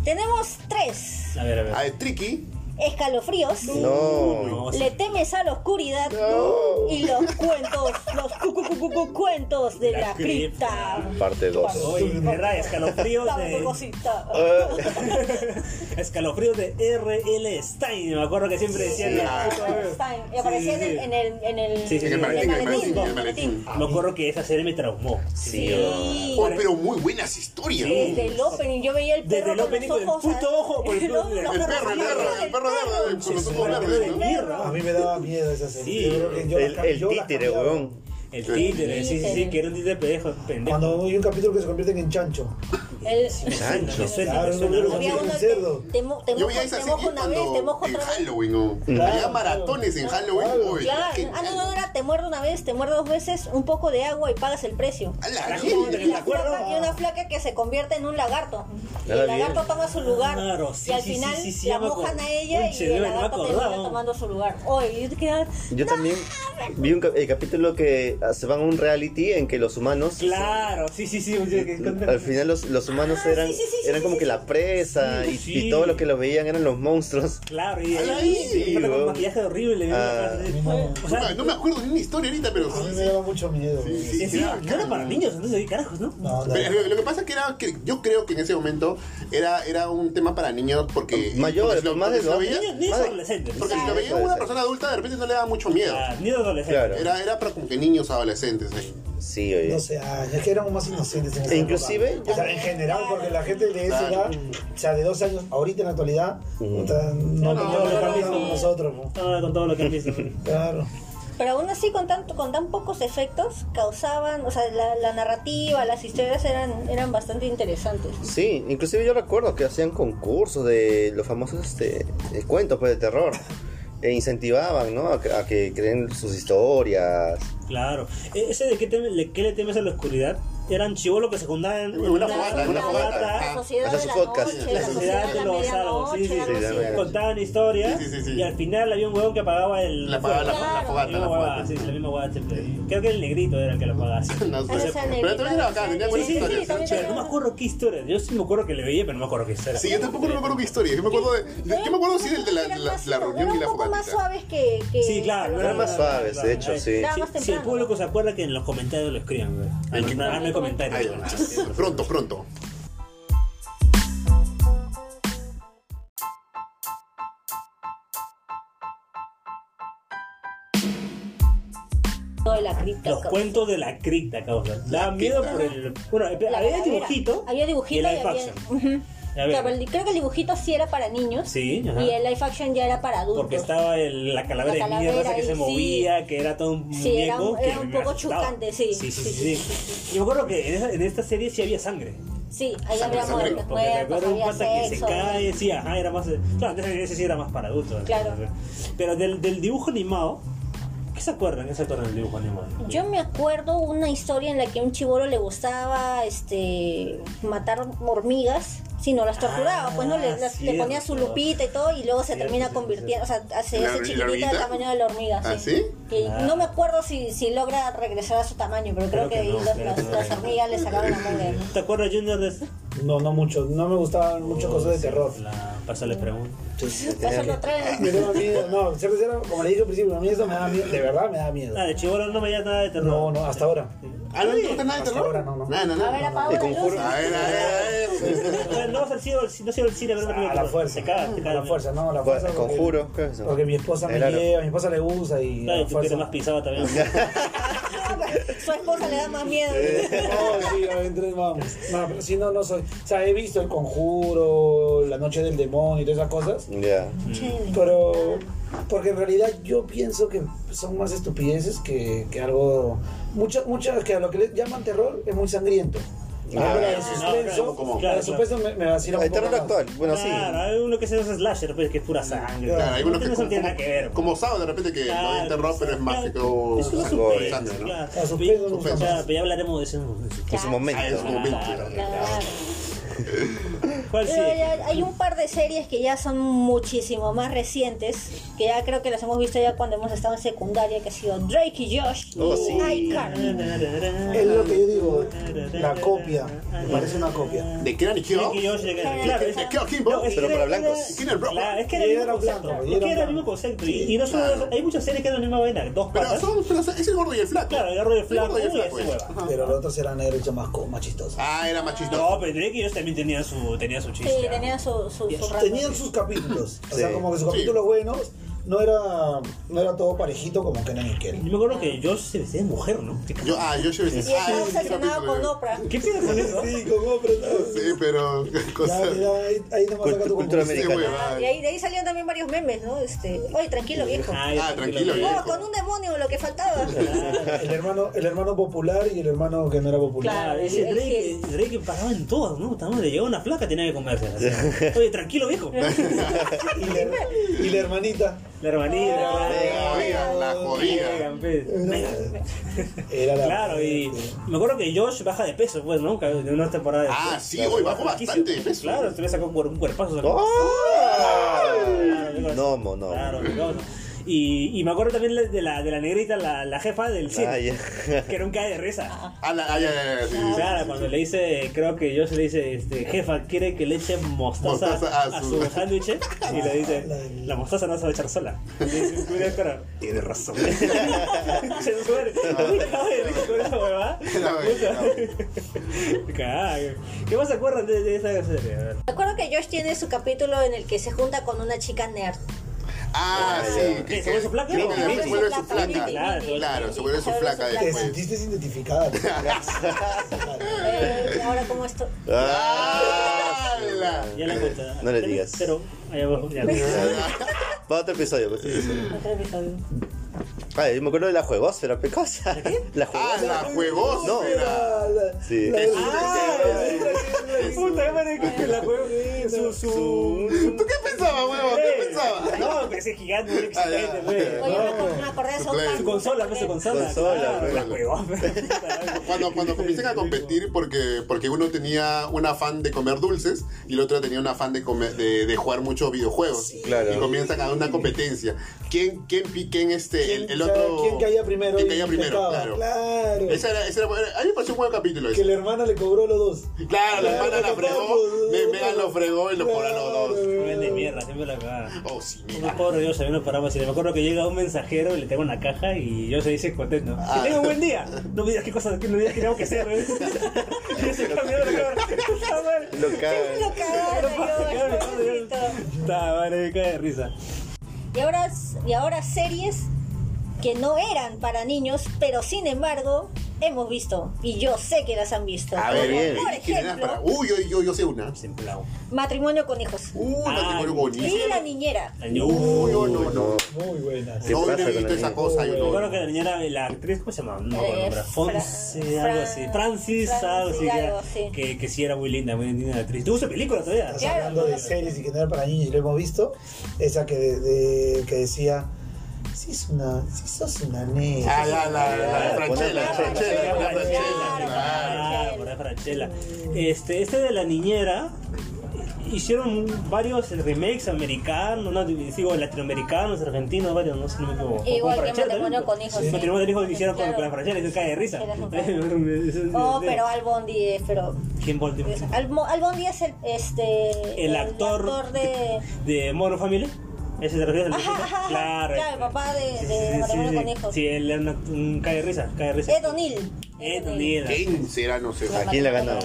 Speaker 4: Tenemos tres.
Speaker 2: A ver, a ver.
Speaker 3: Ah, el tricky.
Speaker 4: Escalofríos.
Speaker 1: No.
Speaker 2: No, sí.
Speaker 4: Le temes a la oscuridad y los cuentos, los cu- cu- cu- cu- cu- cuentos de
Speaker 2: La
Speaker 4: la, cripta.
Speaker 1: Parte 2.
Speaker 2: Oye, me raya, escalofríos
Speaker 4: Dame tu
Speaker 2: de,
Speaker 4: cosita.
Speaker 3: Ah,
Speaker 1: Ah,
Speaker 2: escalofríos de R.L. Stein. Me acuerdo que siempre decían. la
Speaker 3: ah.
Speaker 2: puta-
Speaker 4: Stein. Y aparecía
Speaker 2: sí, sí.
Speaker 4: en el en el en el,
Speaker 2: Sí, sí,
Speaker 3: En el
Speaker 4: en el
Speaker 3: maletín, en el
Speaker 4: maletín,
Speaker 3: maletín, en el
Speaker 4: maletín.
Speaker 3: maletín.
Speaker 2: Me acuerdo que esa serie me traumó.
Speaker 4: Sí.
Speaker 3: Oh, pero muy buenas historias.
Speaker 2: Sí.
Speaker 4: Desde el opening, yo veía el
Speaker 2: Desde
Speaker 4: perro
Speaker 2: el
Speaker 4: con los
Speaker 2: opening con el
Speaker 4: ojos,
Speaker 2: puto
Speaker 4: ah,
Speaker 2: ojo, con el
Speaker 4: los-
Speaker 2: puto-
Speaker 4: los
Speaker 3: El perro, el
Speaker 4: ojos
Speaker 3: perro,
Speaker 4: del
Speaker 3: el perro verde, con los ojos
Speaker 2: Madre
Speaker 3: verdes,
Speaker 2: de
Speaker 3: ¿no?
Speaker 2: mierda.
Speaker 5: A mí me daba miedo esa
Speaker 2: Sí.
Speaker 5: serie. Yo creo que yo
Speaker 1: El,
Speaker 5: las cam-
Speaker 1: el
Speaker 5: yo las
Speaker 1: títere,
Speaker 5: cambiaba.
Speaker 1: weón.
Speaker 2: El títere, sí, sí, sí, que era un títere pendejo. pendejo.
Speaker 5: Cuando hay un capítulo que se convierten en chancho.
Speaker 4: El-
Speaker 2: Me suena, me
Speaker 1: Sancho.
Speaker 2: suena,
Speaker 5: Claro,
Speaker 2: me suena.
Speaker 5: no, no,
Speaker 4: había
Speaker 5: el
Speaker 4: uno que
Speaker 5: cerdo.
Speaker 4: te mo- te
Speaker 3: Yo
Speaker 4: mojo-
Speaker 3: veía esa
Speaker 4: te mojo
Speaker 3: serie
Speaker 4: una vez, te
Speaker 3: cuando
Speaker 4: mojo
Speaker 3: en
Speaker 4: otra vez.
Speaker 3: Halloween, ¿no? Había maratones en Halloween. oye, qué
Speaker 4: Claro, ah, no, no, era te muerde una vez, te muerde dos veces, un poco de agua y pagas el precio.
Speaker 3: A la
Speaker 2: Carajo,
Speaker 3: mierda.
Speaker 2: ¿te acuerdas?
Speaker 4: flaca- y una flaca que se convierte en un lagarto. Y
Speaker 1: Ah,
Speaker 4: el
Speaker 1: bien.
Speaker 4: lagarto toma su lugar.
Speaker 2: Claro, sí,
Speaker 4: y al
Speaker 2: sí,
Speaker 4: final
Speaker 2: sí, sí, sí,
Speaker 4: la
Speaker 2: ya me acuerdo.
Speaker 4: mojan a ella
Speaker 2: Conche,
Speaker 4: y
Speaker 2: no
Speaker 4: el
Speaker 2: me
Speaker 4: lagarto
Speaker 2: acordaba.
Speaker 4: termina tomando su lugar. Oye, yo te quedaba,
Speaker 1: Yo también vi un, cap- el capítulo que ah, se van a un reality en que los humanos.
Speaker 2: Claro, sí, sí, sí. oye, que-
Speaker 1: Al final los, los humanos
Speaker 4: Ah,
Speaker 1: eran,
Speaker 4: sí, sí, sí,
Speaker 1: eran
Speaker 4: sí,
Speaker 1: como
Speaker 4: sí,
Speaker 1: que la presa
Speaker 2: Sí,
Speaker 1: y,
Speaker 2: sí.
Speaker 1: y todo lo que los veían eran los monstruos.
Speaker 2: Claro, y
Speaker 3: Ay, sí,
Speaker 2: y- con
Speaker 1: weón.
Speaker 2: maquillaje horrible. ¿no?
Speaker 1: Ah.
Speaker 2: O sea,
Speaker 3: No me acuerdo ni una historia ahorita, pero.
Speaker 5: A mí me daba mucho miedo.
Speaker 3: Sí, sí.
Speaker 5: güey.
Speaker 2: encima, no era para niños, entonces, ¿qué carajos, no?
Speaker 5: No, no.
Speaker 3: Pero Lo que pasa que era que yo creo que en ese momento era, era un tema para niños porque
Speaker 1: Mayores,
Speaker 3: porque si Eh, lo-
Speaker 1: más de
Speaker 3: porque si lo
Speaker 1: dos.
Speaker 3: veía-
Speaker 2: Niños, niños
Speaker 1: Madre.
Speaker 2: adolescentes.
Speaker 3: porque si
Speaker 2: Ah,
Speaker 3: lo veía una persona adulta de repente no le daba mucho miedo.
Speaker 2: Niños
Speaker 1: Claro.
Speaker 2: adolescentes.
Speaker 3: Era, era para como que niños adolescentes. ¿eh? ahí.
Speaker 1: Sí, oye.
Speaker 5: No sé, ay, es que éramos más inocentes en esa
Speaker 1: E inclusive-
Speaker 5: época. O sea, en general, porque la gente de esa edad, o sea, de dos años, ahorita en la actualidad, o sea, no
Speaker 2: No,
Speaker 5: no,
Speaker 2: no,
Speaker 5: lo que
Speaker 2: no,
Speaker 5: han visto
Speaker 2: no.
Speaker 5: como nosotros. ¿no?
Speaker 2: Ah, Con todo lo que han visto.
Speaker 5: Claro.
Speaker 4: Pero aún así, con, tanto, con tan pocos efectos, causaban, o sea, la, la narrativa, las historias eran, eran bastante interesantes.
Speaker 1: Sí, inclusive yo recuerdo que hacían concursos de los famosos este, eh, cuentos pues, de terror. E incentivaban, ¿no? A, que- a que creen sus historias.
Speaker 2: Claro. E- Ese de qué, teme- le- qué le temes a la oscuridad, eran chivolos que se juntaban en
Speaker 3: Una
Speaker 2: una
Speaker 3: fogata,
Speaker 2: fogata,
Speaker 3: una fogata.
Speaker 4: La sociedad
Speaker 1: Hacer
Speaker 4: de
Speaker 1: su
Speaker 4: la
Speaker 1: podcast.
Speaker 4: noche,
Speaker 2: La
Speaker 4: la sociedad de la
Speaker 2: los
Speaker 4: medianoche,
Speaker 2: sí, sí,
Speaker 4: algo
Speaker 1: sí,
Speaker 4: así.
Speaker 1: sí.
Speaker 2: contaban historias
Speaker 3: Sí, sí, sí, sí.
Speaker 2: y al final había un huevón que apagaba el
Speaker 3: La apagaba la,
Speaker 4: Claro.
Speaker 3: la fogata,
Speaker 2: misma
Speaker 3: la
Speaker 2: huevada,
Speaker 3: fogata.
Speaker 2: sí, la misma huevada siempre. Creo que el negrito era el que la apagaba sí.
Speaker 3: No sé.
Speaker 4: Ah, esa
Speaker 3: Pero también era bacán, tenía buenas
Speaker 4: Sí, sí, sí,
Speaker 3: historias.
Speaker 4: también
Speaker 3: chévere.
Speaker 2: Pero no me acuerdo qué historia, yo sí me acuerdo que le veía, pero no me acuerdo qué historia.
Speaker 3: Sí, yo tampoco no me acuerdo qué historia. Yo me acuerdo, de, yo me acuerdo sí del de la,
Speaker 4: Eran
Speaker 3: la,
Speaker 4: más-
Speaker 3: la reunión
Speaker 4: eran
Speaker 3: y la
Speaker 4: un poco más
Speaker 3: fogatita.
Speaker 4: suaves que... que-
Speaker 2: Sí, claro,
Speaker 4: que
Speaker 2: no
Speaker 1: Eran más suaves, de hecho, sí.
Speaker 4: Nada más
Speaker 2: Si- Si, el
Speaker 4: temprano.
Speaker 2: público se acuerda que en los comentarios lo escriban, güey.
Speaker 3: Ay, qué-
Speaker 2: Ah, no hay comentarios.
Speaker 3: Ay,
Speaker 2: güey.
Speaker 3: Pronto, pronto.
Speaker 4: Todo de la cripta.
Speaker 2: Los
Speaker 4: cabrón.
Speaker 2: cuentos de la cripta, causa. Da
Speaker 3: La
Speaker 2: miedo
Speaker 3: cripta.
Speaker 2: por el. Bueno,
Speaker 4: La
Speaker 2: había
Speaker 4: calavera.
Speaker 2: dibujito.
Speaker 4: Había
Speaker 2: y
Speaker 4: dibujito
Speaker 2: el
Speaker 4: y
Speaker 2: live
Speaker 4: había...
Speaker 2: action.
Speaker 4: Ujú.
Speaker 2: A ver.
Speaker 4: Claro, el- creo que el dibujito sí era para niños.
Speaker 2: Sí, ajá.
Speaker 4: Y el live action ya era para adultos.
Speaker 2: Porque estaba el- la calavera
Speaker 4: La
Speaker 2: de mierda esa que
Speaker 4: calavera
Speaker 2: se
Speaker 4: ahí,
Speaker 2: movía, que era todo un
Speaker 4: Sí, era un-
Speaker 2: muñeco. que
Speaker 4: era un
Speaker 2: me
Speaker 4: poco
Speaker 2: asustaba.
Speaker 4: chocante, sí.
Speaker 2: Sí, sí,
Speaker 4: Sí,
Speaker 2: sí. sí. Yo me acuerdo que en, esa- en esta serie sí había sangre.
Speaker 4: Sí, ahí
Speaker 3: Sangre,
Speaker 4: había
Speaker 3: sangre.
Speaker 4: muertos,
Speaker 2: Porque
Speaker 4: muertos,
Speaker 2: recuerdo un
Speaker 4: había
Speaker 2: pata que se
Speaker 4: sexo.
Speaker 2: cae, sí, ajá, era más. Claro, antes ese sí era más para adultos.
Speaker 4: Claro.
Speaker 2: Pero del, del dibujo animado, ¿qué se acuerdan? ¿Qué se acuerdan del dibujo animado?
Speaker 4: Yo me acuerdo una historia en la que a un chivolo le gustaba este matar hormigas, si no las torturaba,
Speaker 2: Ah,
Speaker 4: pues no le, las- le ponía su
Speaker 2: cierto.
Speaker 4: lupita y todo y luego se
Speaker 2: Cierto,
Speaker 4: termina
Speaker 2: cierto,
Speaker 4: convirtiendo, o sea,
Speaker 3: ¿La-
Speaker 4: se
Speaker 3: la
Speaker 4: hace chiquitita del
Speaker 3: hormiguita?
Speaker 4: tamaño de la hormiga,
Speaker 3: ¿Ah,
Speaker 4: sí.
Speaker 3: sí?
Speaker 4: Que
Speaker 2: Ah.
Speaker 4: no me acuerdo si, si logra regresar a su tamaño, pero creo,
Speaker 2: Creo que
Speaker 4: que,
Speaker 2: no,
Speaker 4: las,
Speaker 2: creo
Speaker 4: las-
Speaker 2: que no.
Speaker 4: las hormigas le sacaron la mugre.
Speaker 2: ¿Te acuerdas, Junior, de eso?
Speaker 5: No, no mucho. No me gustaban mucho cosas de terror.
Speaker 2: La, pasa la pregunta.
Speaker 4: Pásalo atrás.
Speaker 5: Me daba miedo, no, ser sincero, como le dije al principio, a mí eso me da miedo, de verdad me da miedo.
Speaker 2: Ah, de chivolo no veía nada de terror.
Speaker 5: No, no, hasta ahora.
Speaker 3: Ah, no, no gusta nada de
Speaker 5: Hasta
Speaker 3: terror.
Speaker 5: ahora no, no.
Speaker 3: Nada, nada,
Speaker 4: A ver,
Speaker 5: Ah,
Speaker 3: nada.
Speaker 4: apago
Speaker 1: Te
Speaker 4: las
Speaker 1: conjuro.
Speaker 4: luces.
Speaker 3: A ver, a ver, a ver.
Speaker 2: Bueno, no vas al cine, al cine- no has ido al cine a ver una película
Speaker 5: A
Speaker 2: de
Speaker 5: la
Speaker 2: terror.
Speaker 5: fuerza.
Speaker 2: Te cagas, te
Speaker 5: A
Speaker 2: cagas.
Speaker 5: la fuerza, no, a la
Speaker 1: Bueno,
Speaker 5: fuerza. porque-
Speaker 1: conjuro, ¿qué es eso?
Speaker 5: Porque mi esposa me
Speaker 1: Claro.
Speaker 5: lleva, mi esposa le gusta y.
Speaker 2: Claro,
Speaker 5: a la
Speaker 2: y tú eres
Speaker 5: fuerza.
Speaker 2: más pisado también.
Speaker 4: Su esposa le da más miedo.
Speaker 5: No, sí, obviamente, vamos. No, pero sí, no, no soy. O sea, he visto el conjuro, la noche del demonio y todas esas cosas.
Speaker 1: Ya.
Speaker 4: Chévere.
Speaker 5: Pero. Porque en realidad yo pienso que son más estupideces que, que algo. Muchas, muchas, que a lo que le llaman terror es muy sangriento.
Speaker 1: Ah,
Speaker 5: Ahora, de
Speaker 3: sí,
Speaker 5: suspenso,
Speaker 3: no, como-
Speaker 5: la de suspenso me, me vacila un
Speaker 1: El
Speaker 5: poco
Speaker 1: terror
Speaker 5: más.
Speaker 1: actual, bueno, sí.
Speaker 2: Claro, hay uno que se hace slasher, pues que es pura sangre.
Speaker 3: Claro, hay unos que
Speaker 2: no
Speaker 3: como,
Speaker 2: tiene nada que ver.
Speaker 3: como, como sábado de repente que
Speaker 2: Claro,
Speaker 3: lo ven terror, pero es más que
Speaker 2: claro,
Speaker 3: todo
Speaker 2: Es una
Speaker 1: gore,
Speaker 2: suspense,
Speaker 3: sangre, ¿no?
Speaker 2: claro.
Speaker 5: La suspense, no
Speaker 3: Suspense.
Speaker 2: Claro, pero ya hablaremos de eso en un momento.
Speaker 1: En su momento.
Speaker 3: Ah, es como 20.
Speaker 4: Claro.
Speaker 2: ¿Cuál
Speaker 4: Pero
Speaker 2: sigue?
Speaker 4: ya hay un par de series que ya son muchísimo más recientes, que ya creo que las hemos visto ya cuando hemos estado en secundaria, que ha sido Drake y Josh
Speaker 1: Oh,
Speaker 4: y
Speaker 1: sí.
Speaker 4: iCarly.
Speaker 5: Es lo que yo digo, la copia. Me parece una copia.
Speaker 3: ¿De qué era Nikio?
Speaker 2: Drake y Josh, de-
Speaker 4: Claro,
Speaker 2: claro,
Speaker 4: es-
Speaker 2: es-
Speaker 3: ¿De qué Kim?
Speaker 2: No, es que
Speaker 1: Pero para
Speaker 2: era- era-
Speaker 1: blancos.
Speaker 3: ¿Quién era el blanco?
Speaker 2: Claro, es que era el
Speaker 5: Y
Speaker 2: mismo
Speaker 5: era
Speaker 2: concepto.
Speaker 5: blanco,
Speaker 2: Es
Speaker 5: y
Speaker 2: que era
Speaker 5: era
Speaker 2: el
Speaker 5: blanco.
Speaker 2: mismo concepto. Y, y no solo
Speaker 3: claro.
Speaker 2: eso, hay muchas series que eran la misma vaina, dos
Speaker 3: Pero
Speaker 2: patas.
Speaker 3: son, pero es el gordo y el flaco.
Speaker 2: Claro, el gordo y el flaco,
Speaker 3: gordo y el
Speaker 2: uy,
Speaker 3: flaco,
Speaker 2: esa
Speaker 3: eh.
Speaker 2: hueva.
Speaker 3: Ajá.
Speaker 5: Pero los otros eran negros y más, co- más chistosos.
Speaker 3: Ah, era machista.
Speaker 2: No, pero Drake y Josh también tenían su, tenía su chiste.
Speaker 4: Sí,
Speaker 2: ¿ah?
Speaker 4: tenía su, su, su rango.
Speaker 5: Tenían sus capítulos. O sea,
Speaker 1: Sí.
Speaker 5: como que sus
Speaker 3: Sí.
Speaker 5: capítulos buenos no era, no era todo parejito como Kenan y
Speaker 2: Yo
Speaker 5: Kel.
Speaker 2: me acuerdo que Josh se vestía de mujer, ¿no? ¿Qué,
Speaker 3: Yo, ah, yo llevo
Speaker 4: Y estaba obsesionado con Oprah.
Speaker 2: qué pedo con eso?
Speaker 5: Sí, como
Speaker 3: Sí, pero. cosa-
Speaker 5: Ya, ya, ahí, ahí nomás
Speaker 1: Cult-
Speaker 5: saca tu
Speaker 1: cultura
Speaker 5: conclusión.
Speaker 3: Sí,
Speaker 1: americana.
Speaker 3: hueva.
Speaker 4: Ah, Y ahí, de ahí salieron también varios memes, ¿no? Este, oye, tranquilo viejo.
Speaker 3: Ah, tranquilo,
Speaker 2: bien.
Speaker 4: Oh, con un demonio lo que faltaba.
Speaker 5: El hermano, el hermano popular y el hermano que no era popular.
Speaker 2: Claro, ese Drake, Drake pagaba en todas, ¿no? También le llegaba una flaca, tenía que comerse. Oye, tranquilo, viejo.
Speaker 5: Y, la, y la hermanita
Speaker 3: Ah,
Speaker 2: La hermanita.
Speaker 3: Oiga, la jodida.
Speaker 2: Megan, pues. Megan.
Speaker 5: era la.
Speaker 2: Claro, y me acuerdo que Josh baja de peso, pues, ¿no? De una temporada después.
Speaker 3: Ah, sí, hoy bajó bastante de peso.
Speaker 2: Claro, se le sacó un cuer- un cuerpazo. sacó.
Speaker 1: ¡Oh!
Speaker 2: Claro,
Speaker 1: No, mo, no.
Speaker 2: Claro, qué cosa. Y, y me acuerdo también de la, de la negrita, la, la jefa del cine,
Speaker 1: Ah, ya.
Speaker 2: que era un cae de risa.
Speaker 3: Ah, la, ah, ya, ya, ya, sí, sí.
Speaker 2: Claro, cuando le dice, creo que yo se le dice, este, jefa, quiere que le eche mostaza,
Speaker 3: Mostaza a
Speaker 2: a
Speaker 3: su-
Speaker 2: su sándwich y le dice, la mostaza no se va a echar sola. Y le dice, "Mira, cara, tiene razón. Se sube, "Uy, cae de risa con esa huevada".
Speaker 3: Era buena,
Speaker 2: Cago. ¿Qué más se acuerdan de, de esa serie? A ver.
Speaker 4: Me acuerdo que Josh tiene su capítulo en el que se junta con una chica nerd.
Speaker 3: Ah, sí.
Speaker 2: ¿Qué, se vuelve su flaca?
Speaker 3: Creo
Speaker 2: No,
Speaker 3: que después
Speaker 2: sí,
Speaker 3: se vuelve
Speaker 4: sí,
Speaker 3: su
Speaker 4: flaca,
Speaker 3: flaca.
Speaker 4: sí,
Speaker 2: sí,
Speaker 3: Claro,
Speaker 4: sí,
Speaker 3: se vuelve
Speaker 4: se
Speaker 3: su
Speaker 4: vuelve
Speaker 3: flaca
Speaker 4: su
Speaker 5: Te
Speaker 3: después.
Speaker 5: sentiste identificada.
Speaker 4: Eh, ahora como esto.
Speaker 3: Ah, la-
Speaker 2: Ya la cuenta.
Speaker 1: No le digas.
Speaker 2: Pero, ahí abajo, ya.
Speaker 1: Va a otro episodio, pues.
Speaker 4: Otro episodio.
Speaker 1: Ay, yo me acuerdo de la juegosfera, ¿qué cosa? La
Speaker 3: Ah,
Speaker 1: juegosfera.
Speaker 3: la juegosfera.
Speaker 1: No. Sí.
Speaker 2: Ah. Puta madre que la juego. Su, su.
Speaker 3: ¿Tú qué pensabas, huevo? ¿Qué pensabas?
Speaker 2: No, que ese gigante, muy
Speaker 3: Ah, ya.
Speaker 2: excelente, güey.
Speaker 4: Oye, me acor- me acordé de
Speaker 3: Su
Speaker 4: South
Speaker 3: play.
Speaker 4: Park.
Speaker 2: Su consola, no su consola.
Speaker 1: Consola,
Speaker 2: claro,
Speaker 1: güey.
Speaker 2: la juego.
Speaker 3: Cuando, cuando comencé a competir porque, porque uno tenía un afán de comer dulces y el otro tenía un afán de, comer- de, de jugar muchos videojuegos.
Speaker 1: Claro.
Speaker 3: Y comienzan a dar una competencia. ¿Quién, quién, pi- quién este, el, el
Speaker 5: o sea,
Speaker 3: otro...
Speaker 5: ¿Quién caía primero?
Speaker 3: ¿Quién
Speaker 5: y
Speaker 3: caía primero?
Speaker 5: pescaba?
Speaker 3: Claro.
Speaker 5: Claro.
Speaker 3: Esa era, esa era- a mí me pareció un buen capítulo
Speaker 5: Que
Speaker 3: ese.
Speaker 5: la hermana le cobró los dos.
Speaker 3: Claro, la hermana la fregó,
Speaker 5: Claro.
Speaker 3: me- Megan lo fregó y lo cobró a los dos.
Speaker 2: Me vende mierda, siempre la cagaba.
Speaker 3: Oh, sí,
Speaker 2: Unos
Speaker 3: mira.
Speaker 2: pobres Dios, a mí nos paramos y me acuerdo que llega un mensajero y le tengo una caja y yo se dice contento. Que tenga un buen día. No me digas qué cosas, no me digas qué tengo que hacer. ¿eh? Y se cambió la cámara. Puta madre.
Speaker 1: Lo cae.
Speaker 4: Lo cagaron, Josh, pobrecito.
Speaker 2: Puta madre, me cae de risa.
Speaker 4: Y ahora, y ahora series que no eran para niños, pero sin embargo hemos visto. Y yo sé que las han visto.
Speaker 3: A
Speaker 1: Muy
Speaker 3: ver,
Speaker 1: bien.
Speaker 4: Por
Speaker 3: ¿quién era para-
Speaker 4: ejemplo,
Speaker 3: Uy, yo, yo, yo sé una.
Speaker 2: Templado.
Speaker 4: matrimonio con hijos.
Speaker 3: Uh,
Speaker 2: Ah,
Speaker 3: matrimonio bonito.
Speaker 4: Y la niñera.
Speaker 3: Uy, no, no, no.
Speaker 5: Muy buenas.
Speaker 1: ¿Qué
Speaker 3: No, yo
Speaker 1: pasa
Speaker 3: no
Speaker 1: con
Speaker 3: he visto
Speaker 1: la
Speaker 3: esa
Speaker 1: niña?
Speaker 3: cosa.
Speaker 2: Me
Speaker 3: Yo
Speaker 2: acuerdo
Speaker 3: no.
Speaker 2: que la niñera, la actriz, ¿cómo se llamaba? No me acuerdo el nombre.
Speaker 4: Eh,
Speaker 2: Fonse,
Speaker 4: Fran-
Speaker 2: algo así. Francis,
Speaker 4: Francis,
Speaker 2: algo así. que era-
Speaker 4: algo así.
Speaker 2: Que, que sí era muy linda, muy linda la actriz. ¿Te gusta película todavía?
Speaker 5: Estás
Speaker 4: Claro,
Speaker 5: hablando
Speaker 4: claro.
Speaker 5: de series y que no era para niños y lo hemos visto. Esa que, de- de- que decía, si, es una, si sos una nena.
Speaker 3: Ah, la, la, la, la Franchella, la Franchella, la Franchella,
Speaker 4: Claro,
Speaker 2: Ah,
Speaker 3: claro.
Speaker 2: Claro, por ahí Franchella. Este, este de la niñera. hicieron varios remakes americanos, no, digo latinoamericanos, argentinos, varios, no sé, no me equivoco.
Speaker 4: Igual que
Speaker 2: Franchella,
Speaker 4: Matrimonio
Speaker 2: ¿no?
Speaker 4: con hijos, sí.
Speaker 2: Matrimonio con hijos que hicieron con,
Speaker 4: Claro.
Speaker 2: con la Franchella, que cae de risa.
Speaker 4: Era Oh, pero Al Bondi es, pero...
Speaker 2: ¿Quién volteó?
Speaker 4: es- Al, Mo- Al Bondi es el, este,
Speaker 2: El actor.
Speaker 4: de...
Speaker 2: ¿De Modern Family? ¿Ese te refieres al
Speaker 4: Ajá,
Speaker 2: viejito?
Speaker 4: ajá, ajá.
Speaker 2: Claro,
Speaker 4: Claro, el papá de- de Matrimonio con hijos.
Speaker 2: Sí, él era una- un cae de risa, cae de risa.
Speaker 4: Ed O'Neill.
Speaker 2: Ed O'Neill.
Speaker 3: 15 era, no sé.
Speaker 1: ¿A quién le ha ganado?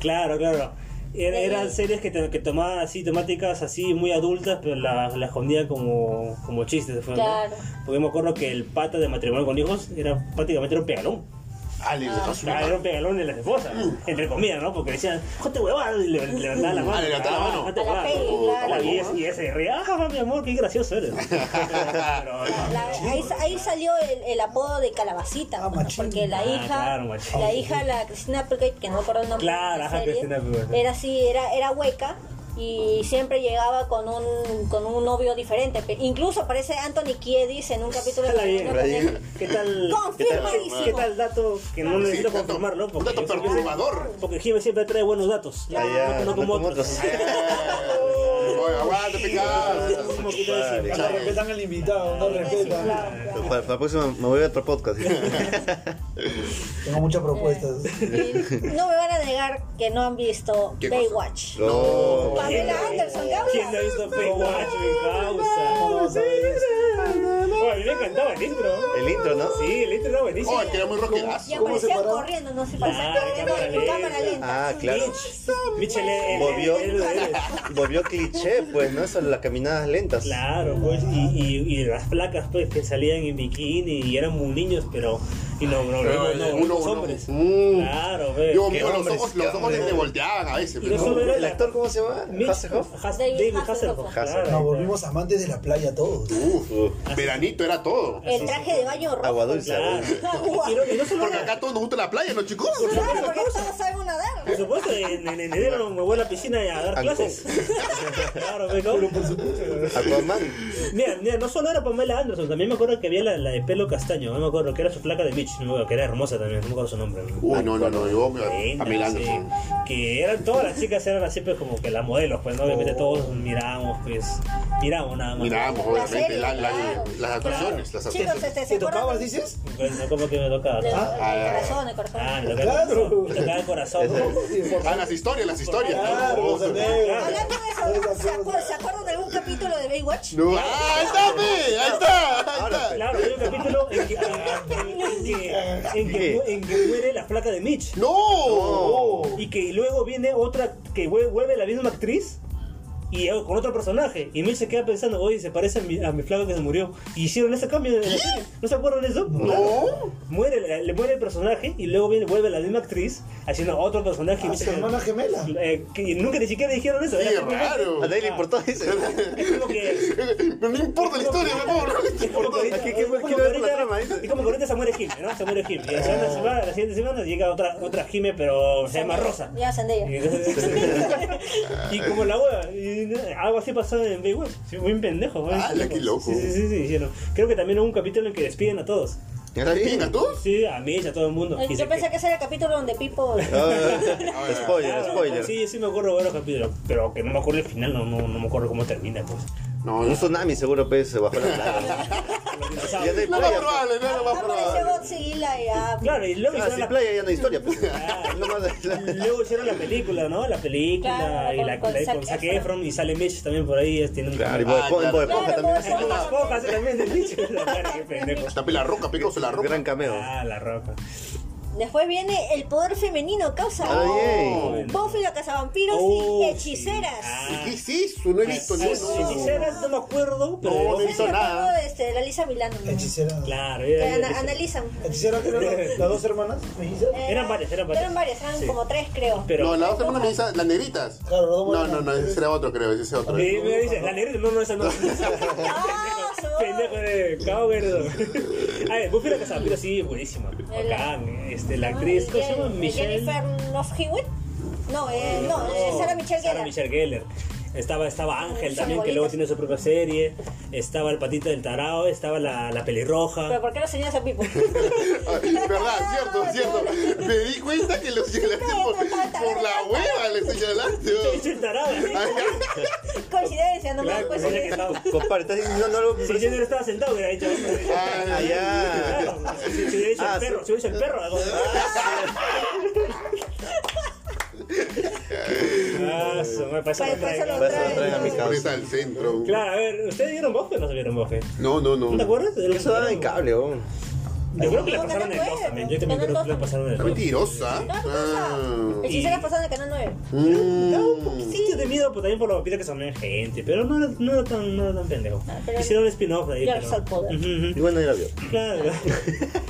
Speaker 2: Claro, claro. Era-
Speaker 4: Sí.
Speaker 2: eran series que, te- que tomaban así temáticas así muy adultas, pero las la escondían como, como chistes. fue, ¿no?
Speaker 4: Claro.
Speaker 2: Porque me acuerdo que el pata de matrimonio con hijos era prácticamente era un pegalón.
Speaker 3: Ale, le pasó una-
Speaker 2: Ah, era un pegalón de las esposas, entre comillas, ¿no? Porque decían, jote huevada, y le, le levantaban la mano.
Speaker 3: Ah, le levantaban la mano.
Speaker 2: "Jote
Speaker 4: A la
Speaker 2: huevada".
Speaker 4: peli, claro.
Speaker 2: Y ese- Y ese ría, ah, mi amor, qué gracioso eres. Claro,
Speaker 4: La- ahí, sa- ahí salió el, el apodo de Calabacita,
Speaker 5: Ah,
Speaker 4: bueno,
Speaker 5: machín.
Speaker 4: porque la
Speaker 2: Ah,
Speaker 4: hija,
Speaker 2: claro, machín.
Speaker 4: la hija, la Cristina Applegate, que no me acuerdo el nombre
Speaker 2: Claro,
Speaker 4: de la
Speaker 2: ajá,
Speaker 4: serie,
Speaker 2: Christina Applegate.
Speaker 4: era así, era, era hueca y siempre llegaba con un, con un novio diferente. Pe- Incluso aparece Anthony Kiedis en un capítulo
Speaker 2: Sala
Speaker 4: de
Speaker 2: bien.
Speaker 4: Matrimonio con
Speaker 1: Sala
Speaker 4: Hijos.
Speaker 2: ¿Qué tal?
Speaker 4: Confirmadísimo.
Speaker 2: ¿Qué tal dato que no
Speaker 3: Sí,
Speaker 2: necesito
Speaker 3: dato-
Speaker 2: confirmarlo?
Speaker 3: Un
Speaker 2: Porque
Speaker 3: dato
Speaker 2: siempre-
Speaker 3: perturbador.
Speaker 2: Porque Jimmy siempre trae buenos datos.
Speaker 1: Ah, ya,
Speaker 2: no, como otros.
Speaker 3: Eh, Oye, aguanta, picada.
Speaker 2: Un poquito de
Speaker 1: Vale.
Speaker 5: No respetan al invitado, no respetan.
Speaker 1: Para, para la próxima pues, me voy a otro podcast.
Speaker 5: Tengo muchas propuestas.
Speaker 4: Y No me van a negar que no han visto
Speaker 3: ¿Qué cosa?
Speaker 4: Baywatch.
Speaker 1: No.
Speaker 4: Pamela Anderson, ¿qué hablas?
Speaker 2: ¿Quién no ha visto Baywatch, mi causa?
Speaker 5: Vamos a ver.
Speaker 2: Bueno, a mí me encantaba el intro.
Speaker 1: El intro, ¿no?
Speaker 2: Sí, el intro era buenísimo.
Speaker 3: Oh, es que era muy rockerazo.
Speaker 4: Y aparecían
Speaker 5: separado?
Speaker 4: corriendo, no se parecían
Speaker 2: Ah,
Speaker 4: corriendo
Speaker 2: cámara
Speaker 4: en
Speaker 2: lenta.
Speaker 4: cámara lenta.
Speaker 1: Ah, claro.
Speaker 2: Mitch, Mitchell el-
Speaker 1: Volvió,
Speaker 2: el- el-
Speaker 1: volvió cliché, pues, ¿no? Eso, las caminadas lentas.
Speaker 2: Claro, pues, y, y, y las placas pues que salían en bikini y eran muy niños, pero y no, no,
Speaker 3: Pero
Speaker 2: no,
Speaker 3: el
Speaker 2: no,
Speaker 3: uno,
Speaker 2: los
Speaker 3: uno.
Speaker 2: hombres.
Speaker 1: Mm.
Speaker 3: Ah,
Speaker 2: Claro, pues.
Speaker 3: Dios
Speaker 1: Qué
Speaker 3: mío, los
Speaker 1: hombres,
Speaker 3: ojos,
Speaker 1: qué
Speaker 3: los ojos
Speaker 1: hombres.
Speaker 3: le volteaban a veces.
Speaker 2: Y
Speaker 3: pero
Speaker 2: los
Speaker 3: no.
Speaker 2: hombres-
Speaker 1: ¿El actor cómo se llama?
Speaker 2: Mitch-
Speaker 1: Hasselhoff.
Speaker 2: Has-
Speaker 4: David
Speaker 2: David
Speaker 4: Hasselhoff.
Speaker 2: Hasselhoff. claro.
Speaker 5: Nos volvimos amantes de la playa todos.
Speaker 3: Uf, veranito era todo.
Speaker 4: El traje de baño rojo.
Speaker 1: Agua dulce. agua
Speaker 2: Claro.
Speaker 1: dulce.
Speaker 2: Y no, y no solo
Speaker 3: Porque
Speaker 2: era-
Speaker 3: acá todos nos gusta la playa, ¿no, chicos?
Speaker 4: Claro, porque todos saben nadar.
Speaker 2: Por supuesto, en, en enero me voy a la piscina a dar
Speaker 1: Ancón.
Speaker 2: clases. claro, me cago.
Speaker 1: Aquaman.
Speaker 2: Mira, mira, no solo era Pamela Anderson, también me acuerdo que había la, la de pelo castaño, no me acuerdo, que era su placa de Mitch, no me acuerdo, que era hermosa también, no me acuerdo su nombre.
Speaker 3: Uy, no, no, no, yo me
Speaker 2: Linda,
Speaker 3: a Milán.
Speaker 2: sí. Que eran todas las chicas, eran siempre como que las modelos, pues, ¿no? Obviamente todos mirábamos, pues, miramos nada más.
Speaker 3: Oh. Miramos,
Speaker 4: La serie,
Speaker 3: obviamente, la- la-
Speaker 4: claro.
Speaker 3: las actuaciones, las
Speaker 4: Chicos,
Speaker 3: actuaciones.
Speaker 4: este, ¿se
Speaker 5: ¿Te tocabas,
Speaker 4: acuerdan?
Speaker 5: dices?
Speaker 2: Pues, no como que me tocaba.
Speaker 4: Le-
Speaker 2: Ah,
Speaker 4: El corazón, el corazón.
Speaker 2: me tocaba el
Speaker 5: Claro.
Speaker 2: corazón, me tocaba Ah, el corazón.
Speaker 3: Ah, las historias, las historias.
Speaker 5: Claro,
Speaker 3: No,
Speaker 5: los amigos.
Speaker 4: Hablando de eso, ¿se acuer- ¿se acuerdan de algún capítulo de Baywatch?
Speaker 3: No, ah, ahí está, pe, ahí está, ahí está.
Speaker 2: Claro, hay un capítulo en que, en que, ah, en que, en que muere la placa de Mitch.
Speaker 3: No.
Speaker 2: Y que luego viene otra que vuel- vuelve la misma actriz y eh, con otro personaje. Y Mitch se queda pensando, oye, se parece a mi, a mi flaco que se murió. Y hicieron ese cambio de la serie. ¿No se acuerdan de eso?
Speaker 3: No.
Speaker 2: Muere, la- le muere el personaje y luego viene, vuelve la misma actriz haciendo otro personaje. y Mitch
Speaker 5: Mis
Speaker 2: se queda-
Speaker 5: hermanas gemelas.
Speaker 2: Eh, que nunca ni siquiera dijeron eso.
Speaker 3: Qué
Speaker 2: Era como-
Speaker 3: raro.
Speaker 1: A nadie le importó, dice.
Speaker 2: Es como que...
Speaker 3: Pero no importa la historia, mi amor.
Speaker 2: Es como que ahorita-
Speaker 1: Aquí,
Speaker 2: es
Speaker 1: ¿qué-
Speaker 2: como
Speaker 1: quiero
Speaker 2: que
Speaker 1: ver la trama,
Speaker 2: ahorita-
Speaker 1: dice?
Speaker 2: es como que ahorita se muere Jimmy, ¿no? Se muere Jimmy. Y la semana- semana- la siguiente semana llega otra, otra Jimmy, pero se llama Rosa.
Speaker 4: Ya,
Speaker 2: Y
Speaker 4: Zendaya.
Speaker 2: entonces- y como la hueva, y algo así pasó en Baywatch. Sí, muy pendejo. muy
Speaker 3: Ah,
Speaker 2: pendejo.
Speaker 3: qué loco.
Speaker 2: Sí, sí, sí, sí, hicieron. Creo que también hubo un capítulo en que despiden a todos.
Speaker 1: ¿Está bien?
Speaker 3: Venga, tú.
Speaker 2: Sí, a mí, a todo el mundo. Y se
Speaker 4: Eh, Yo pensé que ese era el capítulo donde Pipo.
Speaker 1: Ah,
Speaker 2: Ah,
Speaker 1: spoiler, spoiler.
Speaker 2: Sí, sí me acuerdo buenos capítulos, pero que no me acuerdo el final, no, no, no me acuerdo cómo termina, pues.
Speaker 3: No,
Speaker 1: Un
Speaker 3: no.
Speaker 1: tsunami seguro pues, se bajó la playa. Ya no hay
Speaker 3: No lo
Speaker 1: playa. pues.
Speaker 3: probable, no lo más
Speaker 4: Ah, Apareció
Speaker 3: probable.
Speaker 4: Godzilla y ah,
Speaker 2: Claro, y luego
Speaker 1: Claro,
Speaker 2: hicieron
Speaker 1: sin
Speaker 2: la
Speaker 1: playa ya no hay historia. pues.
Speaker 2: Ah.
Speaker 1: Lo más de-
Speaker 2: Luego hicieron la película, ¿no? La película
Speaker 4: Claro,
Speaker 2: y la
Speaker 4: con-
Speaker 2: con,
Speaker 4: con
Speaker 2: la- con
Speaker 4: Zac
Speaker 2: Zac
Speaker 4: Efron.
Speaker 2: Efron y sale Mitch también por ahí. Tiene un
Speaker 1: Claro, y
Speaker 3: Ah,
Speaker 1: Bob- en Bob
Speaker 3: claro.
Speaker 1: Esponja también hace
Speaker 4: Claro,
Speaker 2: Con las
Speaker 1: un
Speaker 2: pocas también de Mitch. Claro, qué pendejo.
Speaker 3: Está la roca, pegóse la roca.
Speaker 1: gran cameo.
Speaker 2: Ah, la roca.
Speaker 4: Después viene el poder femenino, causa.
Speaker 1: Ah,
Speaker 4: Oh.
Speaker 1: bien.
Speaker 4: Buffy, la cazavampiros
Speaker 2: Oh, Ah,
Speaker 4: y hechiceras.
Speaker 2: sí.
Speaker 3: ¿Y ¿Qué es eso? No he visto ni
Speaker 2: Las hechiceras no me acuerdo, pero.
Speaker 3: No, no he
Speaker 4: Ese
Speaker 3: visto
Speaker 4: es el
Speaker 3: nada.
Speaker 4: juego de este, la Lisa Milano. ¿no?
Speaker 5: Hechicera.
Speaker 2: Claro,
Speaker 4: Que
Speaker 2: era.
Speaker 4: ana-
Speaker 2: era-
Speaker 4: analizan.
Speaker 5: ¿Hechicera que eran las- las dos hermanas? mellizas?
Speaker 4: Eh,
Speaker 2: Eran varias, eran varias.
Speaker 4: Eran varias, eran
Speaker 2: Sí.
Speaker 4: como tres, creo.
Speaker 2: pero.
Speaker 3: No, la otra hermana me dice las negritas.
Speaker 5: Claro, los dos
Speaker 3: No, no,
Speaker 5: morenos.
Speaker 3: no, ese era otro, creo, ese es otro.
Speaker 2: Y me dice, la negrita, no, no, esa no.
Speaker 4: Ah, su-
Speaker 2: Pendejo de cabo verde. A ver, Buffy la casa, pero sí, buenísima. Acá, este, la actriz, ¿cómo se llama? Oh,
Speaker 4: Jennifer Love Hewitt. No, eh, no, eh, Sarah Michelle
Speaker 2: Sarah
Speaker 4: Gellar.
Speaker 2: Michelle Gellar. Estaba, estaba Ángel
Speaker 4: Son
Speaker 2: también, que luego
Speaker 4: bolitas.
Speaker 2: tiene su propia serie. Estaba el patito del tarao, estaba la, la pelirroja.
Speaker 4: Pero ¿por qué lo señalas a Pipo?
Speaker 3: Ah, ¿Verdad? Cierto, cierto. Me di cuenta que lo señalaste por, por la hueva, le señalaste.
Speaker 2: Es el tarao.
Speaker 3: Ay,
Speaker 4: Coincidencia, pues, no
Speaker 2: Claro,
Speaker 4: me da
Speaker 2: mira que
Speaker 4: coincidencia.
Speaker 2: estaba-
Speaker 1: Compadre, estás diciendo no lo.
Speaker 2: Si yo no estaba sentado, hubiera dicho.
Speaker 3: ay,
Speaker 1: Ah, ya.
Speaker 2: Claro, si si hubiera dicho
Speaker 1: Ah,
Speaker 2: el perro,
Speaker 1: sí.
Speaker 2: si hubiera dicho el perro. algo- Ah, su madre, para eso
Speaker 4: Para-
Speaker 2: lo
Speaker 4: para
Speaker 2: traigo.
Speaker 4: eso lo
Speaker 1: Para eso lo traigan a mi
Speaker 3: Pones
Speaker 1: causa.
Speaker 3: al centro.
Speaker 2: Claro, a ver, ¿ustedes vieron bofe o no se vieron bofe?
Speaker 3: No, no, no.
Speaker 2: ¿No te acuerdas? De lo que
Speaker 1: Eso daba en
Speaker 2: vieron?
Speaker 1: cable, weón.
Speaker 2: Yo creo que la
Speaker 4: No,
Speaker 2: pasaron en
Speaker 4: Canal
Speaker 2: el 2
Speaker 4: nueve,
Speaker 2: también. Yo también
Speaker 4: Canal
Speaker 2: creo que la
Speaker 4: dos.
Speaker 2: pasaron en el 2.
Speaker 3: Mentirosa.
Speaker 4: No, no
Speaker 3: Ah.
Speaker 4: pasa. Hechiceras pasaron en Canal 9.
Speaker 2: No, un
Speaker 3: Mm.
Speaker 2: poquitito de miedo, pues también por los papitas que son gente, pero no era, no era tan, no era tan pendejo.
Speaker 4: Ah, pero-
Speaker 2: Hicieron un spin-off de ahí.
Speaker 4: Ya
Speaker 2: pero-
Speaker 4: alzó el poder.
Speaker 2: Ujú,
Speaker 1: Y
Speaker 2: ujú.
Speaker 1: bueno, ya lo vio.
Speaker 2: Claro.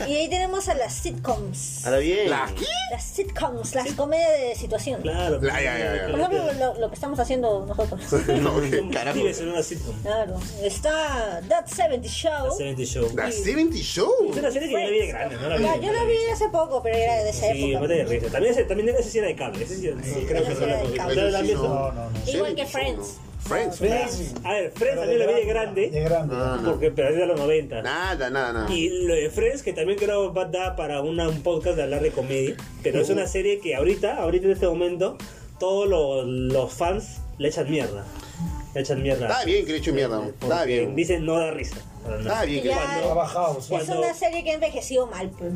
Speaker 4: Y ahí tenemos a las sitcoms.
Speaker 1: Ahora bien.
Speaker 3: ¿La qué?
Speaker 4: Las sitcoms, las comedias de situación.
Speaker 2: Claro.
Speaker 3: Ya, ya, ya, ya.
Speaker 4: Por ejemplo, lo, lo que estamos haciendo nosotros.
Speaker 3: No, qué carajo.
Speaker 2: Vives en una sitcom.
Speaker 4: Claro. Está That 70 Show.
Speaker 2: La 70 Show.
Speaker 3: The 70 Show.
Speaker 2: Es una serie que yo la vi de grande, ¿no? La vi
Speaker 4: Ya,
Speaker 2: de
Speaker 4: yo la vi hace poco, pero era de esa
Speaker 2: Sí,
Speaker 4: época.
Speaker 2: mate de risa. También ese, también ese sí era de cable. Ese sí, creo que
Speaker 4: ese
Speaker 2: no
Speaker 4: era
Speaker 2: la
Speaker 4: de
Speaker 2: vi.
Speaker 4: cable.
Speaker 2: Claro, la
Speaker 3: Ese
Speaker 2: vi-
Speaker 3: sí,
Speaker 5: No, no, no.
Speaker 4: Igual que
Speaker 3: Sí,
Speaker 4: Friends.
Speaker 3: Friends.
Speaker 5: Friends.
Speaker 2: A ver, Friends
Speaker 5: Pero
Speaker 2: también la vi de
Speaker 5: De
Speaker 2: grande.
Speaker 5: grande.
Speaker 3: Ah, no.
Speaker 2: Porque pero es de los 90.
Speaker 3: Nada, nada, nada.
Speaker 2: Y lo de Friends, que también creo va a dar para una- un podcast de hablar de comedia. Pero es una serie que ahorita, ahorita en este momento, todos los, los fans le echan mierda. Le echan mierda.
Speaker 3: Está bien que le eche mierda. Está
Speaker 2: Porque
Speaker 3: bien.
Speaker 2: Dicen no da risa. Para nada.
Speaker 3: Está bien que
Speaker 4: Ya.
Speaker 5: Ha bajado. sí.
Speaker 4: Es una serie que ha envejecido mal. pues.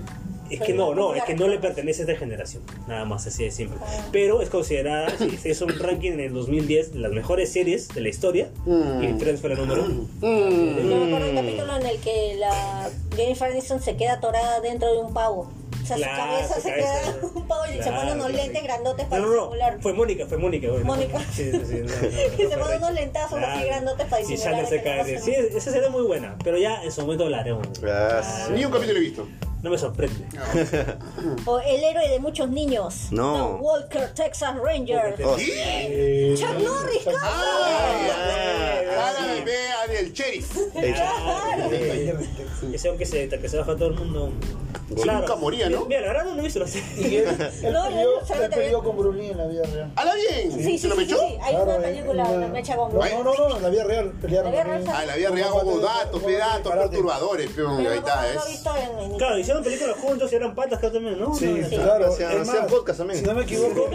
Speaker 2: Es que no, no, es que no le pertenece a esta generación. Nada más, así de simple. Pero es considerada, sí, se hizo un ranking en el 2010 de las mejores series de la historia.
Speaker 3: Mm.
Speaker 2: Y Friends fue la número uno. Mm.
Speaker 4: Yo me acuerdo un capítulo en el que la Jennifer Aniston se queda atorada dentro de un pavo. O sea,
Speaker 2: Claro,
Speaker 4: su cabeza
Speaker 2: su
Speaker 4: se
Speaker 2: cabeza.
Speaker 4: queda en un pavo y se
Speaker 2: Claro,
Speaker 4: pone unos
Speaker 2: sí,
Speaker 4: lentes
Speaker 2: sí.
Speaker 4: grandotes
Speaker 2: No,
Speaker 4: para
Speaker 2: no,
Speaker 4: disimular.
Speaker 2: no, fue Mónica, fue Mónica. güey.
Speaker 4: Mónica.
Speaker 2: Sí, sí, sí. no, no, no,
Speaker 4: se
Speaker 2: fue
Speaker 4: pone unos
Speaker 2: Rachel.
Speaker 4: lentazos así
Speaker 2: Claro.
Speaker 4: grandotes para
Speaker 2: Y
Speaker 4: disimular este
Speaker 2: Chandler se
Speaker 4: que no
Speaker 2: cae.
Speaker 4: pasa
Speaker 2: Sí,
Speaker 4: nada.
Speaker 2: esa será muy buena, pero ya en su momento hablaremos.
Speaker 1: Gracias.
Speaker 3: Ni un capítulo he visto.
Speaker 2: No me sorprende.
Speaker 4: O El héroe de muchos niños.
Speaker 1: No.
Speaker 4: Tom Walker, Texas Ranger.
Speaker 1: Oh,
Speaker 3: ¿Qué?
Speaker 5: Eh,
Speaker 4: Chuck Norris, ¿cómo?
Speaker 3: Ah,
Speaker 1: ya.
Speaker 3: Cara de Bea del sheriff.
Speaker 1: eh,
Speaker 4: Ah,
Speaker 2: Ese aunque se, que se baja todo el mundo.
Speaker 3: Sí, nunca moría, ¿no?
Speaker 2: Mira, la verdad no lo he visto la serie.
Speaker 5: y él- él
Speaker 4: No, yo
Speaker 5: peleó-
Speaker 4: solo
Speaker 5: él
Speaker 4: te
Speaker 5: peleó
Speaker 4: vi-
Speaker 5: con Bruni en la vida real.
Speaker 3: ¡Hala bien!
Speaker 4: Sí, sí,
Speaker 3: ¿Se lo
Speaker 4: sí,
Speaker 3: mechó?
Speaker 4: sí, sí. Hay
Speaker 5: Claro, eh,
Speaker 4: una película
Speaker 5: en la-
Speaker 4: donde me echa bombo.
Speaker 5: No, no, no, en la vida real pelearon.
Speaker 4: La vida real,
Speaker 5: con él.
Speaker 3: Ah, en la vida real hubo datos, pe, datos perturbadores, pe,
Speaker 4: Pero
Speaker 3: ahí
Speaker 4: no, no
Speaker 3: está,
Speaker 4: lo he
Speaker 3: ¿eh?
Speaker 4: visto en- en-
Speaker 2: Claro, hicieron películas juntos y eran patas acá también, ¿no?
Speaker 5: Sí,
Speaker 2: No,
Speaker 5: claro.
Speaker 1: Hacían-
Speaker 5: Es más,
Speaker 1: hacían podcast también.
Speaker 5: Si no me equivoco,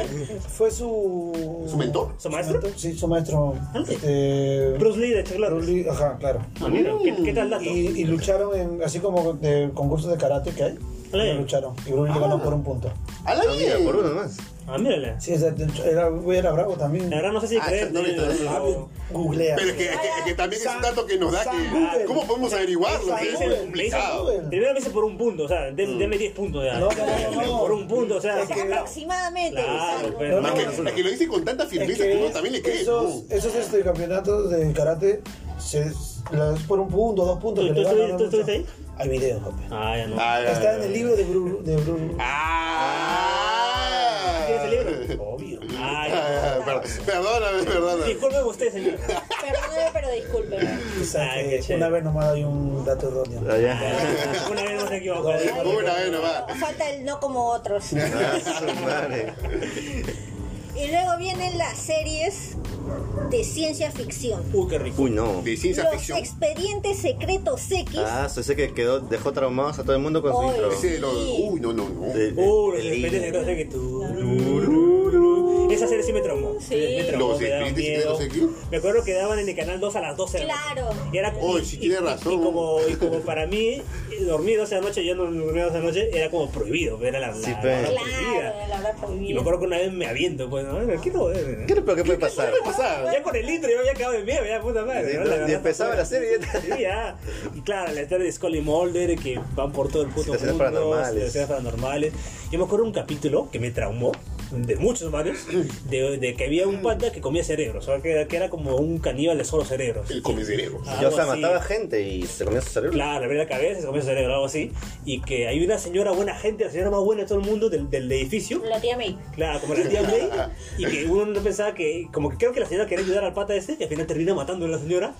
Speaker 5: fue su.
Speaker 3: ¿Su mentor?
Speaker 2: ¿Su maestro?
Speaker 5: Sí, su maestro.
Speaker 2: Ah, sí.
Speaker 5: Este,
Speaker 2: Bruce Lee de Chaclar.
Speaker 5: Bruce Lee, Ajá, claro.
Speaker 2: Ah, mira, ¿qué, qué tal dato?
Speaker 5: Y, y lucharon en, así como de concursos de karate que hay.
Speaker 2: Sí.
Speaker 5: Lucharon. Y Bruni le ganó por un punto.
Speaker 3: ¡Hala
Speaker 1: Ah, mira,
Speaker 3: bien!
Speaker 1: por uno más.
Speaker 2: Ah, mírala.
Speaker 5: Sí, ese- era, era bravo también.
Speaker 2: La verdad no sé si
Speaker 3: Ah,
Speaker 2: creer.
Speaker 3: no, no, no, no,
Speaker 2: o-
Speaker 5: Googlea.
Speaker 3: Pero es que, es que- es que también es un dato que nos da que.
Speaker 5: San-
Speaker 3: ¿Cómo podemos averiguarlo? pe?
Speaker 2: San-
Speaker 3: Es complicado. Mm.
Speaker 2: Primero me hice por un punto, o sea, den- denme 10 puntos ya.
Speaker 5: No, no, no, no.
Speaker 2: Por un punto, o sea.
Speaker 4: O sea, aproximadamente.
Speaker 2: Claro, pues,
Speaker 4: exacto.
Speaker 2: pero-
Speaker 5: No,
Speaker 3: Es
Speaker 5: no,
Speaker 3: que, es que lo dice con tanta
Speaker 5: Es
Speaker 3: firmeza
Speaker 5: que
Speaker 3: que uno
Speaker 5: es-
Speaker 3: también le cree.
Speaker 5: esos,
Speaker 3: ¿no?
Speaker 5: esos este, campeonatos de karate se las por un punto, dos puntos.
Speaker 2: ¿Tú-
Speaker 5: que
Speaker 2: tú
Speaker 5: le ganan
Speaker 2: estuviste- tú
Speaker 5: mucho.
Speaker 2: estuviste
Speaker 5: Hay videos, papi.
Speaker 2: Ah, ya no.
Speaker 3: Ay, ay,
Speaker 5: Está en
Speaker 3: ay.
Speaker 5: el libro de Bru. De Bru
Speaker 3: ¡Ah!
Speaker 2: ¿Tienes el libro?
Speaker 5: Obvio.
Speaker 2: Ay,
Speaker 3: Ah,
Speaker 2: no.
Speaker 3: per- Perdóname, perdóname.
Speaker 2: Disculpen usted, señor.
Speaker 4: Perdóneme, pero disculpen.
Speaker 5: O sea,
Speaker 2: Ay,
Speaker 5: que
Speaker 2: Ah, qué chévere.
Speaker 5: eh,
Speaker 2: Ah,
Speaker 5: una vez nomás hay un dato
Speaker 1: Ah,
Speaker 5: erróneo.
Speaker 1: Allá.
Speaker 2: Una vez no se equivocó.
Speaker 3: Una vez nomás.
Speaker 4: Falta el no como otros.
Speaker 1: Ah, su madre.
Speaker 4: Y luego vienen las series de ciencia ficción.
Speaker 2: Uy, qué rico.
Speaker 1: Uy, no.
Speaker 3: De ciencia
Speaker 4: Los
Speaker 3: ficción.
Speaker 4: expedientes secretos X.
Speaker 1: Ah, so ese que quedó, dejó traumados a todo el mundo con su
Speaker 4: Oy.
Speaker 1: intro.
Speaker 3: Ese de los. Uy, no, no, no.
Speaker 1: De-
Speaker 2: Uy,
Speaker 1: el-
Speaker 2: los espíritus
Speaker 1: el-
Speaker 2: secretos que tú. Esa serie sí me traumó.
Speaker 4: Sí.
Speaker 2: Me traumó,
Speaker 3: Los
Speaker 2: me daba
Speaker 3: espíritus
Speaker 2: miedo.
Speaker 3: secretos aquí.
Speaker 2: Me acuerdo que daban en el canal 2 a las 12. de la noche.
Speaker 4: Claro.
Speaker 2: Y era
Speaker 3: Uy,
Speaker 2: y-
Speaker 3: sí
Speaker 2: y-
Speaker 3: tiene
Speaker 2: y-
Speaker 3: razón.
Speaker 2: Y como, y como para mí, dormir 12 de la noche, yo no dormía 12 de la noche, era como prohibido. Era la, la,
Speaker 1: Sí, pe.
Speaker 2: la hora
Speaker 4: pues. Claro,
Speaker 2: prohibida.
Speaker 4: la verdad
Speaker 2: Y me
Speaker 4: prohibida.
Speaker 2: acuerdo que una vez me aviento, pues, no, ¿qué no? eh,
Speaker 1: ¿Qué es lo peor que puede pasar?
Speaker 3: ¿Qué pasa?
Speaker 2: Ya con el intro yo me había quedado de miedo, ya puta madre.
Speaker 1: Sí,
Speaker 2: ¿no?
Speaker 1: no,
Speaker 2: La-
Speaker 1: ni empezaba la serie, ya.
Speaker 2: Sí, ya. Y claro, la historia de Skull y Mulder que van por todo el puto
Speaker 1: Situaciones
Speaker 2: mundo.
Speaker 1: paranormales.
Speaker 2: situaciones paranormales. Yo me acuerdo un capítulo que me traumó, de muchos varios, de, de que había un panda que comía cerebros, o sea, que, era- que era como un caníbal de solo cerebros.
Speaker 3: El come cerebro.
Speaker 1: Ya, o
Speaker 2: Algo
Speaker 1: sea,
Speaker 2: así.
Speaker 1: mataba gente y se comía su cerebro.
Speaker 2: Claro, le abría la cabeza, se comía su cerebro, algo así. Y que hay una señora buena gente, la señora más buena de todo el mundo del, del edificio.
Speaker 4: La tía May.
Speaker 2: Claro, como la tía May. Y que uno no pensaba que. Como que creo que la señora quería ayudar al pata este. Y al final termina matando a la señora.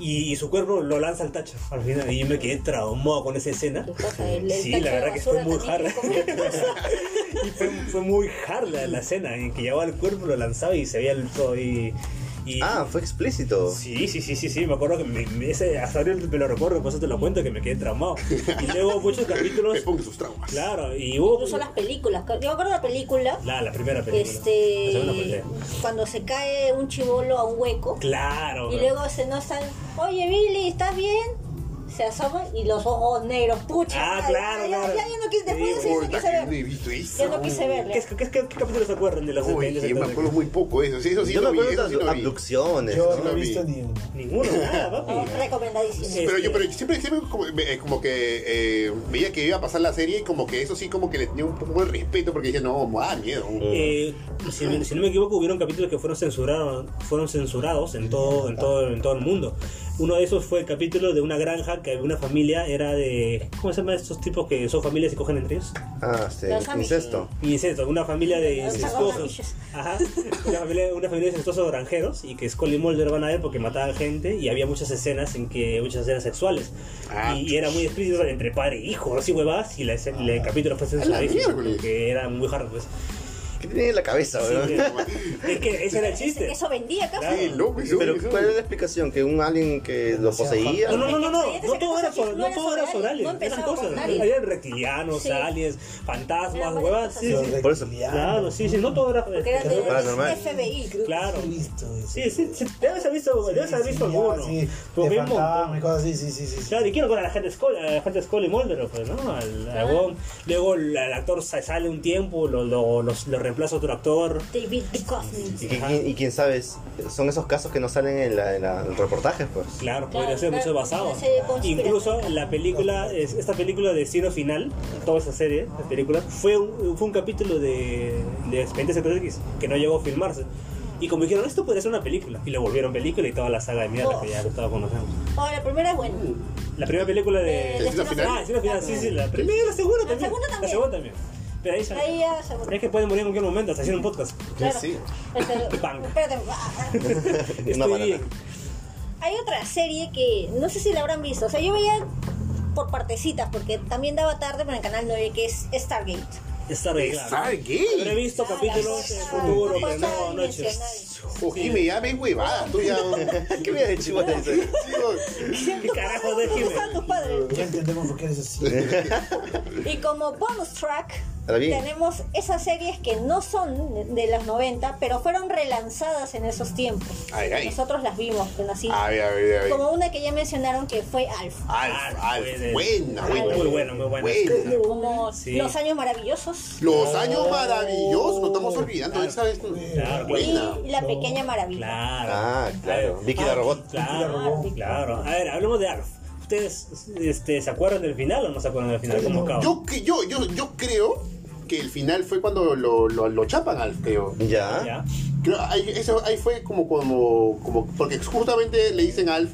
Speaker 2: Y, su cuerpo lo lanza al tacho. Al final. Y yo me quedé traumado con esa escena.
Speaker 4: ¿Qué cosa? El- el
Speaker 2: sí,
Speaker 4: tacho
Speaker 2: la
Speaker 4: de
Speaker 2: verdad que fue
Speaker 4: basura
Speaker 2: muy hard.
Speaker 4: también que
Speaker 2: y fue, fue muy hard la, la escena. En que llevaba el cuerpo, lo lanzaba y se veía el todo. Y, Y,
Speaker 1: Ah, fue explícito.
Speaker 2: Sí, sí, sí, sí, sí, me acuerdo que me, me- ese, hasta ahora me lo recuerdo, por eso te lo cuento, que me quedé traumado. Y luego muchos capítulos,
Speaker 3: Me pongo sus traumas.
Speaker 2: claro, y hubo...
Speaker 4: Incluso las películas. Yo me acuerdo de la película.
Speaker 2: La, la primera película. La segunda
Speaker 4: Este.
Speaker 2: película.
Speaker 4: Cuando se cae un chivolo a un hueco.
Speaker 2: Claro.
Speaker 4: Y luego se nos están. Oye, Billy, ¿estás bien? Se asoman y los ojos negros, pucha.
Speaker 2: Ah,
Speaker 4: madre,
Speaker 2: claro,
Speaker 4: ya,
Speaker 2: claro.
Speaker 4: Ya, ya no quise,
Speaker 2: Sí,
Speaker 4: después de eso, ya no
Speaker 3: Puta,
Speaker 4: quise
Speaker 3: que yo no
Speaker 4: ver.
Speaker 3: he visto eso.
Speaker 4: Ya no quise verla.
Speaker 2: ¿Qué, es- qué, es- qué, qué capítulos se acuerdan de las
Speaker 3: Uy,
Speaker 2: de
Speaker 3: yo me acuerdo muy poco de eso. Sí, eso sí
Speaker 1: Yo me
Speaker 3: lo vi,
Speaker 1: acuerdo
Speaker 3: eso
Speaker 1: de
Speaker 3: sí lo vi.
Speaker 1: abducciones.
Speaker 5: Yo
Speaker 1: ¿no?
Speaker 5: no he
Speaker 3: vi.
Speaker 5: visto ni uno.
Speaker 2: Ninguno, nada,
Speaker 4: No,
Speaker 2: papi.
Speaker 4: recomendadísimo.
Speaker 2: Sí.
Speaker 3: Pero yo pero siempre, siempre como, eh, como que eh, veía que iba a pasar la serie y como que eso sí como que le tenía un poco de respeto porque dije, no, me da miedo.
Speaker 2: Eh, si, no- si no me equivoco, hubieron capítulos que fueron censurados, fueron censurados en todo, en todo, en todo el mundo. Uno de esos fue el capítulo de una granja que una familia era de. ¿Cómo se llama estos tipos que son familias y cogen entre ellos?
Speaker 1: Ah, este,
Speaker 4: Los Amish.
Speaker 1: incesto.
Speaker 2: Incesto, una familia de
Speaker 4: Los
Speaker 2: incestuosos.
Speaker 4: amiches.
Speaker 2: Ajá. Una familia, una familia de incestuosos granjeros y que Scully y Mulder van a ver porque mataban gente y había muchas escenas en que muchas escenas sexuales.
Speaker 3: Ah.
Speaker 2: y, y era muy explícito entre padre e hijo, así huevadas y la escena- el capítulo fue censuradísimo
Speaker 3: miércoles.
Speaker 2: porque era muy hard pues.
Speaker 1: ¿Qué tiene en la cabeza,
Speaker 2: Sí,
Speaker 1: weón?
Speaker 2: que- es que ese era el chiste.
Speaker 4: Eso vendía pues, casi.
Speaker 2: Claro.
Speaker 3: Sí, loco, eso-
Speaker 1: Pero,
Speaker 3: eso-
Speaker 1: ¿cuál es la explicación? ¿Que un alien que lo poseía?
Speaker 2: No, no, no, no, no,
Speaker 4: Esa
Speaker 2: no todo
Speaker 4: cosa
Speaker 2: era
Speaker 4: sí,
Speaker 2: sobre,
Speaker 4: no
Speaker 2: no
Speaker 4: era
Speaker 2: todo era
Speaker 4: sobre
Speaker 2: sobre aliens,
Speaker 4: aliens, no
Speaker 2: eran
Speaker 4: empezaba
Speaker 2: cosas,
Speaker 4: con aliens.
Speaker 2: eran reptilianos,
Speaker 4: Sí.
Speaker 2: aliens, fantasmas,
Speaker 4: Eran varias
Speaker 2: huevadas,
Speaker 4: cosas.
Speaker 2: sí,
Speaker 5: Los
Speaker 2: sí.
Speaker 1: Por eso.
Speaker 5: reptilianos.
Speaker 2: Claro, sí, sí, no todo era
Speaker 4: Porque era de
Speaker 1: Paranormal.
Speaker 4: FBI. creo.
Speaker 2: Claro.
Speaker 5: Sí, he visto eso.
Speaker 2: Sí, sí, sí, debes haber visto, debes haber visto
Speaker 5: sí, ah,
Speaker 2: alguno.
Speaker 5: sí, de
Speaker 2: Porque hay un
Speaker 5: fantasma y
Speaker 2: montón.
Speaker 5: cosas así, sí, sí, sí. sí.
Speaker 2: Claro, y quiero con a la gente Skull, a la gente Skull y Mulder, pues, ¿no? Al, al huevón. Luego el, el actor sa- sale un tiempo, lo, lo, los- lo reemplaza otro actor.
Speaker 4: David Duchovny.
Speaker 1: Y, que- y- y quién sabe, son esos casos que no salen en, la, en la- en reportajes, pues.
Speaker 2: Claro,
Speaker 4: Claro,
Speaker 2: podría ser
Speaker 4: claro,
Speaker 2: mucho basado.
Speaker 4: una serie conspiranoica.
Speaker 2: Incluso la película, es- esta película de Destino Final, toda esa serie, la película, fue un, fue un capítulo de, de Expediente Secreto X que no llegó a filmarse. Y como dijeron, esto podría ser una película. Y lo volvieron película y toda la saga de mierda que ya estaba conociendo.
Speaker 4: Oh, la primera es buena.
Speaker 2: La primera película de.
Speaker 4: Eh,
Speaker 3: Destino Final.
Speaker 2: Ah, Destino Final, sí, sí, la primera y la segunda
Speaker 4: La
Speaker 2: también.
Speaker 4: segunda también.
Speaker 2: La segunda también. Pero ahí ya-
Speaker 4: Ahí ya seguro.
Speaker 2: Es que pueden morir en cualquier momento, hasta haciendo un podcast.
Speaker 4: Claro.
Speaker 3: sí.
Speaker 4: Este,
Speaker 2: Bang.
Speaker 4: espérate, ah.
Speaker 1: Una
Speaker 2: Estoy
Speaker 1: banana.
Speaker 2: bien.
Speaker 4: Hay otra serie que no sé si la habrán visto. O sea, yo veía por partecitas porque también daba tarde para el canal 9 que es Stargate.
Speaker 2: Está bien, claro. Pero he
Speaker 3: Stargate.
Speaker 2: visto capítulos en el
Speaker 4: Ah,
Speaker 2: futuro,
Speaker 4: no
Speaker 2: pero
Speaker 4: pasaba
Speaker 2: no,
Speaker 4: ni
Speaker 2: noche.
Speaker 4: escenario.
Speaker 3: Ojime, ya ves huevada, tú ya.
Speaker 1: ¿Qué me de chivo te dice?
Speaker 2: ¿Qué carajo de
Speaker 4: ¿Dónde
Speaker 2: Jimmy?
Speaker 4: están tus padres?
Speaker 5: Ya entendemos por qué eres así.
Speaker 4: Y como bonus track,
Speaker 1: Ahora bien.
Speaker 4: tenemos esas series que no son de los 90, pero fueron relanzadas en esos tiempos.
Speaker 3: Ay, ay.
Speaker 4: Nosotros las vimos, pero así.
Speaker 3: A ver, a ver, a ver.
Speaker 4: Como una que ya mencionaron que fue Alf.
Speaker 2: Ah,
Speaker 3: Alf,
Speaker 1: Ah,
Speaker 3: Alf. ah, Buena,
Speaker 4: Alf.
Speaker 3: buena.
Speaker 2: Muy buena, muy buena.
Speaker 3: Buena.
Speaker 4: Como
Speaker 2: Sí.
Speaker 4: Los Años Maravillosos.
Speaker 3: Los años maravillosos, nos estamos olvidando, esa vez.
Speaker 2: Claro.
Speaker 4: Y
Speaker 3: Buena.
Speaker 4: La Pequeña Maravilla.
Speaker 2: Claro.
Speaker 1: Ah, claro.
Speaker 2: A ver,
Speaker 1: Vicky la
Speaker 2: ah,
Speaker 1: robot.
Speaker 5: Vicky la
Speaker 2: Claro,
Speaker 5: robot.
Speaker 2: claro. A ver, hablemos de Alf. ¿Ustedes este, se acuerdan del final o no se acuerdan del final? ¿Cómo acaba?
Speaker 3: Yo, que- yo, yo, yo creo que el final fue cuando lo, lo, lo chapan al creo.
Speaker 1: Ya.
Speaker 2: ¿Ya?
Speaker 3: Creo- ahí, eso, ahí fue como, como, como. Porque justamente le dicen a Alf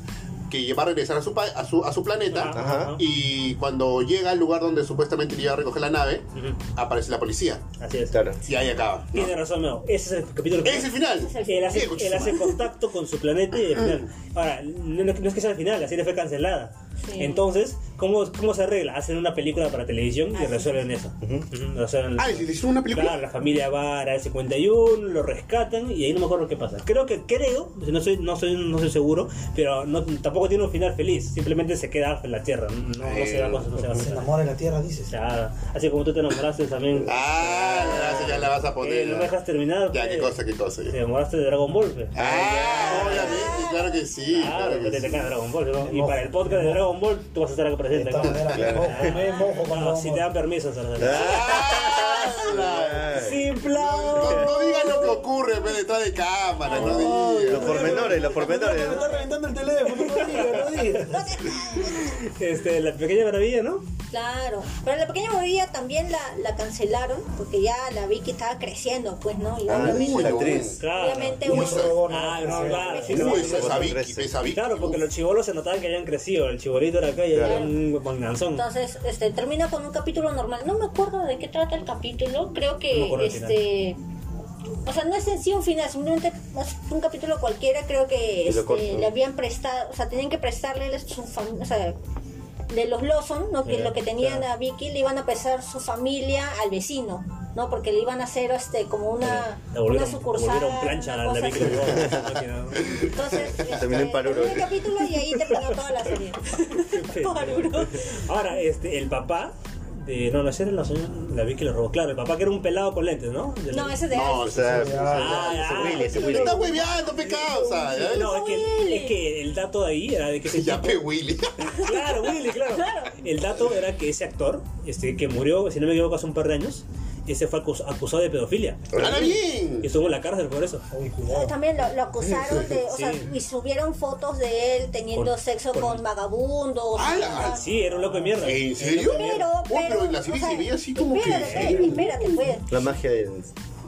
Speaker 3: que va a regresar a su, pa- a su, a su planeta.
Speaker 1: Ajá.
Speaker 3: Y cuando llega al lugar donde supuestamente le iba a recoger la nave,
Speaker 2: Ujú.
Speaker 3: aparece la policía.
Speaker 2: Así es.
Speaker 1: Claro.
Speaker 3: Y ahí acaba. ¿no?
Speaker 2: Tiene razón, Meo. Ese es el capítulo que-
Speaker 3: Ese es el final.
Speaker 2: Él hace,
Speaker 3: Diego,
Speaker 2: él hace contacto con su planeta
Speaker 3: Ah.
Speaker 2: y al final. Ahora, no, no- no es que sea el final, la serie fue cancelada.
Speaker 4: Sí.
Speaker 2: Entonces, ¿cómo, ¿cómo se arregla? Hacen una película para televisión y
Speaker 4: Así
Speaker 2: resuelven eso. Ujú, resuelven
Speaker 3: Ah,
Speaker 2: eso.
Speaker 3: ¿le hicieron una película?
Speaker 2: Claro, la familia va al 51, lo rescatan y ahí no me acuerdo qué pasa. Creo que, creo, no soy, no soy, no soy seguro, pero no, tampoco tiene un final feliz. Simplemente se queda en la tierra. No, no se va a cosas,
Speaker 3: pues,
Speaker 2: no se va a
Speaker 5: Se
Speaker 2: hacer.
Speaker 5: enamora de la tierra, dices.
Speaker 2: Claro. Así como tú te enamoraste también.
Speaker 3: Ah, la- esa ya la vas a
Speaker 2: Eh,
Speaker 3: poner.
Speaker 2: no me dejas terminar.
Speaker 3: Ya, qué
Speaker 2: eh.
Speaker 3: cosa, qué cosa. ya.
Speaker 2: Te enamoraste de Dragon Ball. pe.
Speaker 3: Ah, obviamente, claro que sí.
Speaker 2: Claro,
Speaker 3: claro que
Speaker 2: que te
Speaker 3: sí.
Speaker 2: tengas Dragon Ball, ¿no? Y
Speaker 5: Mojo.
Speaker 2: para el podcast de Dragon Ball, tú vas a estar acá
Speaker 5: De
Speaker 2: presente.
Speaker 5: esta
Speaker 2: ¿no?
Speaker 5: manera,
Speaker 1: Claro.
Speaker 5: mojo, me mojo cuando
Speaker 2: Ah, si te
Speaker 5: vamos.
Speaker 2: dan permiso, Sarasate.
Speaker 3: Ah, la-
Speaker 2: Sin
Speaker 3: No,
Speaker 2: plan.
Speaker 3: no digan lo que ocurre ve, detrás de cámara, no digan.
Speaker 1: Los pormenores, los pormenores.
Speaker 5: Me
Speaker 1: ¿no?
Speaker 5: está reventando el teléfono, no digas, no digas.
Speaker 2: Este, la pequeña maravilla, ¿no?
Speaker 4: Claro. Pero la Pequeña Maravilla también la, la cancelaron porque ya la vi que estaba creciendo, pues, ¿no? Y
Speaker 1: Ah,
Speaker 4: obviamente-
Speaker 3: Uy,
Speaker 1: la
Speaker 3: no.
Speaker 1: actriz.
Speaker 2: Claro.
Speaker 4: Obviamente
Speaker 3: Uy,
Speaker 4: uno-
Speaker 3: esa-
Speaker 2: Ah, no, claro. sí,
Speaker 3: Uy,
Speaker 2: claro.
Speaker 3: esa es a Vicky, esa Vicky.
Speaker 2: Claro, porque los chivolos se notaban que habían crecido. El chibolito era acá y era
Speaker 1: Claro.
Speaker 2: un manganzón.
Speaker 4: Entonces, este, termina con un capítulo normal. No me acuerdo de qué trata el capítulo. Creo
Speaker 2: No me
Speaker 4: que,
Speaker 2: acuerdo del
Speaker 4: este... O sea, no es en sí un final, simplemente es un capítulo cualquiera. Creo que
Speaker 1: Y lo
Speaker 4: este,
Speaker 1: cortan.
Speaker 4: le habían prestado, o sea, tenían que prestarle su fam- o sea, de los Lawson, ¿no? que
Speaker 2: Ya,
Speaker 4: lo que tenían
Speaker 2: claro.
Speaker 4: a Vicky, le iban a prestar su familia al vecino. ¿no? Porque le iban a hacer este, como una,
Speaker 2: La
Speaker 4: una
Speaker 2: volvieron,
Speaker 4: sucursal.
Speaker 2: volvieron plancha
Speaker 4: una
Speaker 2: a la
Speaker 4: cosa
Speaker 2: Vicky
Speaker 4: así.
Speaker 2: León.
Speaker 4: Entonces, este,
Speaker 1: Terminó en Paruro.
Speaker 4: terminó el capítulo y ahí terminó toda la serie. Paruro.
Speaker 2: Ahora, este, el papá de. No, la serie la, señora- la vi que le robó. Claro, el papá que era un pelado con lentes, ¿no? De la-
Speaker 4: No, ese es de
Speaker 3: No,
Speaker 1: O
Speaker 4: Alex.
Speaker 1: sea,
Speaker 2: Ah,
Speaker 1: se huile, se
Speaker 3: Me
Speaker 1: huile.
Speaker 3: está hueveando, pecado. O sea, ¿eh?
Speaker 2: No, es que, es que el dato de ahí era de que ese
Speaker 3: Ya
Speaker 2: tipo-
Speaker 3: pe Willy.
Speaker 2: Claro, Willy, claro.
Speaker 4: Claro.
Speaker 2: El dato era que ese actor, este, que murió, si no me equivoco, hace un par de años, ese fue acus- acusado de pedofilia.
Speaker 3: Ahora
Speaker 2: Y
Speaker 3: bien.
Speaker 2: estuvo en la cárcel por eso.
Speaker 5: Uy, cuidado.
Speaker 4: También lo, lo acusaron de, o sea,
Speaker 2: Sí.
Speaker 4: y subieron fotos de él teniendo
Speaker 2: Con-
Speaker 4: sexo
Speaker 2: con-
Speaker 4: con, vagabundos.
Speaker 3: ¡Ala!
Speaker 4: o sea,
Speaker 2: Sí, era un loco de mierda.
Speaker 3: ¿En serio?
Speaker 4: Pero,
Speaker 3: Uy,
Speaker 4: pero,
Speaker 3: Oh, pero en la serie
Speaker 4: o sea,
Speaker 3: se veía así como que-
Speaker 4: espérate, Espérate, espérate, pues.
Speaker 1: La magia del.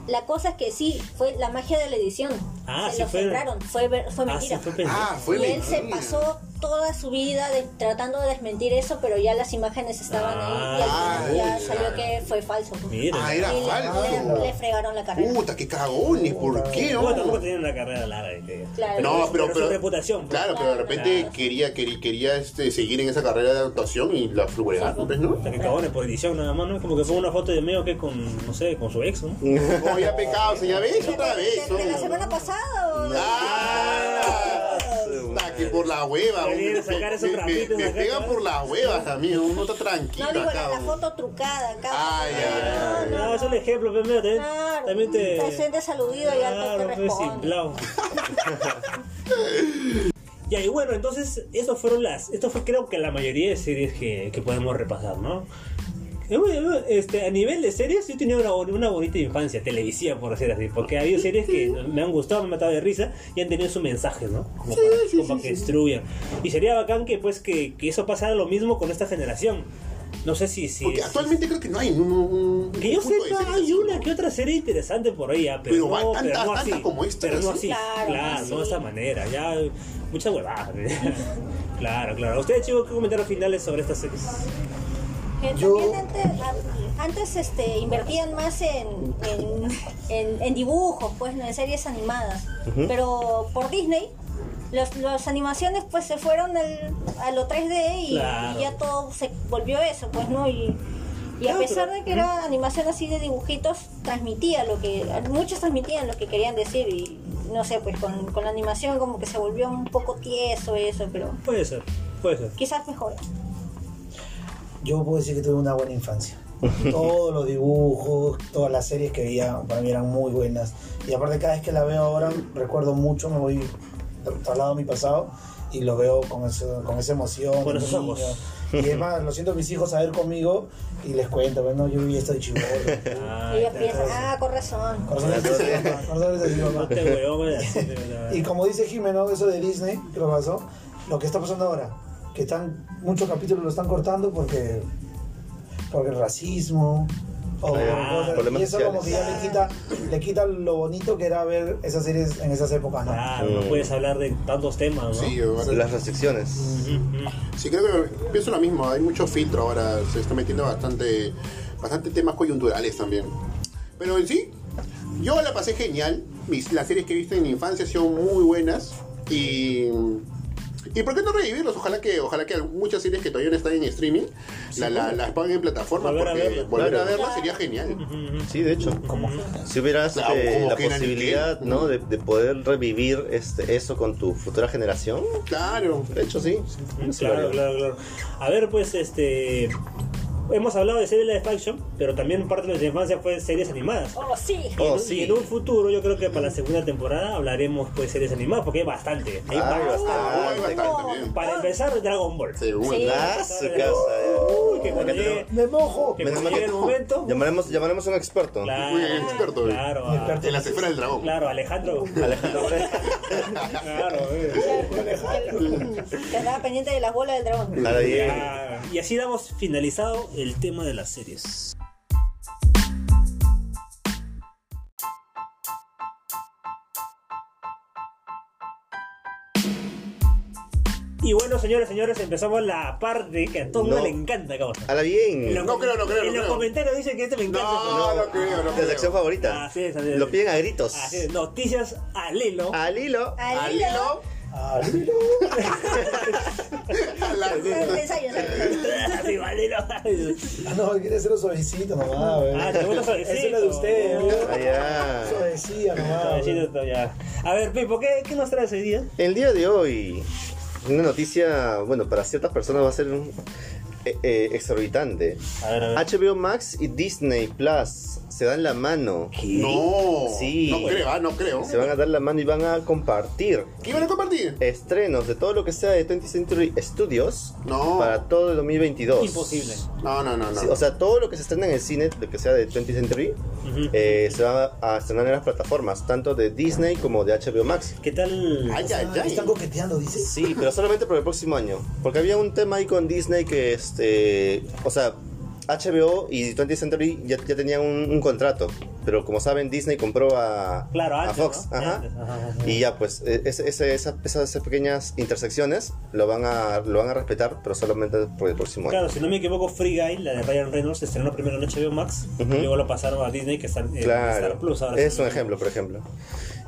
Speaker 4: La cosa es que sí, fue la magia de la edición.
Speaker 2: Ah,
Speaker 4: se
Speaker 2: sí
Speaker 4: lo
Speaker 2: fue-
Speaker 4: sembraron, fue, ver- fue
Speaker 2: Ah, sí,
Speaker 4: mentira.
Speaker 2: fue pendejo.
Speaker 3: Ah, fue
Speaker 4: y él se
Speaker 3: mentira.
Speaker 4: pasó toda su vida de- tratando de desmentir eso, pero ya las imágenes estaban ahí
Speaker 3: Ah,
Speaker 4: y al final ya
Speaker 3: ya.
Speaker 4: salió que fue falso. ¿no? Y
Speaker 2: Mira.
Speaker 3: Ah, era
Speaker 4: le, le- le
Speaker 3: falso.
Speaker 4: fregaron la carrera.
Speaker 3: Puta, qué cagones, ¿por qué?
Speaker 2: No, tampoco
Speaker 3: No,
Speaker 2: tenía una carrera larga. diría.
Speaker 4: Claro.
Speaker 3: No, pero,
Speaker 2: su
Speaker 3: pero
Speaker 2: reputación. pues.
Speaker 3: Claro, pero de repente
Speaker 4: Claro.
Speaker 3: quería, quería, quería este, seguir en esa carrera de actuación y la fluedaron, ¿ves, no?
Speaker 2: Hasta que cagones por edición nada más, ¿no? Como que fue una foto de medio que con, no sé, con su ex, ¿no?
Speaker 3: Oye, ha pecado, señor, ¿ves?
Speaker 4: De,
Speaker 3: Otra vez.
Speaker 4: de- de la
Speaker 3: ¿no?
Speaker 4: semana pasada.
Speaker 3: ¡Ah! Puta, que por la hueva,
Speaker 2: Qué bien
Speaker 3: me-
Speaker 2: sacar
Speaker 3: me-
Speaker 2: esos
Speaker 3: me-
Speaker 2: trapitos
Speaker 3: me
Speaker 2: acá,
Speaker 3: pegan
Speaker 2: ¿no?
Speaker 3: por las huevas también, uno está tranquilo
Speaker 4: No, digo,
Speaker 3: acá,
Speaker 4: la, la
Speaker 3: uno.
Speaker 4: foto trucada. acá.
Speaker 3: Ay,
Speaker 4: No,
Speaker 3: ay,
Speaker 4: no,
Speaker 2: No,
Speaker 4: no.
Speaker 2: Ah, es un ejemplo, pero mira, también,
Speaker 4: Claro,
Speaker 2: también te...
Speaker 4: te sientes aludido y al toque
Speaker 2: Claro, pues,
Speaker 4: respondes.
Speaker 2: simplao. Ya, y bueno, entonces, esas fueron las... Esto fue creo que la mayoría de series que, que podemos repasar, ¿no? Eh, bueno, Este, a nivel de series, yo tenía una, bo- una bonita infancia, televisiva, por decir así, porque ha habido series que me han gustado, me han matado de risa y han tenido su mensaje, ¿no? Como para, como que destruyan. Y sería bacán que, pues, que, que eso pasara lo mismo con esta generación. No sé si. si
Speaker 3: Porque
Speaker 2: si-
Speaker 3: actualmente creo que no hay un- un.
Speaker 2: que yo
Speaker 3: un punto de
Speaker 2: sepa,
Speaker 3: series
Speaker 2: hay
Speaker 3: así,
Speaker 2: una
Speaker 3: ¿no?
Speaker 2: que otra serie interesante por ahí, ah, pero,
Speaker 3: Pero va,
Speaker 2: no,
Speaker 3: tantas-
Speaker 2: pero no así.
Speaker 3: tantas como esta,
Speaker 2: pero no
Speaker 3: ¿sí?
Speaker 2: así, claro,
Speaker 4: Claro,
Speaker 2: no de
Speaker 4: sí.
Speaker 2: esa manera, ya. Mucha huevada. claro, claro. Ustedes, chicos, ¿qué comentarios finales sobre estas series?
Speaker 4: Que
Speaker 5: Yo-
Speaker 4: también antes, a- antes, este, invertían más en, en, en- en dibujos, pues, ¿no? en series animadas. Pero por Disney, las los animaciones pues se fueron al, a lo 3D y,
Speaker 2: Claro.
Speaker 4: y ya todo se volvió eso, pues, ¿no? Y, y
Speaker 2: Claro,
Speaker 4: a pesar
Speaker 2: pero-
Speaker 4: de que era animación así de dibujitos, transmitía lo que, muchos transmitían lo que querían decir y no sé, pues con, con la animación como que se volvió un poco tieso eso, pero
Speaker 2: Puede ser, puede ser.
Speaker 4: quizás mejor.
Speaker 5: Yo puedo decir que tuve una buena infancia. Todos los dibujos, todas las series que veía para mí eran muy buenas. Y aparte cada vez que la veo ahora recuerdo mucho, me voy al lado de mi pasado y lo veo con, eso- con esa emoción.
Speaker 2: Con
Speaker 5: de
Speaker 2: esos
Speaker 5: niño.
Speaker 2: ojos.
Speaker 5: Y además lo siento a mis hijos a ver conmigo y les cuento, bueno, yo vi esto de chivolo.
Speaker 2: Ah,
Speaker 4: Ellos piensan, ah, con razón.
Speaker 5: Corazones de papá, corazones de
Speaker 2: no
Speaker 5: papá.
Speaker 2: te huevón, así, de verdad.
Speaker 5: Y como dice Jimeno, eso de Disney, que lo pasó, lo que está pasando ahora, que están, muchos capítulos lo están cortando porque, porque el racismo, o
Speaker 2: Ah,
Speaker 5: cosas-
Speaker 1: problemas
Speaker 5: y eso como que ya
Speaker 1: sociales.
Speaker 5: le quita, le quita lo bonito que era ver esas series en esas épocas, ¿no?
Speaker 2: Claro, no puedes hablar de tantos temas, ¿no?
Speaker 3: Sí, ahora-
Speaker 1: Las restricciones.
Speaker 3: sí, creo que pienso lo mismo. Hay mucho filtro ahora. Se está metiendo bastante, bastante temas coyunturales también. Pero en sí, yo la pasé genial. Mis, las series que he visto en mi infancia han sido muy buenas. Y. ¿Y por qué no revivirlos? Ojalá que, ojalá que muchas series que todavía no están en streaming la- la- las pongan en plataforma
Speaker 2: Volver a
Speaker 3: porque
Speaker 2: verlas.
Speaker 3: volver
Speaker 1: Claro.
Speaker 3: a verlas sería genial.
Speaker 1: Sí, de hecho. Si hubieras
Speaker 3: Claro,
Speaker 1: eh,
Speaker 3: como
Speaker 1: la
Speaker 3: que en el
Speaker 1: posibilidad,
Speaker 3: game.
Speaker 1: ¿no? De, de poder revivir este, eso con tu futura generación.
Speaker 3: Claro.
Speaker 1: De hecho, sí. Sí,
Speaker 2: Claro,
Speaker 1: vale.
Speaker 2: claro, claro. A ver, pues, este. Hemos hablado de series de Faction, pero también parte de nuestra infancia fue series animadas.
Speaker 4: Oh, sí.
Speaker 2: Y en-
Speaker 1: Oh, sí.
Speaker 2: Y en un futuro, yo creo que para la segunda temporada hablaremos pues series animadas, porque hay bastante. Hay
Speaker 1: Ah,
Speaker 2: bastante.
Speaker 3: Ah, ahí va a estar
Speaker 4: no.
Speaker 3: también.
Speaker 2: Para empezar, Dragon Ball.
Speaker 3: Seguro.
Speaker 4: Sí.
Speaker 1: Ah, su casa.
Speaker 2: Uy, que cuando llegue,
Speaker 5: ¡Me mojo!
Speaker 2: que
Speaker 1: Menos
Speaker 2: cuando
Speaker 1: mal
Speaker 2: llegue el
Speaker 1: que-
Speaker 2: momento.
Speaker 1: Llamaremos, llamaremos a un experto.
Speaker 2: Claro,
Speaker 3: Muy experto, eh.
Speaker 2: Claro,
Speaker 5: Y experto.
Speaker 3: En las esferas del dragón.
Speaker 2: claro, Alejandro.
Speaker 1: Alejandro
Speaker 2: Claro, eh.
Speaker 4: Que estaba pendiente de las bolas del dragón.
Speaker 1: Ahora bien.
Speaker 2: Ya. Y así damos finalizado el tema de las series. Y bueno, señores, señores, empezamos la parte que a todo el mundo
Speaker 1: No.
Speaker 2: le encanta, cabrón.
Speaker 1: Ahora bien.
Speaker 2: En los-
Speaker 3: No creo, no creo, no
Speaker 2: En los
Speaker 3: creo.
Speaker 2: comentarios dicen que este me encanta.
Speaker 3: No,
Speaker 2: cabrón.
Speaker 3: no, creo, no
Speaker 1: La sección
Speaker 3: creo.
Speaker 1: favorita.
Speaker 2: Así es, así es.
Speaker 1: Lo piden a gritos.
Speaker 3: Ah.
Speaker 2: Así es, noticias al hilo.
Speaker 1: Al hilo.
Speaker 4: Al
Speaker 3: Al
Speaker 4: hilo,
Speaker 3: hilo,
Speaker 5: Ah,
Speaker 4: Seis años, ¿sabes?
Speaker 2: Así, valero.
Speaker 3: Ah,
Speaker 5: Ah, no, quiere ser suavecito nomás, güey.
Speaker 2: Ah, te gusta suavecito.
Speaker 5: Eso es lo de usted, güey.
Speaker 1: Ah, ya.
Speaker 5: Suavecilla
Speaker 2: Ah,
Speaker 5: nomás, güey.
Speaker 2: Suavecito, ya. A ver, Pipo, ¿qué, ¿qué nos traes hoy día?
Speaker 1: El día de hoy, una noticia, bueno, para ciertas personas va a ser un- eh, eh, exorbitante.
Speaker 2: A ver, a ver.
Speaker 1: HBO Max y Disney Plus se dan la mano.
Speaker 3: No,
Speaker 1: Sí.
Speaker 3: no creo, ah, no creo.
Speaker 1: Se Eh. van a dar la mano y van a compartir
Speaker 3: ¿Qué iban a compartir?
Speaker 1: estrenos de todo lo que sea de 20th Century Studios
Speaker 3: No.
Speaker 1: para todo el 2022.
Speaker 2: Imposible.
Speaker 3: No, no, no, no.
Speaker 1: Sí, o sea, todo lo que se estrena en el cine, lo que sea de 20th Century, eh, se va a estrenar en las plataformas, tanto de Disney como de HBO Max.
Speaker 2: ¿Qué tal?
Speaker 3: ay, ay,
Speaker 5: Ah,
Speaker 3: ay.
Speaker 5: Están coqueteando, dices.
Speaker 1: Sí, pero solamente para el próximo año. Porque había un tema ahí con Disney que, este, o sea, HBO y 20th Century ya, ya tenían un, un contrato. Pero como saben, Disney compró a,
Speaker 2: Claro,
Speaker 1: a
Speaker 2: antes,
Speaker 1: Fox.
Speaker 2: ¿no?
Speaker 1: ajá.
Speaker 2: Antes, ajá, ajá.
Speaker 1: Y ya, pues, e- ese- ese- esa- esas, esas pequeñas intersecciones lo van, a, lo van a respetar, pero solamente por el próximo año.
Speaker 2: Claro, si no me equivoco, Free Guy, la de Ryan Reynolds, se estrenó primero en HBO Max,
Speaker 1: Ujú.
Speaker 2: y luego lo pasaron a Disney, que está en eh, Star
Speaker 1: Claro,
Speaker 2: Plus ahora.
Speaker 1: es
Speaker 2: sí.
Speaker 1: un ejemplo, por ejemplo.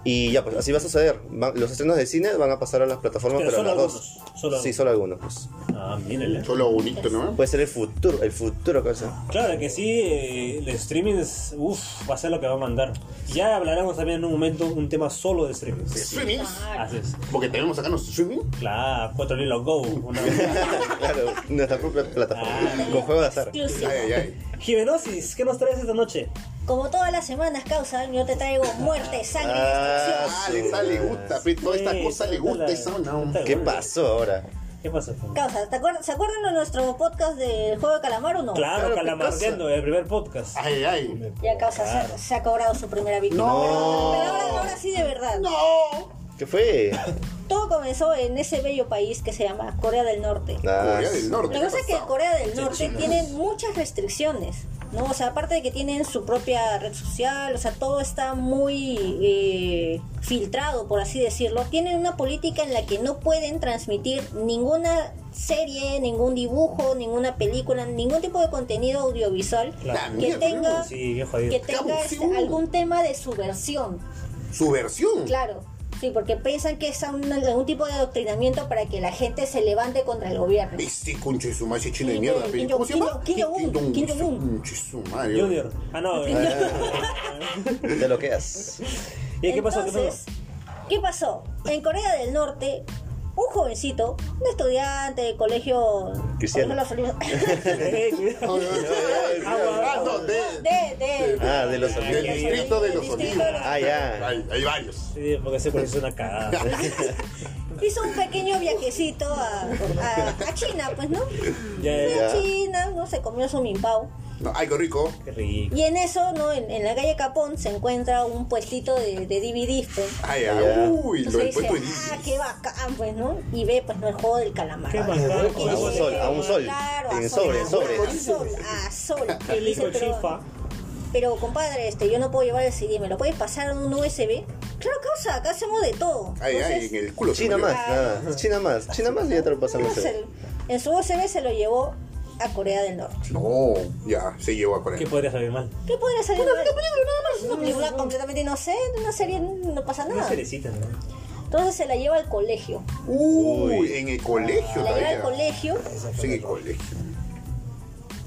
Speaker 1: Y ya, pues así va a suceder. Van- los estrenos de cine van a pasar a las plataformas,
Speaker 2: Pero
Speaker 1: pero,
Speaker 2: solo
Speaker 1: a las dos.
Speaker 2: algunos, solo
Speaker 1: sí,
Speaker 2: algunos.
Speaker 1: solo algunos. pues.
Speaker 2: Ah, mírenle.
Speaker 3: Solo bonito, ¿no?
Speaker 1: Puede ser el futuro, el futuro, cosa.
Speaker 2: Claro que sí, eh, el streaming es, uf, va a ser lo que va a mandar. Ya hablaremos también en un momento un tema solo de streaming.
Speaker 3: Streamings.
Speaker 2: Así es.
Speaker 3: Porque tenemos acá nuestro streaming.
Speaker 2: Claro, 4 Lilo Go. Una...
Speaker 1: claro, nuestra propia plataforma. Con juego de azar.
Speaker 4: Exclusivo.
Speaker 3: Ay, ay, ay.
Speaker 2: Jimenosis, ¿qué nos traes esta noche?
Speaker 4: Como todas las semanas, causa, yo te traigo muerte, sangre y
Speaker 1: Ah,
Speaker 4: destrucción.
Speaker 3: Ah, le está, le gusta, pe, toda esta
Speaker 2: Sí,
Speaker 3: cosa le
Speaker 2: toda
Speaker 3: gusta
Speaker 2: la-
Speaker 3: esa no.
Speaker 2: toda la-
Speaker 1: ¿Qué pasó ahora?
Speaker 2: ¿Qué pasó?
Speaker 4: Causa, ¿te acuer- ¿se acuerdan de nuestro podcast del juego de calamar o no?
Speaker 2: Claro,
Speaker 1: Claro,
Speaker 2: calamardeando, el primer podcast.
Speaker 3: Ay, ay.
Speaker 4: Ya causa, se- se, ha cobrado su primera víctima.
Speaker 3: No.
Speaker 4: Pero, pero ahora, ahora sí de verdad.
Speaker 3: No.
Speaker 1: ¿Qué fue?
Speaker 4: Todo comenzó en ese bello país que se llama Corea del Norte.
Speaker 1: Ah,
Speaker 3: Corea del Norte.
Speaker 4: Lo que pasa es que
Speaker 3: ¿qué pasó?
Speaker 4: Corea del Norte tiene muchas restricciones, ¿no? O sea, aparte de que tienen su propia red social, o sea, todo está muy eh, filtrado, por así decirlo. Tienen una política en la que no pueden transmitir ninguna serie, ningún dibujo, ninguna película, ningún tipo de contenido audiovisual
Speaker 2: Claro.
Speaker 3: La
Speaker 4: que
Speaker 3: mierda,
Speaker 4: tenga,
Speaker 2: Sí, qué
Speaker 4: que
Speaker 2: jodido.
Speaker 4: tenga este,
Speaker 3: abusivo.
Speaker 4: algún tema de subversión.
Speaker 3: Su versión.
Speaker 4: Claro, sí, porque piensan que es un- algún tipo de adoctrinamiento para que la gente se levante contra el gobierno.
Speaker 3: Este conche de su madre, ese chino de
Speaker 4: Kim
Speaker 3: mierda.
Speaker 4: Jong-
Speaker 3: pe.
Speaker 4: Kim
Speaker 3: ¿Cómo se
Speaker 4: Jong-
Speaker 3: llama?
Speaker 4: Kim Jong- Kim Jong- Kim Jong-
Speaker 3: Conche su madre.
Speaker 2: Junior. Ah, no. eh.
Speaker 1: te loqueas.
Speaker 2: ¿Y qué pasó? ¿Qué
Speaker 4: Entonces,
Speaker 2: pasó?
Speaker 4: ¿qué pasó? En Corea del Norte, un jovencito, un estudiante de colegio.
Speaker 1: Cristiano.
Speaker 4: colegio de los Olivos-
Speaker 2: Eh, cuidado.
Speaker 3: Ah, no, de-
Speaker 4: de, de,
Speaker 1: Ah, de los
Speaker 3: Del
Speaker 1: amigos.
Speaker 3: distrito de los
Speaker 4: Distrito
Speaker 3: olivos.
Speaker 4: de los-
Speaker 1: Ah, ya.
Speaker 3: Hay, hay varios.
Speaker 2: Sí, porque ese cuento es una cagada. pues.
Speaker 4: Hizo un pequeño viajecito a, a- a China, pues, ¿no?
Speaker 2: Ya, ya,
Speaker 4: Fue a
Speaker 1: ya.
Speaker 4: China, ¿no? Se comió su mimpao.
Speaker 3: No, ay, qué rico.
Speaker 2: Qué rico.
Speaker 4: Y en eso, ¿no? En, en la calle Capón se encuentra un puestito de, de DVDs, pues.
Speaker 3: Ay,
Speaker 1: Ya.
Speaker 3: ay. Uy, lo
Speaker 4: Entonces
Speaker 3: encuentro
Speaker 4: dice,
Speaker 3: en
Speaker 4: ah, qué bacán, pues, ¿no? Y ve, pues, no, el juego del calamar.
Speaker 2: Qué
Speaker 4: Ah,
Speaker 2: bacán.
Speaker 4: que
Speaker 1: A un
Speaker 4: dice,
Speaker 1: sol, a un sol.
Speaker 4: Claro, a
Speaker 1: En
Speaker 4: sol,
Speaker 1: sobre,
Speaker 4: a
Speaker 1: en sobre.
Speaker 4: A sol, a sol.
Speaker 2: Qué
Speaker 4: Dice,
Speaker 2: lindo,
Speaker 4: pero-
Speaker 2: chifa.
Speaker 4: Pero, compadre, este, yo no puedo llevar el CD, ¿me lo puedes pasar en un USB? Claro, causa, acá hacemos de todo.
Speaker 3: Ay, ay,
Speaker 4: Entonces,
Speaker 3: en el culo. se
Speaker 1: China
Speaker 3: murió.
Speaker 1: más, nada. China más, China más y ya te lo pasan. no
Speaker 4: se
Speaker 1: sé.
Speaker 4: lo- en su USB se lo llevó a Corea del Norte.
Speaker 3: No, ya, se llevó a
Speaker 2: ¿Qué
Speaker 3: Corea.
Speaker 2: podría salir mal?
Speaker 4: ¿Qué podría salir? Una película, nada más. Una película completamente inocente, una serie, no pasa
Speaker 2: Una
Speaker 4: nada.
Speaker 2: cerecita, ¿no?
Speaker 4: Entonces se la lleva al colegio.
Speaker 3: Uy, en el colegio
Speaker 4: La lleva
Speaker 3: todavía.
Speaker 4: al Ah, colegio,
Speaker 3: Sí, en el colegio.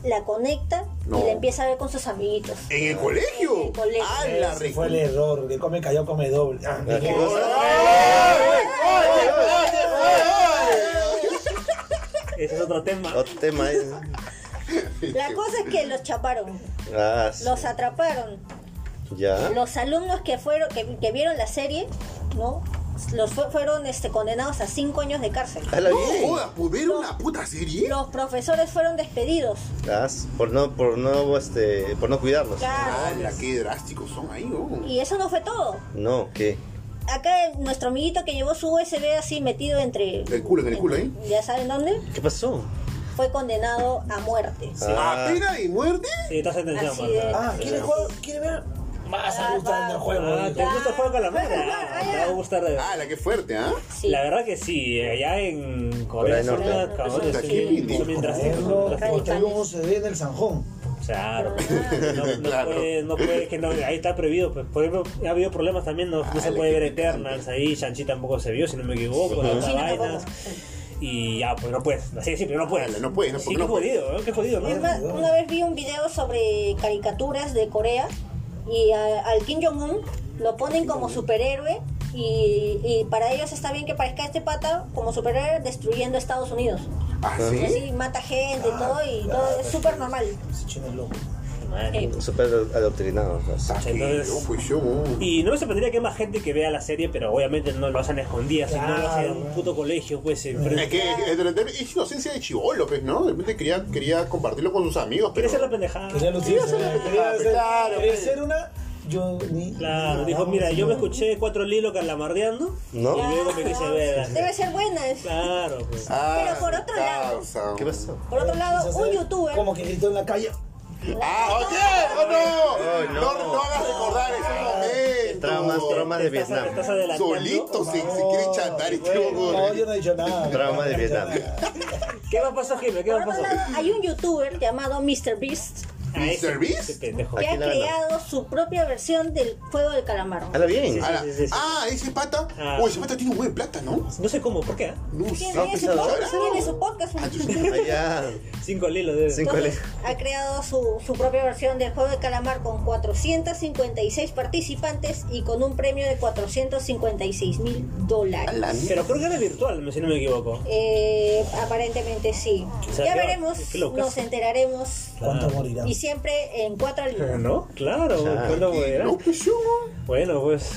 Speaker 4: la conecta
Speaker 3: No.
Speaker 4: y la empieza a ver con sus amiguitos.
Speaker 3: ¿En el colegio?
Speaker 4: Ah, En el colegio.
Speaker 3: Ah, la
Speaker 5: Ese fue el error. Que come cayó, come doble. Ah,
Speaker 1: Ah, ¿Qué
Speaker 5: qué-
Speaker 1: cosa?
Speaker 2: Ese es otro tema.
Speaker 1: Otro tema. ahí.
Speaker 4: La cosa es que los chaparon,
Speaker 1: Ah, sí.
Speaker 4: los atraparon.
Speaker 1: ya.
Speaker 4: Los alumnos que fueron, que, que vieron la serie, ¿no? Los fue- fueron este, condenados a cinco años de cárcel.
Speaker 1: Ah, la
Speaker 3: No
Speaker 1: bien.
Speaker 3: jodas, ¿por ver una puta serie?
Speaker 4: Los profesores fueron despedidos.
Speaker 1: Ah, por no, por no, este, por no cuidarlos.
Speaker 4: Claro.
Speaker 3: Ala, qué drásticos son ahí, ¿no?
Speaker 4: Y eso no fue todo.
Speaker 1: No, ¿qué?
Speaker 4: Acá el- nuestro amiguito que llevó su USB así metido entre.
Speaker 3: Del culo, en el culo, ¿eh?
Speaker 4: Ya saben dónde.
Speaker 1: ¿Qué pasó?
Speaker 4: Fue condenado a muerte.
Speaker 1: Ah.
Speaker 3: ¿A pena de muerte?
Speaker 2: Sí, está sentenciado,
Speaker 4: Así es.
Speaker 2: Marta.
Speaker 5: Ah, ¿quiere jugar? ¿Quiere ver? Más
Speaker 4: Ah,
Speaker 5: gustando el
Speaker 4: va.
Speaker 5: juego.
Speaker 2: Ah,
Speaker 5: dijo.
Speaker 2: ¿Te gusta jugar con la
Speaker 4: Juega,
Speaker 2: madre?
Speaker 4: juega,
Speaker 2: Ah,
Speaker 4: ah,
Speaker 2: Te va a gustar. eh.
Speaker 3: Ala, qué fuerte, ¿ah?
Speaker 4: Sí.
Speaker 2: La verdad que sí, eh, allá en Corea
Speaker 1: Corea del
Speaker 2: son
Speaker 1: Norte.
Speaker 2: unas cabrones,
Speaker 3: Aquí,
Speaker 2: sí,
Speaker 3: dijo,
Speaker 2: son bien
Speaker 5: Por
Speaker 2: drásticos.
Speaker 5: ejemplo,
Speaker 2: son drásticos.
Speaker 5: porque hay un USB en el Sanjón.
Speaker 2: Claro. No, no
Speaker 3: Claro.
Speaker 2: puedes, no puedes, que no, ahí está prohibido. Pues, por ejemplo, ha habido problemas también, no, no se
Speaker 3: Dale,
Speaker 2: puede
Speaker 3: que
Speaker 2: ver
Speaker 3: te cante.
Speaker 2: Eternals ahí, Shang-Chi tampoco se vio, si no me equivoco, las otras
Speaker 4: Sí, no, tampoco.
Speaker 2: vainas. Y ya, pues no puedes, así de simple, no puedes.
Speaker 3: No puedes, no,
Speaker 2: Sí,
Speaker 3: porque
Speaker 2: qué
Speaker 3: no puedes.
Speaker 2: jodido, ¿eh? qué jodido, ¿no?
Speaker 4: Es más, una vez vi un video sobre caricaturas de Corea y a- al Kim Jong-un lo ponen como superhéroe y, y para ellos está bien que parezca este pata como superhéroe destruyendo Estados Unidos.
Speaker 3: Ah,
Speaker 4: Y
Speaker 3: sí.
Speaker 4: así mata gente y todo y
Speaker 5: claro,
Speaker 4: todo es
Speaker 5: pues,
Speaker 4: súper normal.
Speaker 5: Ese chino es loco.
Speaker 2: Madre.
Speaker 1: Súper adoctrinado. pues.
Speaker 3: Ah, qué
Speaker 2: Entonces-
Speaker 3: loco, yo, uh.
Speaker 2: Y no me sorprendería que hay más gente que vea la serie, pero obviamente no lo hacen a escondidas, sino lo hacen en un
Speaker 5: Claro.
Speaker 2: puto colegio, pues. en
Speaker 3: Es
Speaker 2: frente-
Speaker 3: que es, es- es inocencia de chivolo, pues, ¿no? De repente quería, quería compartirlo con sus amigos,
Speaker 2: Quiere
Speaker 3: pero...
Speaker 2: ser la pendejada.
Speaker 5: Quería lucirse,
Speaker 3: Sí,
Speaker 5: ¿eh?
Speaker 3: sí,
Speaker 5: quería
Speaker 3: sí,
Speaker 5: ser,
Speaker 3: claro,
Speaker 5: quería
Speaker 3: pues.
Speaker 5: ser una. Yo ni.
Speaker 2: Claro,
Speaker 5: ni-
Speaker 2: dijo,
Speaker 5: vamos,
Speaker 2: mira, yo me
Speaker 5: señor".
Speaker 2: escuché cuatro lilos calamardeando
Speaker 1: ¿No?
Speaker 2: y luego me quise ver. así.
Speaker 4: Ah, Debe ser buena. es-
Speaker 2: Claro, pues.
Speaker 3: Ah,
Speaker 4: Pero por otro lado.
Speaker 3: causa.
Speaker 1: ¿Qué pasó?
Speaker 4: Por otro lado,
Speaker 5: Quiso
Speaker 4: un
Speaker 5: ser
Speaker 4: youtuber...
Speaker 5: Como que gritó en la calle.
Speaker 3: ¡Ah, oye! ¡Oh, no!
Speaker 1: no.
Speaker 3: no! no hagas recordar ese momento.
Speaker 1: Traumas, traumas de
Speaker 2: Estás-
Speaker 1: Vietnam.
Speaker 2: estás adelantando.
Speaker 3: Solito se, se quiere chantar este
Speaker 5: No, yo
Speaker 3: huevón.
Speaker 5: no he dicho nada.
Speaker 1: Trauma de Vietnam.
Speaker 2: ¿Qué va a pasar, Jimmy? ¿Qué
Speaker 4: Por
Speaker 2: va a
Speaker 4: otro
Speaker 2: pasar?
Speaker 4: lado, hay un youtuber llamado MrBeast Beast
Speaker 2: Ah, ese-
Speaker 3: ¿Mr. Beast?
Speaker 2: ese pendejo.
Speaker 4: que
Speaker 1: Aquí
Speaker 4: ha
Speaker 1: la gana.
Speaker 4: creado su propia versión del juego del calamar.
Speaker 1: Hala bien.
Speaker 2: Sí,
Speaker 3: Ahora,
Speaker 2: sí, sí, sí.
Speaker 3: Ah, ese pata.
Speaker 2: Ah.
Speaker 3: Uy, ese pata tiene un buen plata, ¿no?
Speaker 2: No sé cómo, ¿por qué? ah?
Speaker 3: No pues, sé.
Speaker 4: Tiene su
Speaker 1: pesado.
Speaker 4: podcast, tiene su podcast.
Speaker 1: Ah, Allá.
Speaker 2: Cinco lilos de...
Speaker 1: Cinco.
Speaker 4: Entonces, ha creado su, su propia versión del juego de calamar con 456 participantes y con un premio de 456 mil
Speaker 3: A
Speaker 4: dólares.
Speaker 3: la mierda.
Speaker 2: Pero creo que era virtual, si no me equivoco.
Speaker 4: Eh, aparentemente sí.
Speaker 2: O sea,
Speaker 4: ya
Speaker 2: qué-
Speaker 4: veremos,
Speaker 2: qué locas.
Speaker 4: nos enteraremos
Speaker 5: ¿Cuánto
Speaker 2: Claro.
Speaker 5: morirá?
Speaker 4: y siempre en cuatro
Speaker 5: Ah,
Speaker 4: libros.
Speaker 2: ¿No? Claro,
Speaker 1: Claro.
Speaker 2: ¿cuándo volverá?
Speaker 3: No, pues yo, ¿no?
Speaker 2: Bueno, pues.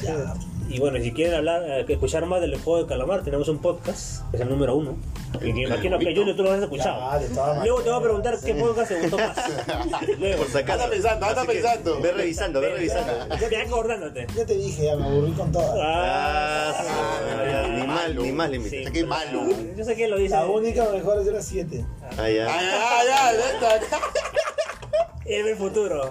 Speaker 2: Y bueno, si quieren hablar, eh, escuchar más del juego de calamar, tenemos un podcast, que es el número uno. Y que imagino que Junior tú lo has escuchado.
Speaker 5: Ya, de todas
Speaker 2: Luego te voy a preguntar qué podcast te gustó más. Luego.
Speaker 1: Por si acaso.
Speaker 3: Anda pensando, anda
Speaker 1: Así que
Speaker 3: pensando.
Speaker 1: Ve revisando, ve revisando.
Speaker 2: Ya acordándote. Ah,
Speaker 5: Ya te dije, ya me aburrí con todas.
Speaker 1: Ah, ni mal, ni mal
Speaker 2: Sí,
Speaker 1: Ah, límite.
Speaker 3: Qué malo.
Speaker 2: Yo sé que lo dice.
Speaker 5: La única mejor era 7.
Speaker 1: Allá.
Speaker 3: Ay, ay, ay, ay, ay.
Speaker 2: En el futuro.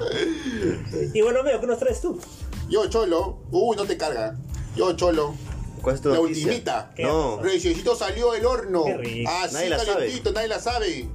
Speaker 2: Y bueno, amigo, ¿qué nos traes tú?
Speaker 3: Yo, Cholo. Uy, no te carga. Yo, Cholo.
Speaker 1: ¿Cuál es tu
Speaker 3: La
Speaker 1: noticia?
Speaker 3: ultimita.
Speaker 2: ¿Qué
Speaker 1: No.
Speaker 3: Reyesito salió del horno.
Speaker 2: Qué rico.
Speaker 3: Así
Speaker 1: Nadie la sabe.
Speaker 3: calentito, nadie la sabe.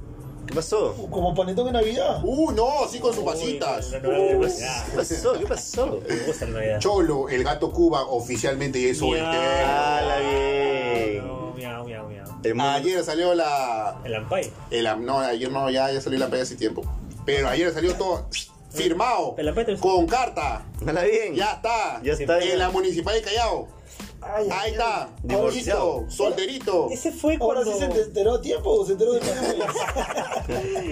Speaker 1: ¿Qué pasó?
Speaker 5: Uh, Como panetón de Navidad.
Speaker 3: Uh, no, sí con sus pasitas.
Speaker 2: Uy, no, no, no, demasiado.
Speaker 1: ¿Qué pasó? ¿Qué pasó?
Speaker 2: Me gusta la Navidad.
Speaker 3: Cholo, el gato Cuba oficialmente y eso
Speaker 2: Miau.
Speaker 1: ¡Hala bien!
Speaker 2: No, miau, miau, miau.
Speaker 1: El mundo-
Speaker 3: Ayer salió la.
Speaker 2: El Ampay.
Speaker 3: el am- no, ayer no, ya, ya salió la pega hace tiempo. Pero ayer salió todo firmado.
Speaker 2: El Ampay te gusta.
Speaker 3: Con carta.
Speaker 1: ¡Hala bien!
Speaker 3: Ya está.
Speaker 1: Ya está, ya.
Speaker 3: En la municipal de Callao.
Speaker 5: Ay, ay,
Speaker 3: Ahí
Speaker 5: ay.
Speaker 3: está.
Speaker 1: Divorciado.
Speaker 3: Listo, solterito.
Speaker 2: Ese fue
Speaker 5: Ahora
Speaker 2: cuando.
Speaker 5: sí se enteró a tiempo o se enteró de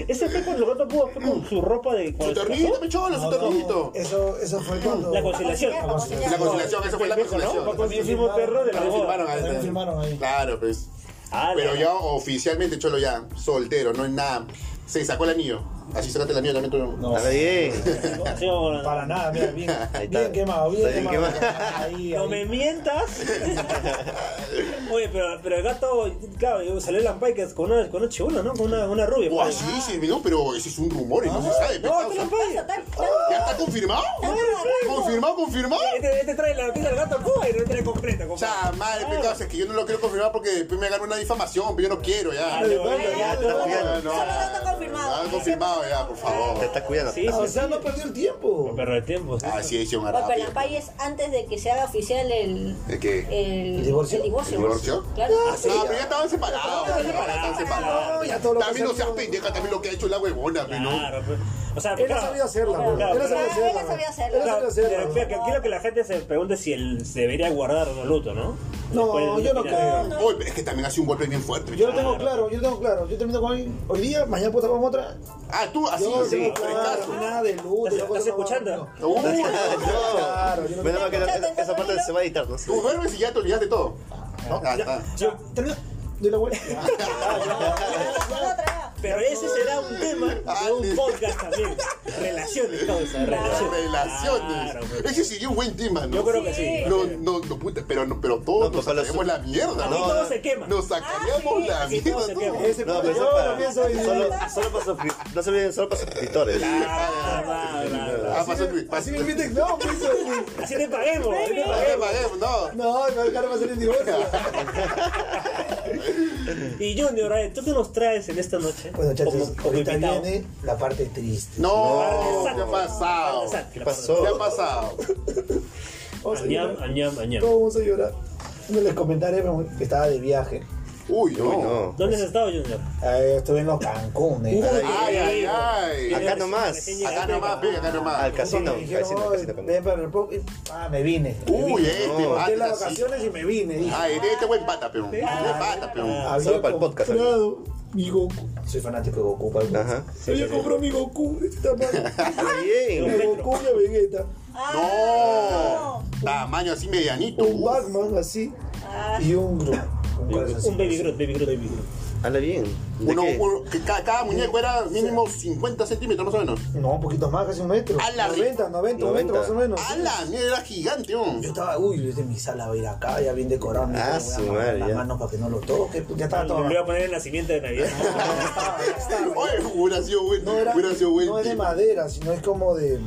Speaker 2: Ese fue cuando el gato pudo fue con su ropa de.
Speaker 3: Su
Speaker 2: cuando se
Speaker 3: ternito, me cholo, su ternito.
Speaker 5: Eso, eso fue cuando.
Speaker 2: La conciliación.
Speaker 4: La conciliación.
Speaker 3: La conciliación, esa fue la
Speaker 2: Pendejo, ¿no?
Speaker 3: conciliación.
Speaker 2: Fue cuando hicimos perro de la
Speaker 3: También
Speaker 2: boda.
Speaker 3: firmaron ahí.
Speaker 5: También firmaron ahí.
Speaker 3: Claro, pues.
Speaker 2: Ah,
Speaker 3: Pero
Speaker 2: la-
Speaker 3: ya oficialmente, Cholo, ya, soltero, no es nada. Se sacó el anillo. Así sacaste el anillo, también tú.
Speaker 5: No,
Speaker 1: ¡Hala bien!
Speaker 2: Sí, vamos,
Speaker 5: para nada, mira, bien,
Speaker 1: está.
Speaker 5: bien quemado, bien,
Speaker 1: Está bien
Speaker 5: quemado.
Speaker 1: quemado.
Speaker 5: Ahí,
Speaker 2: No
Speaker 5: ahí.
Speaker 2: me mientas. Oye, pero, pero el gato, claro, salió el Ampay que es con una, con una chibola, ¿no? Con una, una rubia. pues.
Speaker 3: O Oh, así, sí, no, pero ese es un rumor y no se
Speaker 2: Ah,
Speaker 3: sabe. pues,
Speaker 2: No,
Speaker 3: causa.
Speaker 2: el Ampay.
Speaker 3: ¿Ya está confirmado? ¿Confirmado,
Speaker 5: ¡Oh!
Speaker 3: confirmado?
Speaker 2: Este, este trae la noticia del gato púa y no tiene completa.
Speaker 3: O sea, madre,
Speaker 2: Claro.
Speaker 3: pe, causa, es que yo no lo quiero confirmar porque después me agarro una difamación, pero yo no quiero ya.
Speaker 2: Vale, vale,
Speaker 1: Ya
Speaker 2: ya,
Speaker 1: está
Speaker 2: todo.
Speaker 1: cuidando.
Speaker 4: Solo dato confirmado.
Speaker 3: Ah, confirmado ya, por
Speaker 1: Te
Speaker 3: favor.
Speaker 1: estás cuidando.
Speaker 2: Sí,
Speaker 5: O sea, no perdió el tiempo.
Speaker 2: Perro de ¿eh? tiempo. sí.
Speaker 3: Ah, sí, sí, un
Speaker 4: Oye, pero
Speaker 3: rápido.
Speaker 4: la pay es antes de que se haga oficial el,
Speaker 3: ¿De
Speaker 2: Eh,
Speaker 3: qué?
Speaker 4: el,
Speaker 5: ¿El divorcio?
Speaker 4: el divorcio.
Speaker 3: ¿El divorcio? Ah,
Speaker 4: Claro.
Speaker 3: No, pero ya estaban separados.
Speaker 4: Estaban
Speaker 3: ya Estaban
Speaker 4: separados.
Speaker 5: No, ya
Speaker 3: separados.
Speaker 5: todo lo que
Speaker 3: También no
Speaker 5: hacía-
Speaker 3: seas pendeja, también lo que ha hecho la huevona, pe, ¿no?
Speaker 2: Claro, pues. O sea,
Speaker 5: Él
Speaker 2: claro,
Speaker 5: ha sabido hacerla,
Speaker 4: Claro,
Speaker 5: güey. Él ha
Speaker 2: claro,
Speaker 5: sabido
Speaker 4: claro, él
Speaker 5: hacerla.
Speaker 4: ha sabido hacerla.
Speaker 5: Él ha
Speaker 2: claro,
Speaker 5: sabido
Speaker 2: pero
Speaker 5: hacerla.
Speaker 2: que- quiero que la gente se pregunte si él se debería guardar o luto, ¿no?
Speaker 5: No,
Speaker 2: Después de-
Speaker 5: yo no
Speaker 2: de-
Speaker 5: creo.
Speaker 3: Uy, pero es que también ha sido un golpe bien fuerte.
Speaker 5: Yo lo tengo claro, yo lo tengo claro. Yo termino con hoy, hoy día, mañana puedo estar con otra.
Speaker 3: Ah, tú, así,
Speaker 5: Yo lo
Speaker 3: sí,
Speaker 5: tengo claro, nada de luz.
Speaker 2: ¿Estás- estás escuchando?
Speaker 3: Uy,
Speaker 5: Claro, yo lo
Speaker 1: Menos
Speaker 5: tengo
Speaker 1: mal que no- esa parte se va a editar, ¿no?
Speaker 3: Tú duermes y ya te olvidaste todo. No, ya está.
Speaker 5: Yo termino, doy la vuelta.
Speaker 4: Otra.
Speaker 2: Pero ese será un tema
Speaker 5: Ah,
Speaker 2: de un
Speaker 3: Dale.
Speaker 2: podcast también. Relaciones, causa, relaciones.
Speaker 3: Relaciones.
Speaker 2: Claro, pues.
Speaker 3: Ese sería un buen tema, ¿no?
Speaker 2: Yo creo que sí.
Speaker 3: No, no, no, puta, pero, no, pero todos
Speaker 1: No,
Speaker 3: nos
Speaker 1: pues, para
Speaker 3: sacaríamos
Speaker 1: la-
Speaker 3: la mierda,
Speaker 2: Aquí
Speaker 3: ¿no?
Speaker 2: todo se quema.
Speaker 3: Nos sacaríamos
Speaker 4: Ah, sí,
Speaker 3: la
Speaker 2: sí, todo
Speaker 3: mierda.
Speaker 2: se
Speaker 3: ¿no?
Speaker 2: quema.
Speaker 5: Ese
Speaker 1: No,
Speaker 5: yo
Speaker 1: pero eso es
Speaker 5: lo
Speaker 1: para,
Speaker 5: pienso hoy
Speaker 1: solo,
Speaker 5: día.
Speaker 1: solo para suscriptores. No se olviden, solo para suscriptores.
Speaker 2: Ah, va, va, va.
Speaker 3: Ah, pasó el
Speaker 5: Así
Speaker 3: pasó
Speaker 5: me
Speaker 3: el-
Speaker 5: inviten, no, pienso hoy.
Speaker 2: Así te paguemos. así te
Speaker 3: Ah,
Speaker 2: paguemos.
Speaker 3: paguemos, No,
Speaker 5: No, no, el cara va a ser el divorcio.
Speaker 2: Y Junior, eh, ¿tú qué nos traes en esta noche?
Speaker 5: Bueno, chatos,
Speaker 2: Como- como
Speaker 5: ahorita
Speaker 2: invitado.
Speaker 3: eh.
Speaker 5: viene la parte triste.
Speaker 3: No,
Speaker 2: Parte
Speaker 3: ¿qué ha
Speaker 2: exacta.
Speaker 3: pasado?
Speaker 2: Parte exacta.
Speaker 1: ¿Qué
Speaker 2: La
Speaker 1: pasó?
Speaker 3: ¿Qué ha pasado?
Speaker 5: Vamos a
Speaker 2: Añam,
Speaker 5: llorar.
Speaker 2: añam, añam.
Speaker 5: Todos vamos a llorar. Uno les comentaré pero que estaba de viaje.
Speaker 3: Uy,
Speaker 1: Uy,
Speaker 3: no.
Speaker 1: no.
Speaker 2: ¿Dónde has estado, Junior?
Speaker 5: Eh, estuve en los Cancún. eh.
Speaker 1: Uy,
Speaker 3: Ay, ay, ay.
Speaker 1: Acá nomás.
Speaker 3: Acá nomás, venga, acá nomás.
Speaker 1: Al casino,
Speaker 5: Me dijeron,
Speaker 1: casino,
Speaker 5: "Oh,
Speaker 1: casino, casino.
Speaker 5: ven para el pro-". Y, Ah, me vine. Me
Speaker 3: Uy,
Speaker 5: vine.
Speaker 3: este,
Speaker 1: No.
Speaker 5: Corté las
Speaker 3: pata, sí.
Speaker 5: vacaciones y me vine. dije.
Speaker 3: Ay, este buen pata, peón. Buen pata, peón.
Speaker 5: Había
Speaker 1: Ah, Solo para el podcast,
Speaker 5: comprado mi Goku. Soy fanático de Goku. Para el
Speaker 1: Ajá.
Speaker 5: Yo ya compró mi Goku. Esta madre.
Speaker 1: Bien.
Speaker 5: Mi Goku y a Vegeta.
Speaker 3: No. Tamaño así medianito.
Speaker 5: Un Batman así. Y un Groot. Un corazoncito
Speaker 2: Un baby
Speaker 5: así.
Speaker 2: Groot, baby Groot, baby Groot.
Speaker 1: Habla bien. ¿De
Speaker 3: Uno,
Speaker 1: qué?
Speaker 3: uno- que cada, cada muñeco era mínimo 50 centímetros más o menos.
Speaker 5: No, un poquito más, casi un metro.
Speaker 3: A la
Speaker 5: 90, 90, un metro
Speaker 1: 90.
Speaker 5: más o menos.
Speaker 3: ¡A la mierda! Era gigante, weón.
Speaker 5: Yo estaba, uy, desde mi sala va a ir acá, ya bien decorado. me
Speaker 1: Ah,
Speaker 5: voy
Speaker 1: su
Speaker 5: a amarrar
Speaker 1: madre,
Speaker 5: La
Speaker 1: ya.
Speaker 5: mano para que no lo toque. Ya estaba todo.
Speaker 2: Le voy a poner el nacimiento de Navidad.
Speaker 5: Ya estaba, ya estaba.
Speaker 3: Oye, hubiera sido bueno.
Speaker 5: No, era,
Speaker 3: hubiera sido bueno.
Speaker 5: no es de madera, sino es como de.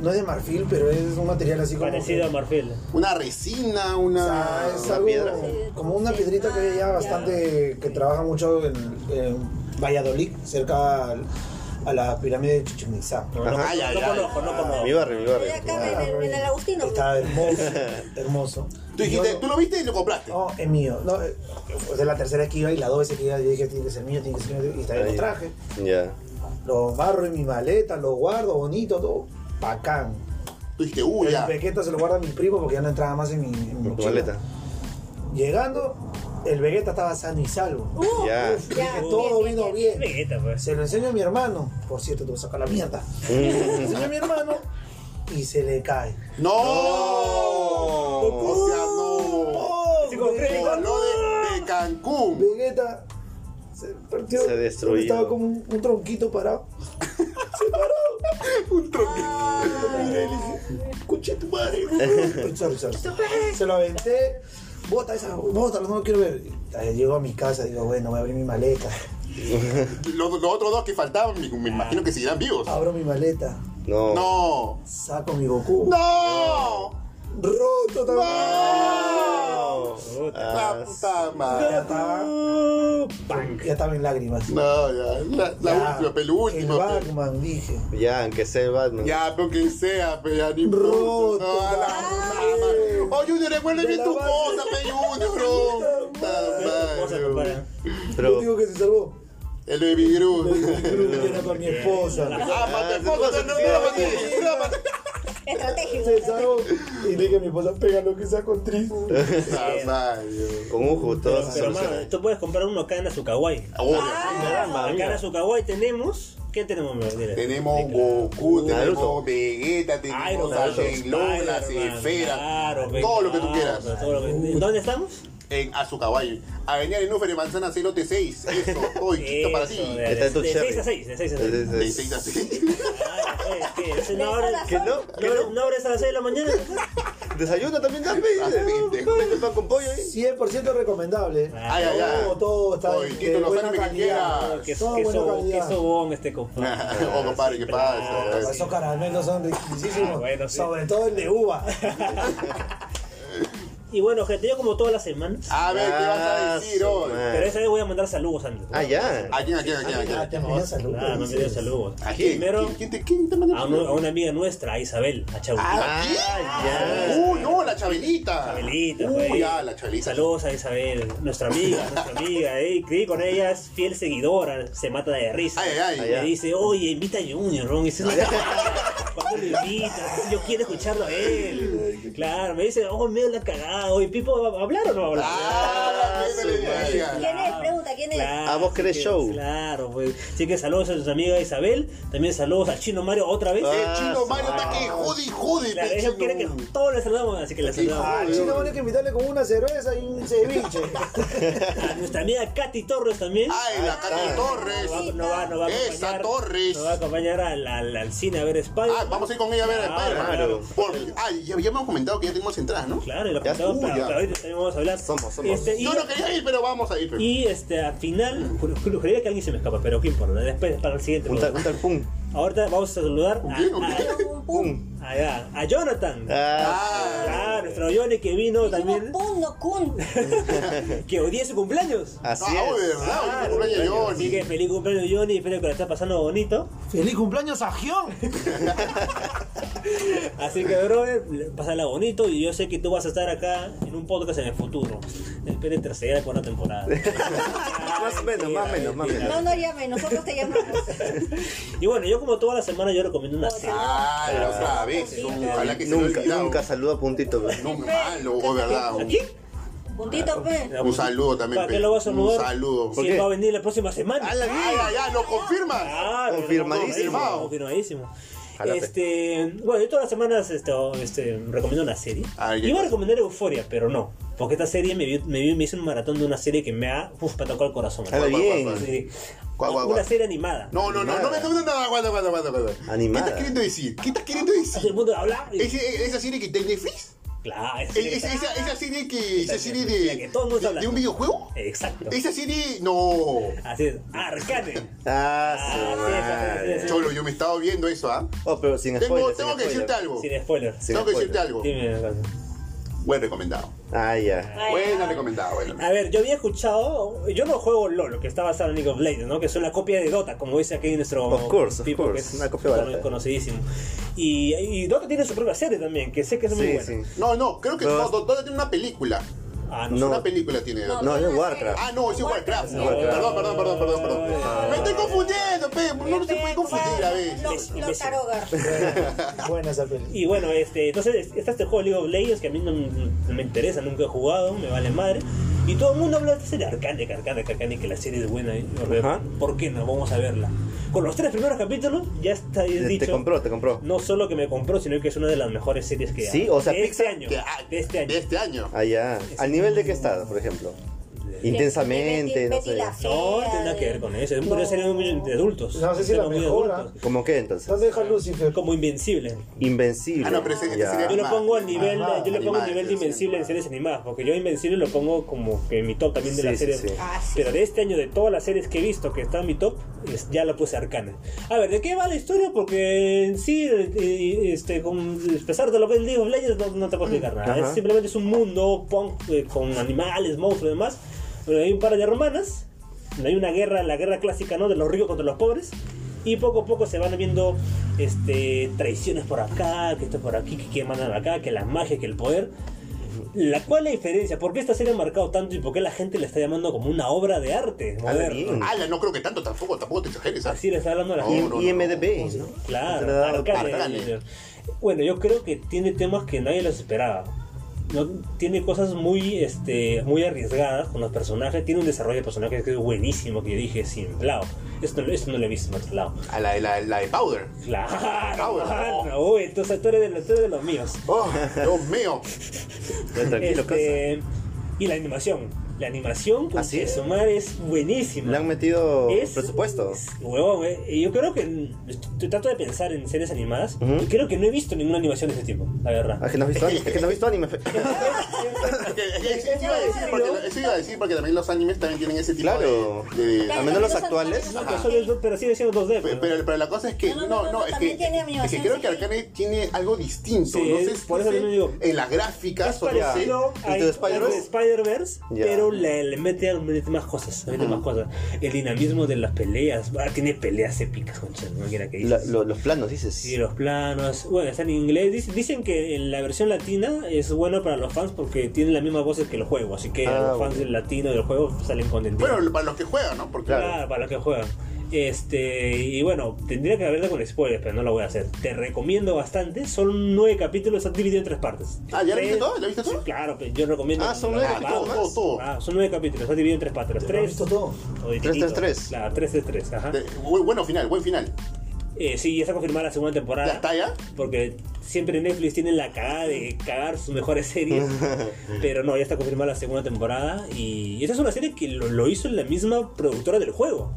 Speaker 5: No es de marfil, pero es un material así como.
Speaker 2: Parecido a
Speaker 5: que-
Speaker 2: Marfil.
Speaker 3: Una resina,
Speaker 5: o
Speaker 3: Ah, una.
Speaker 5: sea, es
Speaker 1: Una
Speaker 5: algo
Speaker 1: piedra.
Speaker 5: como una piedrita que
Speaker 4: Ah,
Speaker 5: ya bastante. que trabaja mucho en, en Valladolid, cerca al- a la pirámide de Chichén Itzá.
Speaker 1: Ajá.
Speaker 3: Ay, ay,
Speaker 2: No
Speaker 3: ay.
Speaker 2: conozco, no
Speaker 1: Mi
Speaker 2: conozco.
Speaker 1: barrio, mi barrio.
Speaker 4: acá en el, en el Agustino.
Speaker 5: Está hermoso, hermoso.
Speaker 3: Tú dijiste, tú lo viste y lo compraste.
Speaker 5: No, es mío. No, eh, o sea, la tercera vez que iba y la dos veces que iba, yo dije, tiene que ser mío, tiene que ser mío. Y también lo
Speaker 1: Ahí.
Speaker 5: traje.
Speaker 1: Ya.
Speaker 5: Lo barro en mi maleta, lo guardo bonito, todo. Bacán.
Speaker 3: Tú dijiste, uy,
Speaker 5: El
Speaker 3: ya.
Speaker 5: Vegeta se lo guarda a mi primo porque ya no entraba más en mi, en mi
Speaker 1: Con tu
Speaker 5: mochila.
Speaker 1: maleta.
Speaker 5: Llegando, el Vegeta estaba sano y salvo.
Speaker 4: Uh,
Speaker 1: Ya.
Speaker 4: uf, ya.
Speaker 5: Dije, todo vino bien.
Speaker 2: Vegeta, pues.
Speaker 5: Se lo enseño a mi hermano. Por cierto, te voy a sacar la mierda.
Speaker 1: Mm.
Speaker 5: Se lo enseño a mi hermano y se le cae.
Speaker 3: ¡No! O sea,
Speaker 5: ¡Oh!
Speaker 2: Sí, con
Speaker 3: no.
Speaker 5: Vegeta,
Speaker 3: Voló de, de Cancún.
Speaker 5: Vegeta se partió.
Speaker 1: Se destruyó.
Speaker 5: Estaba como un, un tronquito parado.
Speaker 3: Un tronquito. Cuche tu madre.
Speaker 5: Uy, sorry, sorry. Se lo aventé. Bota esa, bota, no lo quiero ver. Ahí Llego a mi casa, digo, bueno, voy a abrir mi maleta.
Speaker 3: Los, los otros dos que faltaban, me, me imagino que seguirán vivos.
Speaker 5: Abro mi maleta,
Speaker 1: No.
Speaker 3: ¡No!
Speaker 5: saco mi Goku.
Speaker 3: ¡No!
Speaker 5: Roto también.
Speaker 3: ¡No!
Speaker 2: Puta.
Speaker 3: La puta
Speaker 5: Ya
Speaker 3: madre.
Speaker 5: estaba,
Speaker 2: Punk.
Speaker 5: ya estaba en lágrimas.
Speaker 3: No, ya. La, la
Speaker 5: Ya,
Speaker 3: última, pe, lo
Speaker 5: El
Speaker 3: último, pe.
Speaker 5: Batman, dije.
Speaker 1: Ya, aunque sea el Batman.
Speaker 3: Ya, pero que sea, pe, ya ni
Speaker 5: Roto,
Speaker 3: No, a la
Speaker 5: madre.
Speaker 3: puta madre. Oh, Junior, recuerda bien
Speaker 5: la
Speaker 3: tu
Speaker 5: base.
Speaker 3: cosa, pe, Junior, bro.
Speaker 2: Cosa,
Speaker 3: Puta madre.
Speaker 2: compadre.
Speaker 5: Lo
Speaker 1: Pero.
Speaker 5: único que se salvó.
Speaker 3: El baby Groot.
Speaker 5: Creo que era para mi
Speaker 2: Eh,
Speaker 5: esposa.
Speaker 3: Ah, para tu esposa, no, no,
Speaker 1: Sí.
Speaker 3: era para ti, no, era para ti.
Speaker 4: Estratégico.
Speaker 5: Se salvó. Y dije a mi esposa, pega lo que sea con tris.
Speaker 3: Puta madre.
Speaker 1: Con un justo.
Speaker 2: Pero, pero, mano, tú puedes comprar uno acá en Azucaguay.
Speaker 3: Ahora,
Speaker 2: Acá en Azucaguay tenemos. ¿Qué tenemos, mi amor?
Speaker 3: Tenemos Goku,
Speaker 1: Naruto.
Speaker 3: tenemos Vegeta, tenemos
Speaker 2: Iron
Speaker 3: a
Speaker 2: Man,
Speaker 3: Shenlong, las
Speaker 2: Spider-Man,
Speaker 3: esferas,
Speaker 2: claro, ve,
Speaker 3: todo lo que tú
Speaker 2: claro,
Speaker 3: quieras.
Speaker 2: todo lo que- ¿Dónde estamos?
Speaker 3: En Azucaballo, Avenida de Núfer de Manzana, celote 6. Eso, todo chiquito para ti.
Speaker 2: Eso, de-
Speaker 1: Está en tu
Speaker 2: de
Speaker 1: cherry.
Speaker 2: 6 a 6, de 6 a 6.
Speaker 1: Es-
Speaker 3: De
Speaker 1: es-
Speaker 3: 6 a 6.
Speaker 2: ¿No abres,
Speaker 1: ¿Que no?
Speaker 2: no, abres- no abres a las 6 de la mañana?
Speaker 1: Desayuno también da
Speaker 3: Ah,
Speaker 1: pe.
Speaker 3: pendejo.
Speaker 1: Come pan con pollo ahí.
Speaker 5: 100% recomendable.
Speaker 3: Ay, ay, ay.
Speaker 5: Todo, todo está
Speaker 3: Oye, Tito,
Speaker 5: de
Speaker 3: los
Speaker 5: buena
Speaker 3: animes que
Speaker 5: calidad.
Speaker 3: quieras.
Speaker 2: Qué,
Speaker 5: Todo
Speaker 2: qué
Speaker 5: buena
Speaker 2: sobo- qué
Speaker 5: calidad.
Speaker 2: sobón este compadre.
Speaker 3: Oh, compadre, ¿qué pasa?
Speaker 5: Esos caramelos son riquísimos.
Speaker 2: Ah, bueno, sí.
Speaker 5: Sobre todo el de uva.
Speaker 2: Y bueno, gente, yo como todas las semanas,
Speaker 3: A ver, ¿qué vas a
Speaker 1: Ah,
Speaker 3: decir
Speaker 1: su
Speaker 3: hoy?
Speaker 1: madre.
Speaker 2: pero esa vez voy a mandar saludos antes.
Speaker 1: Ah, ya.
Speaker 3: ¿A quién, a quién, a quién?
Speaker 5: Ah,
Speaker 3: ¿A
Speaker 5: te
Speaker 3: quién?
Speaker 5: mandé saludos.
Speaker 2: Ah, no me dio saludos.
Speaker 3: ¿A quién?
Speaker 2: Primero,
Speaker 3: ¿Quién te, quién te mandó
Speaker 2: a, una- a una amiga nuestra, a Isabel, a Chau.
Speaker 3: Ah,
Speaker 1: Ah,
Speaker 3: ¿quién? Uy, no, la Chabelita.
Speaker 2: Chabelita,
Speaker 3: Uy,
Speaker 2: pues.
Speaker 3: ya, la Chabelita.
Speaker 2: Saludos a Isabel, nuestra amiga, nuestra amiga, eh. Creí con ella, es fiel seguidora, se mata de risa.
Speaker 3: Ay, ay, ay.
Speaker 2: Me dice, oye, invita a Junior, ¿no? Y dice, "No, ¿Cuándo lo invitas? Yo quiero escucharlo a él. Claro, me dice, oh, medio la cagada. Oye, Pipo, ¿va a hablar o no va a hablar?
Speaker 3: Ah, la
Speaker 1: su
Speaker 3: Chabelita.
Speaker 4: ¿Quién es? Pregunta, ¿quién es?
Speaker 2: Claro,
Speaker 1: Ah, vos
Speaker 2: así
Speaker 1: querés
Speaker 2: que-
Speaker 1: show.
Speaker 2: Claro, pues. Así que saludos a sus amigas Isabel. También saludos al chino Mario otra vez. eh.
Speaker 1: Ah,
Speaker 3: El chino Mario está que jode y jode.
Speaker 2: claro,
Speaker 3: pe,
Speaker 2: ellos
Speaker 3: chino.
Speaker 2: quieren que todos les saludamos, así que les
Speaker 3: Sí.
Speaker 2: saludamos.
Speaker 5: Ah, el chino vale que invitarle con una cerveza y un ceviche.
Speaker 2: A nuestra amiga Katy Torres también.
Speaker 3: Ay,
Speaker 1: Ah,
Speaker 3: la Katy Torres.
Speaker 2: No va, no va, no va a acompañar.
Speaker 3: Esa Torres.
Speaker 2: Nos va a acompañar al, al- al cine a ver Spider.
Speaker 3: Ah, vamos a ir con ella a ver a
Speaker 2: Claro,
Speaker 3: Spider-Man.
Speaker 1: claro.
Speaker 3: Por- Ah, ya, ya me han comentado que ya tenemos entradas, ¿no?
Speaker 2: Claro, y lo
Speaker 1: Ya.
Speaker 2: contamos,
Speaker 1: Uy,
Speaker 2: pero,
Speaker 1: ya.
Speaker 2: pero ahorita también vamos a hablar.
Speaker 1: Somos, somos.
Speaker 2: Este, y,
Speaker 3: Yo no quería ir, pero vamos a ir. pe.
Speaker 2: y, este, al final, juro- juro- juraría que alguien se me escapa, pero qué importa. Después, para el siguiente.
Speaker 1: Un tal, un tal
Speaker 2: programa.
Speaker 1: pum.
Speaker 2: Ahorita vamos a saludar
Speaker 3: ¿Quién o
Speaker 2: a,
Speaker 3: qué?
Speaker 4: Pum, pum.
Speaker 2: a- a- a Jonathan.
Speaker 1: Ah,
Speaker 3: Ah,
Speaker 2: Ah, nuestro Royone que vino también,
Speaker 4: Pum no kun.
Speaker 2: que hoy día es su cumpleaños.
Speaker 1: Así
Speaker 3: Ah,
Speaker 1: es.
Speaker 3: oye, ¿verdad? Hoy es el cumpleaños de
Speaker 2: Así
Speaker 3: Johnny.
Speaker 2: que feliz cumpleaños Johnny, espero que lo esté pasando bonito.
Speaker 5: ¡Feliz cumpleaños a Gion!
Speaker 2: Así que, brother, pásala bonito y yo sé que tú vas a estar acá en un podcast en el futuro. Espere tercera, cuarta temporada.
Speaker 1: Más o menos, más o menos, más o menos.
Speaker 4: No, no llamen, nosotros te llamamos.
Speaker 2: Y bueno, yo como toda la semana yo recomiendo una serie.
Speaker 3: Ah, lo sabes. Ojalá que se lo
Speaker 1: Nunca,
Speaker 3: olvidado.
Speaker 1: nunca saluda a puntito. bro.
Speaker 3: No, malo, o verdad. Un,
Speaker 4: Puntito, pe.
Speaker 3: un saludo también.
Speaker 2: ¿Para
Speaker 3: pe.
Speaker 2: qué lo vas a
Speaker 3: Un
Speaker 2: saludar?
Speaker 3: saludo.
Speaker 2: Si
Speaker 1: qué?
Speaker 2: él va a venir la próxima semana.
Speaker 1: ¡A la
Speaker 3: Ah,
Speaker 1: mierda!
Speaker 3: ya, ya, lo confirma.
Speaker 2: Ah, pero
Speaker 1: Confirmadísimo.
Speaker 2: confirmado, Confirmadísimo.
Speaker 1: Jalate.
Speaker 2: Este, bueno, yo todas las semanas este, o- este, recomiendo una serie.
Speaker 3: Ah, ya.
Speaker 2: Iba a recomendar Euforia, pero no. Porque esta serie me, vi- me, vi- me hizo un maratón de una serie que me ha uf, me tocó el corazón.
Speaker 1: ¡A la
Speaker 3: Guau, guau, guau,
Speaker 1: bien!
Speaker 2: Sí.
Speaker 3: Guau, guau,
Speaker 2: una
Speaker 3: guau.
Speaker 2: serie animada.
Speaker 3: No, no, no, no me estás diciendo nada. Aguanta, aguanta, aguanta, aguanta.
Speaker 1: Animada.
Speaker 3: ¿Qué estás queriendo decir? ¿Qué estás queriendo
Speaker 2: Hace
Speaker 3: decir?
Speaker 2: el mundo de hablar. y-
Speaker 3: ¿Ese- ¿Esa serie que está en Netflix?
Speaker 2: Claro, esa
Speaker 3: ¿Es-
Speaker 2: serie
Speaker 3: es-
Speaker 2: está-
Speaker 3: Esa esa serie que. Esa serie
Speaker 2: La que
Speaker 3: de.
Speaker 2: todo el mundo está
Speaker 3: de- ¿De un
Speaker 2: hablando.
Speaker 3: videojuego?
Speaker 2: Exacto.
Speaker 3: Esa serie. No.
Speaker 2: Así es. Arcane.
Speaker 1: ¡Ah,
Speaker 2: Ah,
Speaker 1: su
Speaker 2: sí, sí,
Speaker 1: madre!
Speaker 2: sí, sí.
Speaker 3: Cholo, yo me he estado viendo eso, ¿ah?
Speaker 1: Oh, pero sin
Speaker 3: Tengo,
Speaker 1: spoiler.
Speaker 3: tengo que decirte algo.
Speaker 2: Sin spoiler.
Speaker 1: Sí.
Speaker 3: Tengo que decirte
Speaker 1: spoiler.
Speaker 3: algo.
Speaker 2: Dime, Arcane.
Speaker 3: Buen recomendado.
Speaker 1: Ah, ya.
Speaker 3: Bueno, recomendado, bueno.
Speaker 2: A ver, yo había escuchado. Yo no juego LOL, que está basado en League of Legends, ¿no? Que son la copia de Dota, como dice aquí nuestro.
Speaker 1: Of course, of
Speaker 2: tipo
Speaker 1: course,
Speaker 2: que es
Speaker 1: una copia barata.
Speaker 2: conocidísimo. Y, y Dota tiene su propia serie también, que sé que es muy
Speaker 1: Sí,
Speaker 2: buena.
Speaker 1: sí.
Speaker 3: No, no, creo que
Speaker 1: No.
Speaker 3: no, Dota tiene una película.
Speaker 2: Ah, no,
Speaker 1: No.
Speaker 3: Una película tiene.
Speaker 1: No, es de Warcraft.
Speaker 3: Ah, no, ese es Warcraft.
Speaker 1: No, Warcraft.
Speaker 3: Perdón, perdón, perdón, perdón, perdón. Me estoy confundiendo, pe. No se puede confundir a veces.
Speaker 2: Imbécil,
Speaker 4: Los
Speaker 2: imbécil.
Speaker 4: tarogas.
Speaker 5: Buena esa peli.
Speaker 2: Y bueno, este, entonces está este juego de League of Legends que a mí no, no me interesa, nunca he jugado, me vale madre. Y todo el mundo habla de esta serie Arcane, que Arcane, que Arcane, que la serie es buena. y yo,
Speaker 1: Ajá.
Speaker 2: ¿Por qué no? Vamos a verla. Con los tres primeros capítulos ya está
Speaker 1: Te,
Speaker 2: dicho.
Speaker 1: te compró, te compró.
Speaker 2: No solo que me compró, sino que es una de las mejores series que
Speaker 1: Sí,
Speaker 2: hay.
Speaker 1: o sea,
Speaker 2: de este
Speaker 1: Pixar-
Speaker 2: año.
Speaker 3: Que- ah,
Speaker 2: De este año.
Speaker 3: De este año.
Speaker 1: Ah, ya. ¿Al nivel de qué está, por ejemplo? Intensamente, no
Speaker 4: Betty
Speaker 1: sé.
Speaker 4: la Fea,
Speaker 2: No, no tiene nada que ver con eso. Es una
Speaker 5: No.
Speaker 2: serie muy de adultos.
Speaker 5: No sé si
Speaker 2: Una serie
Speaker 5: la
Speaker 2: muy de
Speaker 5: mejora.
Speaker 2: adultos.
Speaker 1: ¿Cómo qué entonces?
Speaker 5: ¿Dónde deja Lucifer?
Speaker 2: Como Invencible.
Speaker 1: Invencible.
Speaker 3: Ah, no, pero ese- ese
Speaker 1: Ya.
Speaker 3: sería-
Speaker 2: Yo lo
Speaker 3: Animada,
Speaker 2: pongo al nivel,
Speaker 5: animada,
Speaker 2: yo le pongo al
Speaker 3: animada,
Speaker 2: nivel de
Speaker 3: sí,
Speaker 2: Invencible en
Speaker 3: animada.
Speaker 2: series animadas, porque yo Invencible lo pongo como que en mi top también de
Speaker 1: Sí,
Speaker 2: las
Speaker 1: sí,
Speaker 2: series.
Speaker 1: sí.
Speaker 4: Ah, sí.
Speaker 2: Pero de este año, de todas las series que he visto que está en mi top, es- ya la puse Arcana. A ver, ¿de qué va la historia? Porque en sí, eh, este, con, a pesar de lo que es League of Legends, no, no te puedo explicar nada.
Speaker 1: Ajá.
Speaker 2: Es simplemente es un mundo punk eh, con animales, monstruos y demás. Bueno, hay un par de hermanas, hay una guerra, la guerra clásica, ¿no? De los ricos contra los pobres. Y poco a poco se van viendo este, traiciones por acá, que esto por aquí, que, que mandan acá, que la magia, que el poder. La cual la diferencia, ¿por qué esta serie ha marcado tanto y por qué la gente la está llamando como una obra de arte
Speaker 1: Ah, la
Speaker 2: moderno?
Speaker 1: mierda.
Speaker 3: Ala, no creo que tanto tampoco, tampoco te exageres. ¿ah?
Speaker 2: Así le está hablando a la
Speaker 3: No,
Speaker 2: gente.
Speaker 1: I- IMDB, ¿no? Te
Speaker 2: Claro,
Speaker 1: la da-
Speaker 2: Arcane,
Speaker 3: Arcane.
Speaker 2: señor. Bueno, yo creo que tiene temas que nadie los esperaba. No, tiene cosas muy, este, muy arriesgadas con los personajes. Tiene un desarrollo de personajes que es buenísimo, que yo dije, sin plao. Esto, no- esto no lo he visto en otro lado.
Speaker 3: A la, la, la de Powder.
Speaker 2: Ah, Claro,
Speaker 3: bueno.
Speaker 2: mano, uy, tú tú eres de los, tú eres de los míos.
Speaker 3: Oh, Dios mío.
Speaker 1: Ya, pues, Tranquilo,
Speaker 2: Este, y la animación. La animación con
Speaker 1: Así es.
Speaker 2: su madre es
Speaker 1: casa.
Speaker 2: buenísima.
Speaker 1: Le han metido
Speaker 2: Es-
Speaker 1: presupuesto.
Speaker 2: es- huevón, eh. Y yo creo que en- yo trato de pensar en series animadas
Speaker 1: Ujú.
Speaker 2: y creo que no he visto ninguna animación de ese tipo, la verdad.
Speaker 1: Ah, que no has visto anime. Es que no has visto anime. fe.
Speaker 3: Es que- es que Eso iba a decir, porque- eso iba a decir porque también los animes también tienen ese tipo
Speaker 1: Claro.
Speaker 3: de- de,
Speaker 1: Al menos los actuales.
Speaker 2: No, que solo es do- pero sigue siendo 2D.
Speaker 3: Pe-
Speaker 2: pues.
Speaker 3: Pero, pero la cosa es que
Speaker 4: No,
Speaker 3: no,
Speaker 4: no,
Speaker 3: no,
Speaker 4: no,
Speaker 3: es, que,
Speaker 4: también tiene
Speaker 3: es que
Speaker 4: animación,
Speaker 3: creo que
Speaker 4: sí.
Speaker 3: Arcane tiene algo distinto.
Speaker 2: Sí,
Speaker 3: no
Speaker 2: es-
Speaker 3: sé,
Speaker 2: por
Speaker 3: no
Speaker 2: eso
Speaker 3: sé,
Speaker 2: lo digo.
Speaker 3: En las gráficas
Speaker 2: Es
Speaker 3: o no sé.
Speaker 2: parecido
Speaker 1: Ya.
Speaker 2: a
Speaker 1: Into the Spider-Verse.
Speaker 2: de Spider-Verse,
Speaker 1: Ya.
Speaker 2: pero le, le mete, le mete más cosas, le mete más cosas. El dinamismo de las peleas, ah, tiene peleas épicas, concha, no quiera que
Speaker 1: La-
Speaker 2: dices.
Speaker 1: lo- los planos, dices.
Speaker 2: Sí, los planos. Bueno, está en inglés. Dic- Dicen que en la versión latina es bueno para los fans porque tienen las mismas voces que el juego. Así que
Speaker 1: Ah,
Speaker 2: los fans
Speaker 1: bueno.
Speaker 2: del latino del juego salen contentos.
Speaker 3: Bueno, para los que juegan, ¿no? Porque
Speaker 1: Claro.
Speaker 2: Ah, para los que juegan. Este, y bueno, tendría que haberla con spoilers, pero no lo voy a hacer. Te recomiendo bastante. Son nueve capítulos, están divididos en tres partes.
Speaker 3: Ah, ¿ya lo
Speaker 2: Tres-
Speaker 3: viste todo? ¿Lo viste todo?
Speaker 2: Sí, claro, pero yo recomiendo.
Speaker 1: Ah, son nueve
Speaker 2: Ah,
Speaker 3: todo,
Speaker 1: capítulos.
Speaker 3: todo, todo.
Speaker 2: Ah, son nueve capítulos, está dividido en tres partes. Los
Speaker 5: ¿Lo has
Speaker 2: tres.
Speaker 5: visto todo?
Speaker 2: o
Speaker 1: Tres,
Speaker 2: de
Speaker 1: tres,
Speaker 2: chiquito.
Speaker 1: tres.
Speaker 2: Claro, tres, tres, tres, ajá.
Speaker 3: de- bu- bueno final, buen final.
Speaker 2: Eh, sí, ya está confirmada la segunda temporada.
Speaker 3: ¿Ya está ya?
Speaker 2: Porque siempre Netflix tiene la cagada de cagar sus mejores series. pero no, ya está confirmada la segunda temporada. Y esa es una serie que lo, lo hizo la misma productora del juego.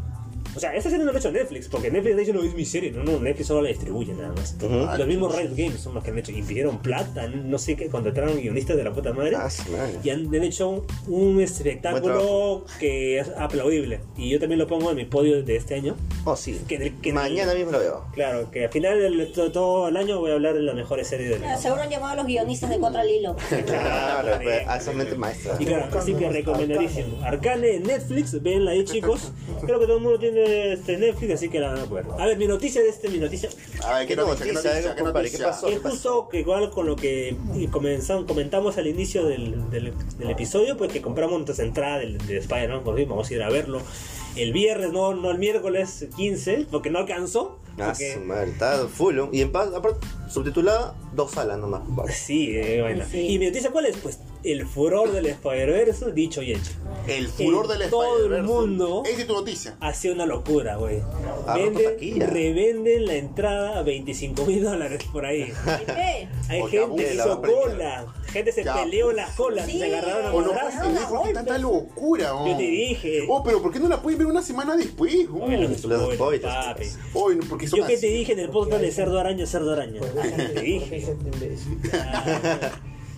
Speaker 2: O sea, esta serie no la ha hecho Netflix, porque Netflix de hecho no es mi serie, no, no, Netflix solo la distribuye nada más.
Speaker 1: Ujú.
Speaker 2: Los mismos Riot Games son los que han hecho, y pidieron plata, no sé qué, contrataron guionistas de la puta madre,
Speaker 1: Ah, sí, madre.
Speaker 2: y han, han hecho un
Speaker 1: Buen
Speaker 2: espectáculo
Speaker 1: trabajo.
Speaker 2: que es aplaudible. Y yo también lo pongo en mi podio de este año.
Speaker 1: Oh, sí.
Speaker 2: Que del- que del-
Speaker 1: Mañana mismo lo veo.
Speaker 2: Claro, que al final de todo, todo el año voy a hablar de las mejores series del
Speaker 4: Ah,
Speaker 2: año.
Speaker 4: Seguro han llamado a los guionistas de Cuatro al Hilo.
Speaker 1: Claro, pues, a esa mente maestra.
Speaker 2: Y claro, así que recomendadísimo. Arcane en Netflix, venla ahí chicos. Creo que todo el mundo tiene este Netflix, así que la van a poder. A ver, mi noticia de este, mi noticia.
Speaker 3: A ver,
Speaker 1: ¿Qué
Speaker 3: ¿qué noticia? ¿Qué
Speaker 1: noticia?
Speaker 3: noticia?
Speaker 1: ¿Qué
Speaker 3: ¿Qué
Speaker 1: compadre? ¿Qué
Speaker 3: noticia?
Speaker 1: pasó?
Speaker 2: Es justo que igual con lo que comenzamos, comentamos al inicio del, del, del episodio, pues que compramos nuestras entradas del- de, Spider-Man, por fin, vamos a ir a verlo el viernes, no, no el miércoles 15, porque no alcanzó.
Speaker 1: Ah,
Speaker 2: porque-
Speaker 1: su madre, está full. ¿no? Y en paz, aparte, subtitulada, dos salas nomás, compadre.
Speaker 2: Sí, eh, bueno.
Speaker 4: Sí.
Speaker 2: ¿Y mi noticia cuál es? Pues el furor del Spider-Verse, dicho y hecho.
Speaker 3: El furor
Speaker 2: En
Speaker 3: del
Speaker 2: todo el
Speaker 3: Spider-Verse.
Speaker 2: mundo.
Speaker 3: Esa es tu noticia.
Speaker 2: Ha sido una locura, güey.
Speaker 1: roto taquilla.
Speaker 2: Venden, revenden la entrada a 25 mil dólares por ahí.
Speaker 4: ¿Qué?
Speaker 2: Hay gente
Speaker 3: Oye,
Speaker 2: que
Speaker 1: abunda la
Speaker 2: hizo
Speaker 1: variedad.
Speaker 2: cola, gente se
Speaker 3: Ya,
Speaker 2: peleó las colas,
Speaker 4: Sí.
Speaker 2: se agarraron a
Speaker 3: O no
Speaker 2: madrazos.
Speaker 3: puedes tener porque tanta locura, oh.
Speaker 2: Yo te dije.
Speaker 3: Oh, pero ¿por qué no la puedes ver una semana después? Oh,
Speaker 2: Bueno, los spoilers,
Speaker 1: spoilers,
Speaker 2: papi.
Speaker 3: Oh, no, porque son
Speaker 2: Yo que te
Speaker 3: así.
Speaker 2: dije en el podcast de Cerdo Araña, Cerdo Araña.
Speaker 5: Porque hay gente-
Speaker 2: Te
Speaker 5: porque hay
Speaker 2: dije.
Speaker 5: gente imbécil.
Speaker 2: Ah,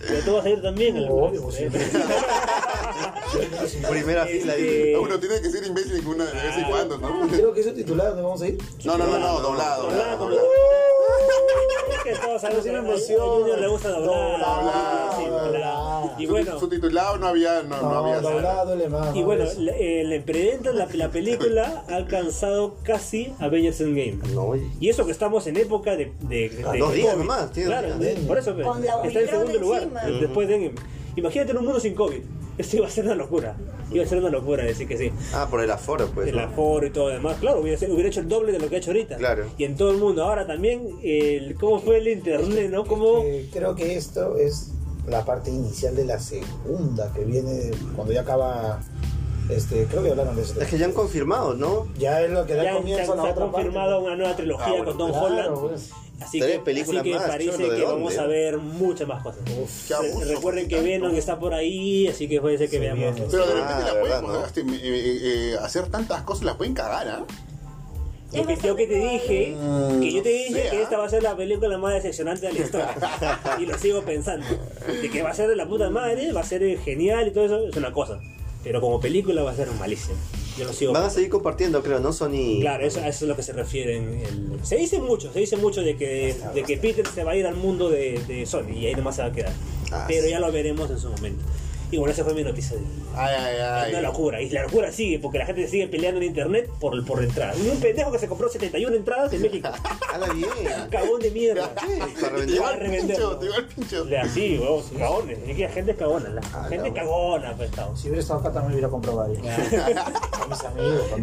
Speaker 2: Pero tú vas a ir también. el-
Speaker 5: Obvio, sí.
Speaker 1: Primera fila.
Speaker 2: Este,
Speaker 1: dice.
Speaker 3: Ah, Uno tiene que ser imbécil en una de vez en cuando, ¿no?
Speaker 5: Creo que eso titular donde vamos a ir.
Speaker 3: No, no, no, no, doblado,
Speaker 2: Doblado,
Speaker 3: doblado,
Speaker 2: doblado.
Speaker 3: doblado.
Speaker 2: Es que todos sabemos que
Speaker 5: Sí
Speaker 2: a
Speaker 5: me
Speaker 2: a
Speaker 5: emociona.
Speaker 2: Junior le gusta doblar.
Speaker 5: Doblar,
Speaker 2: sí,
Speaker 5: doblar.
Speaker 2: doblar. Y
Speaker 3: Su-
Speaker 2: bueno.
Speaker 3: Su titulado no había, no, no,
Speaker 5: No,
Speaker 3: había.
Speaker 5: doblado, le mando.
Speaker 2: Y bueno, la, eh, la preventa, la, la película ha alcanzado casi Avengers Endgame.
Speaker 1: No, y-
Speaker 2: Y eso que estamos en época de. de, de-
Speaker 1: Ah,
Speaker 2: de
Speaker 1: dos días
Speaker 2: COVID.
Speaker 1: nomás, tío.
Speaker 2: Claro, de- por eso pues,
Speaker 4: Con la
Speaker 2: está en
Speaker 4: Omicron
Speaker 2: segundo lugar.
Speaker 4: encima.
Speaker 2: eh, Después de Endgame. Imagínate en un mundo sin COVID. Esto iba a ser una locura. Iba a ser una locura decir que sí.
Speaker 1: Ah, por el aforo, pues.
Speaker 2: El
Speaker 1: ¿no?
Speaker 2: aforo y todo lo demás. Claro, hubiera, sido- hubiera hecho el doble de lo que ha hecho ahorita.
Speaker 1: Claro.
Speaker 2: Y en todo el mundo. Ahora también, el, ¿cómo fue el internet, no? ¿Cómo.?
Speaker 5: Eh, creo que esto es la parte inicial de la segunda que viene cuando ya acaba. Este, creo que hablaron de eso.
Speaker 1: Es que ya han confirmado, ¿no?
Speaker 5: Ya es lo que da
Speaker 2: Ya se,
Speaker 5: comienzo a
Speaker 2: han-
Speaker 5: la
Speaker 2: se ha
Speaker 5: otra
Speaker 2: confirmado una nueva trilogía
Speaker 1: Ah, bueno,
Speaker 2: con Don
Speaker 5: claro,
Speaker 2: Holland.
Speaker 5: pues.
Speaker 2: Así
Speaker 1: Tres
Speaker 2: que,
Speaker 1: películas
Speaker 2: así que
Speaker 1: más,
Speaker 2: parece
Speaker 1: chulo, ¿de
Speaker 2: que vamos
Speaker 1: dónde?
Speaker 2: a ver muchas más cosas.
Speaker 3: qué abuso,
Speaker 2: Recuerden que
Speaker 3: tanto.
Speaker 2: Venom está por ahí, así que puede ser que
Speaker 5: Sí,
Speaker 2: veamos.
Speaker 5: bien.
Speaker 3: Pero de
Speaker 1: Ah,
Speaker 3: repente la
Speaker 1: verdad,
Speaker 3: pueden
Speaker 1: ¿no?
Speaker 3: joder, este, eh, eh, eh, hacer tantas cosas, las pueden cagar, ¿ah?
Speaker 2: Lo que, yo que te dije,
Speaker 3: Mm,
Speaker 2: que yo te
Speaker 3: no
Speaker 2: dije
Speaker 3: sé,
Speaker 2: que
Speaker 3: ¿ah?
Speaker 2: esta va a ser la película más decepcionante de la historia. y lo sigo pensando. De que va a ser de la puta madre, va a ser eh, genial y todo eso, es una cosa. Pero como película va a ser malísima. Yo lo sigo
Speaker 1: Van a seguir compartiendo, creo, ¿no? Sony.
Speaker 2: Claro, eso, a eso es lo que se refiere. en el- Se dice mucho, se dice mucho de que, de que Peter se va a ir al mundo de, de Sony y ahí nomás se va a quedar.
Speaker 1: Ah,
Speaker 2: Pero
Speaker 1: sí.
Speaker 2: ya lo veremos en su momento. Y bueno, esa fue mi noticia. Es
Speaker 3: Ay, ay,
Speaker 2: Una
Speaker 3: ay.
Speaker 2: locura. Y la locura sigue porque la gente sigue peleando en internet por, por entradas. Y un pendejo que se compró 71 entradas en México.
Speaker 1: Hala bien.
Speaker 2: Cagón de mierda.
Speaker 1: Para
Speaker 3: Te
Speaker 1: vender.
Speaker 3: lleva
Speaker 2: va a
Speaker 3: el
Speaker 2: revender,
Speaker 3: pincho,
Speaker 2: ¿no?
Speaker 3: te lleva el pincho.
Speaker 2: Le- Así, huevos, cagones. Es que la gente es cagona. La
Speaker 1: Ah,
Speaker 2: gente es
Speaker 1: la
Speaker 2: cagona, pues, cabrón.
Speaker 5: Si hubiera estado acá también hubiera comprado varios. Para mis amigos, para mis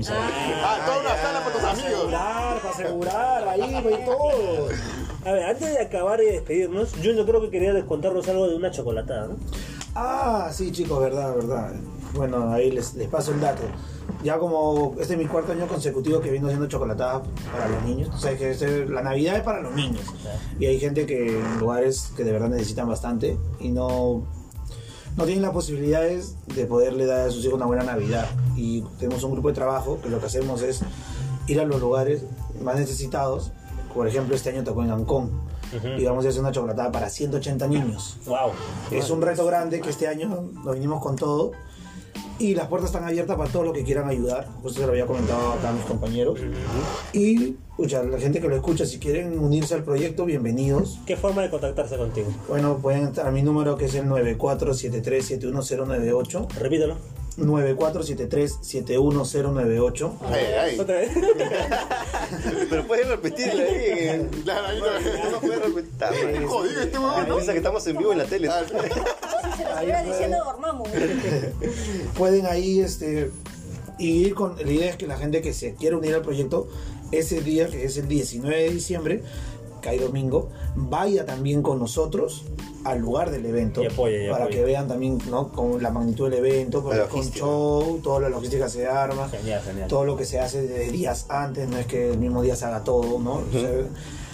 Speaker 5: amigos.
Speaker 3: Ah, toda una sala para tus amigos.
Speaker 5: Asegurar, para asegurar, ahí, para todo.
Speaker 2: A ver, antes de acabar y despedirnos, yo no creo que quería descontarnos algo de una chocolatada, ¿no?
Speaker 5: Ah, sí, chicos, verdad, verdad. Bueno, ahí les, les paso el dato. Ya como este es mi cuarto año consecutivo que vino haciendo chocolatadas para los niños. O sea, que este- la Navidad es para los niños. Y hay gente que en lugares que de verdad necesitan bastante y no, no tienen las posibilidades de poderle dar a sus hijos una buena Navidad. Y tenemos un grupo de trabajo que lo que hacemos es ir a los lugares más necesitados. Por ejemplo, este año tocó en Ancón. Y vamos a hacer una chocolatada para 180 niños.
Speaker 2: Wow.
Speaker 5: Es un reto grande que este año nos vinimos con todo. Y las puertas están abiertas para todos los que quieran ayudar. Justo se lo había comentado acá a mis compañeros. Y, escucha, la gente que lo escucha, si quieren unirse al proyecto, bienvenidos.
Speaker 2: ¿Qué forma de contactarse contigo?
Speaker 5: Bueno, pueden entrar a mi número que es el 9473-71098.
Speaker 2: Repítelo.
Speaker 5: 9473-71098.
Speaker 3: Ay, ay.
Speaker 2: Otra vez.
Speaker 1: Pero puedes repetirlo ahí. en-
Speaker 3: Claro, ahí
Speaker 1: No
Speaker 3: lo
Speaker 1: no puedes repetir.
Speaker 3: Jodido este huevón,
Speaker 1: Ay,
Speaker 3: ¿no?
Speaker 1: Piensa que estamos en vivo en la tele.
Speaker 3: Ah,
Speaker 4: Si se lo estuviera diciendo, dormamos.
Speaker 5: pueden ahí este y ir con la idea es que la gente que se quiera unir al proyecto ese día que es el 19 de diciembre que hay domingo vaya también con nosotros al lugar del evento
Speaker 2: Y apoye, y
Speaker 5: para
Speaker 2: apoye.
Speaker 5: que vean también ¿no? con la magnitud del evento porque con
Speaker 1: logística.
Speaker 5: show toda la logística se arma
Speaker 2: Genial, genial.
Speaker 5: todo lo que se hace de días antes no es que el mismo día se haga todo no O sea,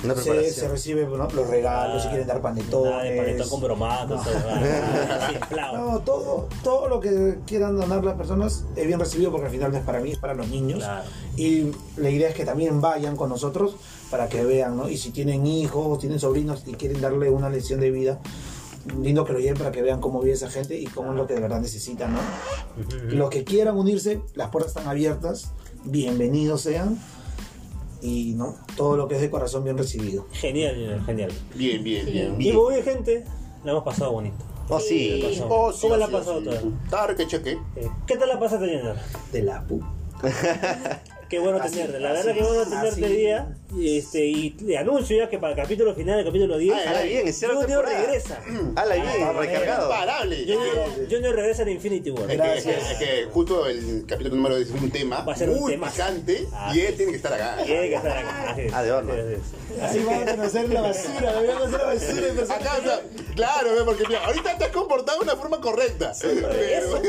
Speaker 1: Una
Speaker 5: se,
Speaker 1: preparación.
Speaker 5: se recibe Ah, ¿no? los regalos, se quieren dar panetones.
Speaker 2: Ah, Nada de panetón con bromato, no.
Speaker 5: No, todo, todo lo que quieran donar las personas es bien recibido porque al final no es para mí, es para los niños.
Speaker 2: Claro.
Speaker 5: Y la idea es que también vayan con nosotros para que vean, ¿no? Y si tienen hijos, tienen sobrinos y quieren darle una lección de vida, lindo que lo lleven para que vean cómo vive esa gente y cómo es lo que de verdad necesitan, ¿no? Los que quieran unirse, las puertas están abiertas, bienvenidos sean. Y no, todo lo que es de corazón bien recibido.
Speaker 2: Genial, señor, genial.
Speaker 3: Bien, bien, bien.
Speaker 2: Y muy bien, gente, la hemos pasado bonito.
Speaker 1: Oh, sí.
Speaker 2: Sí.
Speaker 3: Oh, sí,
Speaker 2: ¿Cómo la
Speaker 3: sí,
Speaker 2: ha pasado
Speaker 3: sí.
Speaker 2: toda?
Speaker 3: Claro que cheque.
Speaker 2: Eh, ¿Qué tal la pasaste, señor?
Speaker 5: De la pu.
Speaker 2: Qué bueno
Speaker 5: Así,
Speaker 2: tenerte, la
Speaker 5: así,
Speaker 2: verdad que bueno tenerte
Speaker 5: así.
Speaker 2: hoy día. Y, este, y le anuncio ya que para el capítulo final, el capítulo 10,
Speaker 5: Ah,
Speaker 1: Ala bien, es cierto.
Speaker 2: Junior regresa.
Speaker 1: Ala bien, recargado.
Speaker 3: Imparable.
Speaker 2: Junior, Junior regresa en Infinity War.
Speaker 3: Es que, es, que, es que justo el capítulo número 10 es un tema
Speaker 2: Va a ser un
Speaker 3: muy
Speaker 2: temazo.
Speaker 3: picante
Speaker 2: Ah,
Speaker 3: y él tiene que estar acá.
Speaker 2: Tiene que estar acá. Así es,
Speaker 1: Ah, de horno.
Speaker 2: así es, así es.
Speaker 5: Así van a conocer la basura, van a conocer la basura y pensar
Speaker 3: Acá, o sea, claro, ve, porque mira, ahorita te has comportado de una forma correcta. Pero,
Speaker 2: Y eso.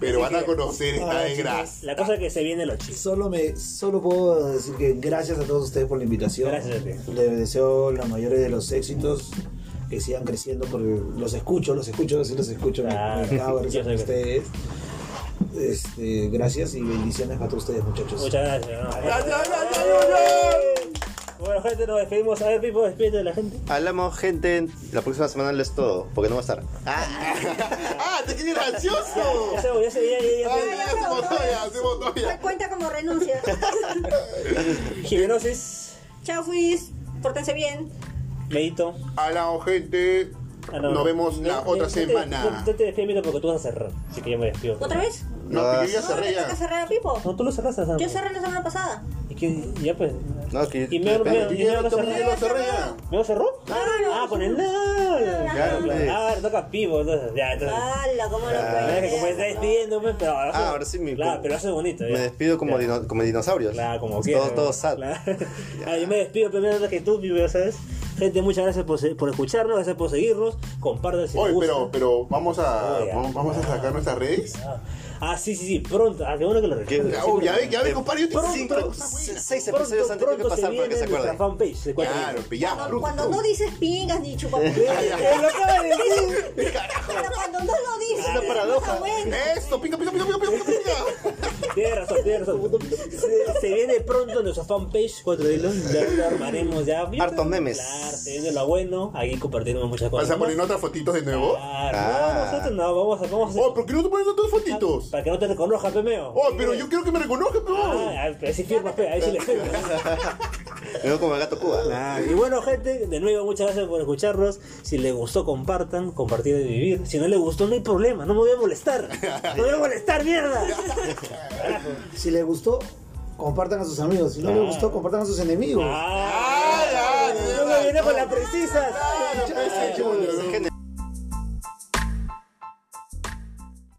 Speaker 3: pero van a conocer esta
Speaker 5: Ay,
Speaker 3: desgracia.
Speaker 2: La cosa es que se viene los chistes.
Speaker 5: Solo, me, solo puedo decir que gracias a todos ustedes por la invitación.
Speaker 2: Gracias a ti.
Speaker 5: Les deseo la mayores de los éxitos, que sigan creciendo, porque los escucho, los escucho, sí los escucho, me-
Speaker 2: Claro.
Speaker 5: me, cago en
Speaker 2: Ah, Yo
Speaker 5: con
Speaker 2: sé
Speaker 5: ustedes. Este, gracias y bendiciones para todos ustedes, muchachos.
Speaker 2: Muchas gracias. ¿no? eh.
Speaker 3: ¡Gracias, gracias, Junior!
Speaker 2: Bueno, gente, nos despedimos. A ver, Pipo, despídete de la gente.
Speaker 1: Hablamos, gente. La próxima semana les todo, porque no va a estar.
Speaker 3: ¡Ah, te quedé gracioso!
Speaker 2: Ya se ya se- ya- ya-
Speaker 3: Ay,
Speaker 2: ya-
Speaker 3: ya se botó ya, se botó ya.
Speaker 6: Cuenta como renuncia.
Speaker 2: Gibenosis,
Speaker 6: Chao, Fuis. Pórtense bien.
Speaker 2: Medito.
Speaker 3: Hola, gente.
Speaker 2: Ah, no.
Speaker 3: Nos vemos la
Speaker 2: No,
Speaker 3: otra
Speaker 2: no te- No
Speaker 3: semana.
Speaker 2: no te despides, Mito, porque tú vas a cerrar. Así que yo me despido.
Speaker 6: ¿Otra vez?
Speaker 3: No,
Speaker 1: No,
Speaker 3: que yo ya
Speaker 6: No,
Speaker 3: cerré
Speaker 6: le toca
Speaker 3: ya.
Speaker 6: cerrar a Pipo.
Speaker 2: No, tú lo cerraste la
Speaker 6: Yo
Speaker 2: semana.
Speaker 6: cerré la semana pasada.
Speaker 2: ¿Y qué? Ya pues.
Speaker 1: No, que
Speaker 2: Y me-
Speaker 1: depende.
Speaker 3: Yo ya lo
Speaker 2: cerré.
Speaker 3: yo lo cerré ya.
Speaker 2: ¿Me lo cerró? Ah, con el no.
Speaker 1: Claro, pues.
Speaker 2: Ah, le toca a Pipo. Entonces, ya, entonces.
Speaker 6: ¡Hala! ¿Cómo lo
Speaker 2: La verdad es que como está
Speaker 6: puedes
Speaker 2: despidiendo, pues, pero ahora,
Speaker 1: Ah, ahora sí me-
Speaker 2: Claro, pero hace bonito.
Speaker 1: Me
Speaker 2: ya.
Speaker 1: despido como,
Speaker 2: Ya.
Speaker 1: dino- como dinosaurios.
Speaker 2: Claro, como
Speaker 1: Todo-
Speaker 2: quieras.
Speaker 1: Todo, sad.
Speaker 2: Claro. Ah, yo me despido primero antes que tú, Pipo, ¿sabes? Gente, muchas gracias por, se- por escucharnos, gracias por seguirnos. Compartan si les
Speaker 3: Oye,
Speaker 2: gusta.
Speaker 3: pero, pero vamos a,
Speaker 2: Oye,
Speaker 3: vamos a sacar nuestras redes.
Speaker 2: Ah, sí, sí, sí, pronto. Ah, qué bueno que lo
Speaker 1: ¿Qué?
Speaker 2: recuerdas.
Speaker 3: Ya, oh, ya ves, ya ves, compadre, yo te
Speaker 1: eh, Pronto,
Speaker 3: cinco cosas
Speaker 1: se-
Speaker 3: buenas.
Speaker 1: seis
Speaker 2: Pronto,
Speaker 1: episodios antes
Speaker 2: pronto
Speaker 1: tiene que pasar
Speaker 2: se
Speaker 1: para que
Speaker 2: viene
Speaker 1: se acuerden.
Speaker 2: nuestra fanpage de cuatro
Speaker 3: Claro, pues
Speaker 2: días.
Speaker 3: pillado.
Speaker 6: Cuando, cuando no dices pingas ni chupapigas.
Speaker 2: Eh, lo acaba de decir.
Speaker 6: Pero cuando no lo dices.
Speaker 1: una paradoja.
Speaker 6: está bueno.
Speaker 3: Eso, pica, pica, pica, pica, pica, pica.
Speaker 2: Tienes razón, tienes razón. Se, se viene pronto nuestra fanpage, cuatro hilos. Ya lo armaremos ya.
Speaker 1: Hartos memes.
Speaker 2: Claro, se viene lo bueno. Ahí compartiremos muchas cosas.
Speaker 3: ¿Vas a poner
Speaker 2: más.
Speaker 3: otras fotitos de nuevo?
Speaker 2: Claro,
Speaker 1: Ah.
Speaker 2: no, nosotros no, vamos a, vamos a
Speaker 3: Oh, ¿por qué no te pones otras fotitos?
Speaker 2: Para que no te reconozca, Pemeo.
Speaker 3: Oh, pero yo quiero que me reconozcas, pero.
Speaker 2: Ah, Ah, ahí sí firmas, pe, ahí sí le firmas.
Speaker 1: Me veo como el gato Cuba.
Speaker 2: Y bueno, gente, de nuevo, muchas gracias por escucharnos. Si les gustó, compartan, compartir y vivir. Si no les gustó, no hay problema, no me voy a molestar. No me voy a molestar, mierda.
Speaker 5: Si les gustó, compartan a sus amigos. Si no les gustó, compartan a sus enemigos.
Speaker 2: Ah,
Speaker 3: ya, ya,
Speaker 2: no me viene con las precisas.
Speaker 3: Claro, pues, señor.
Speaker 1: Gente,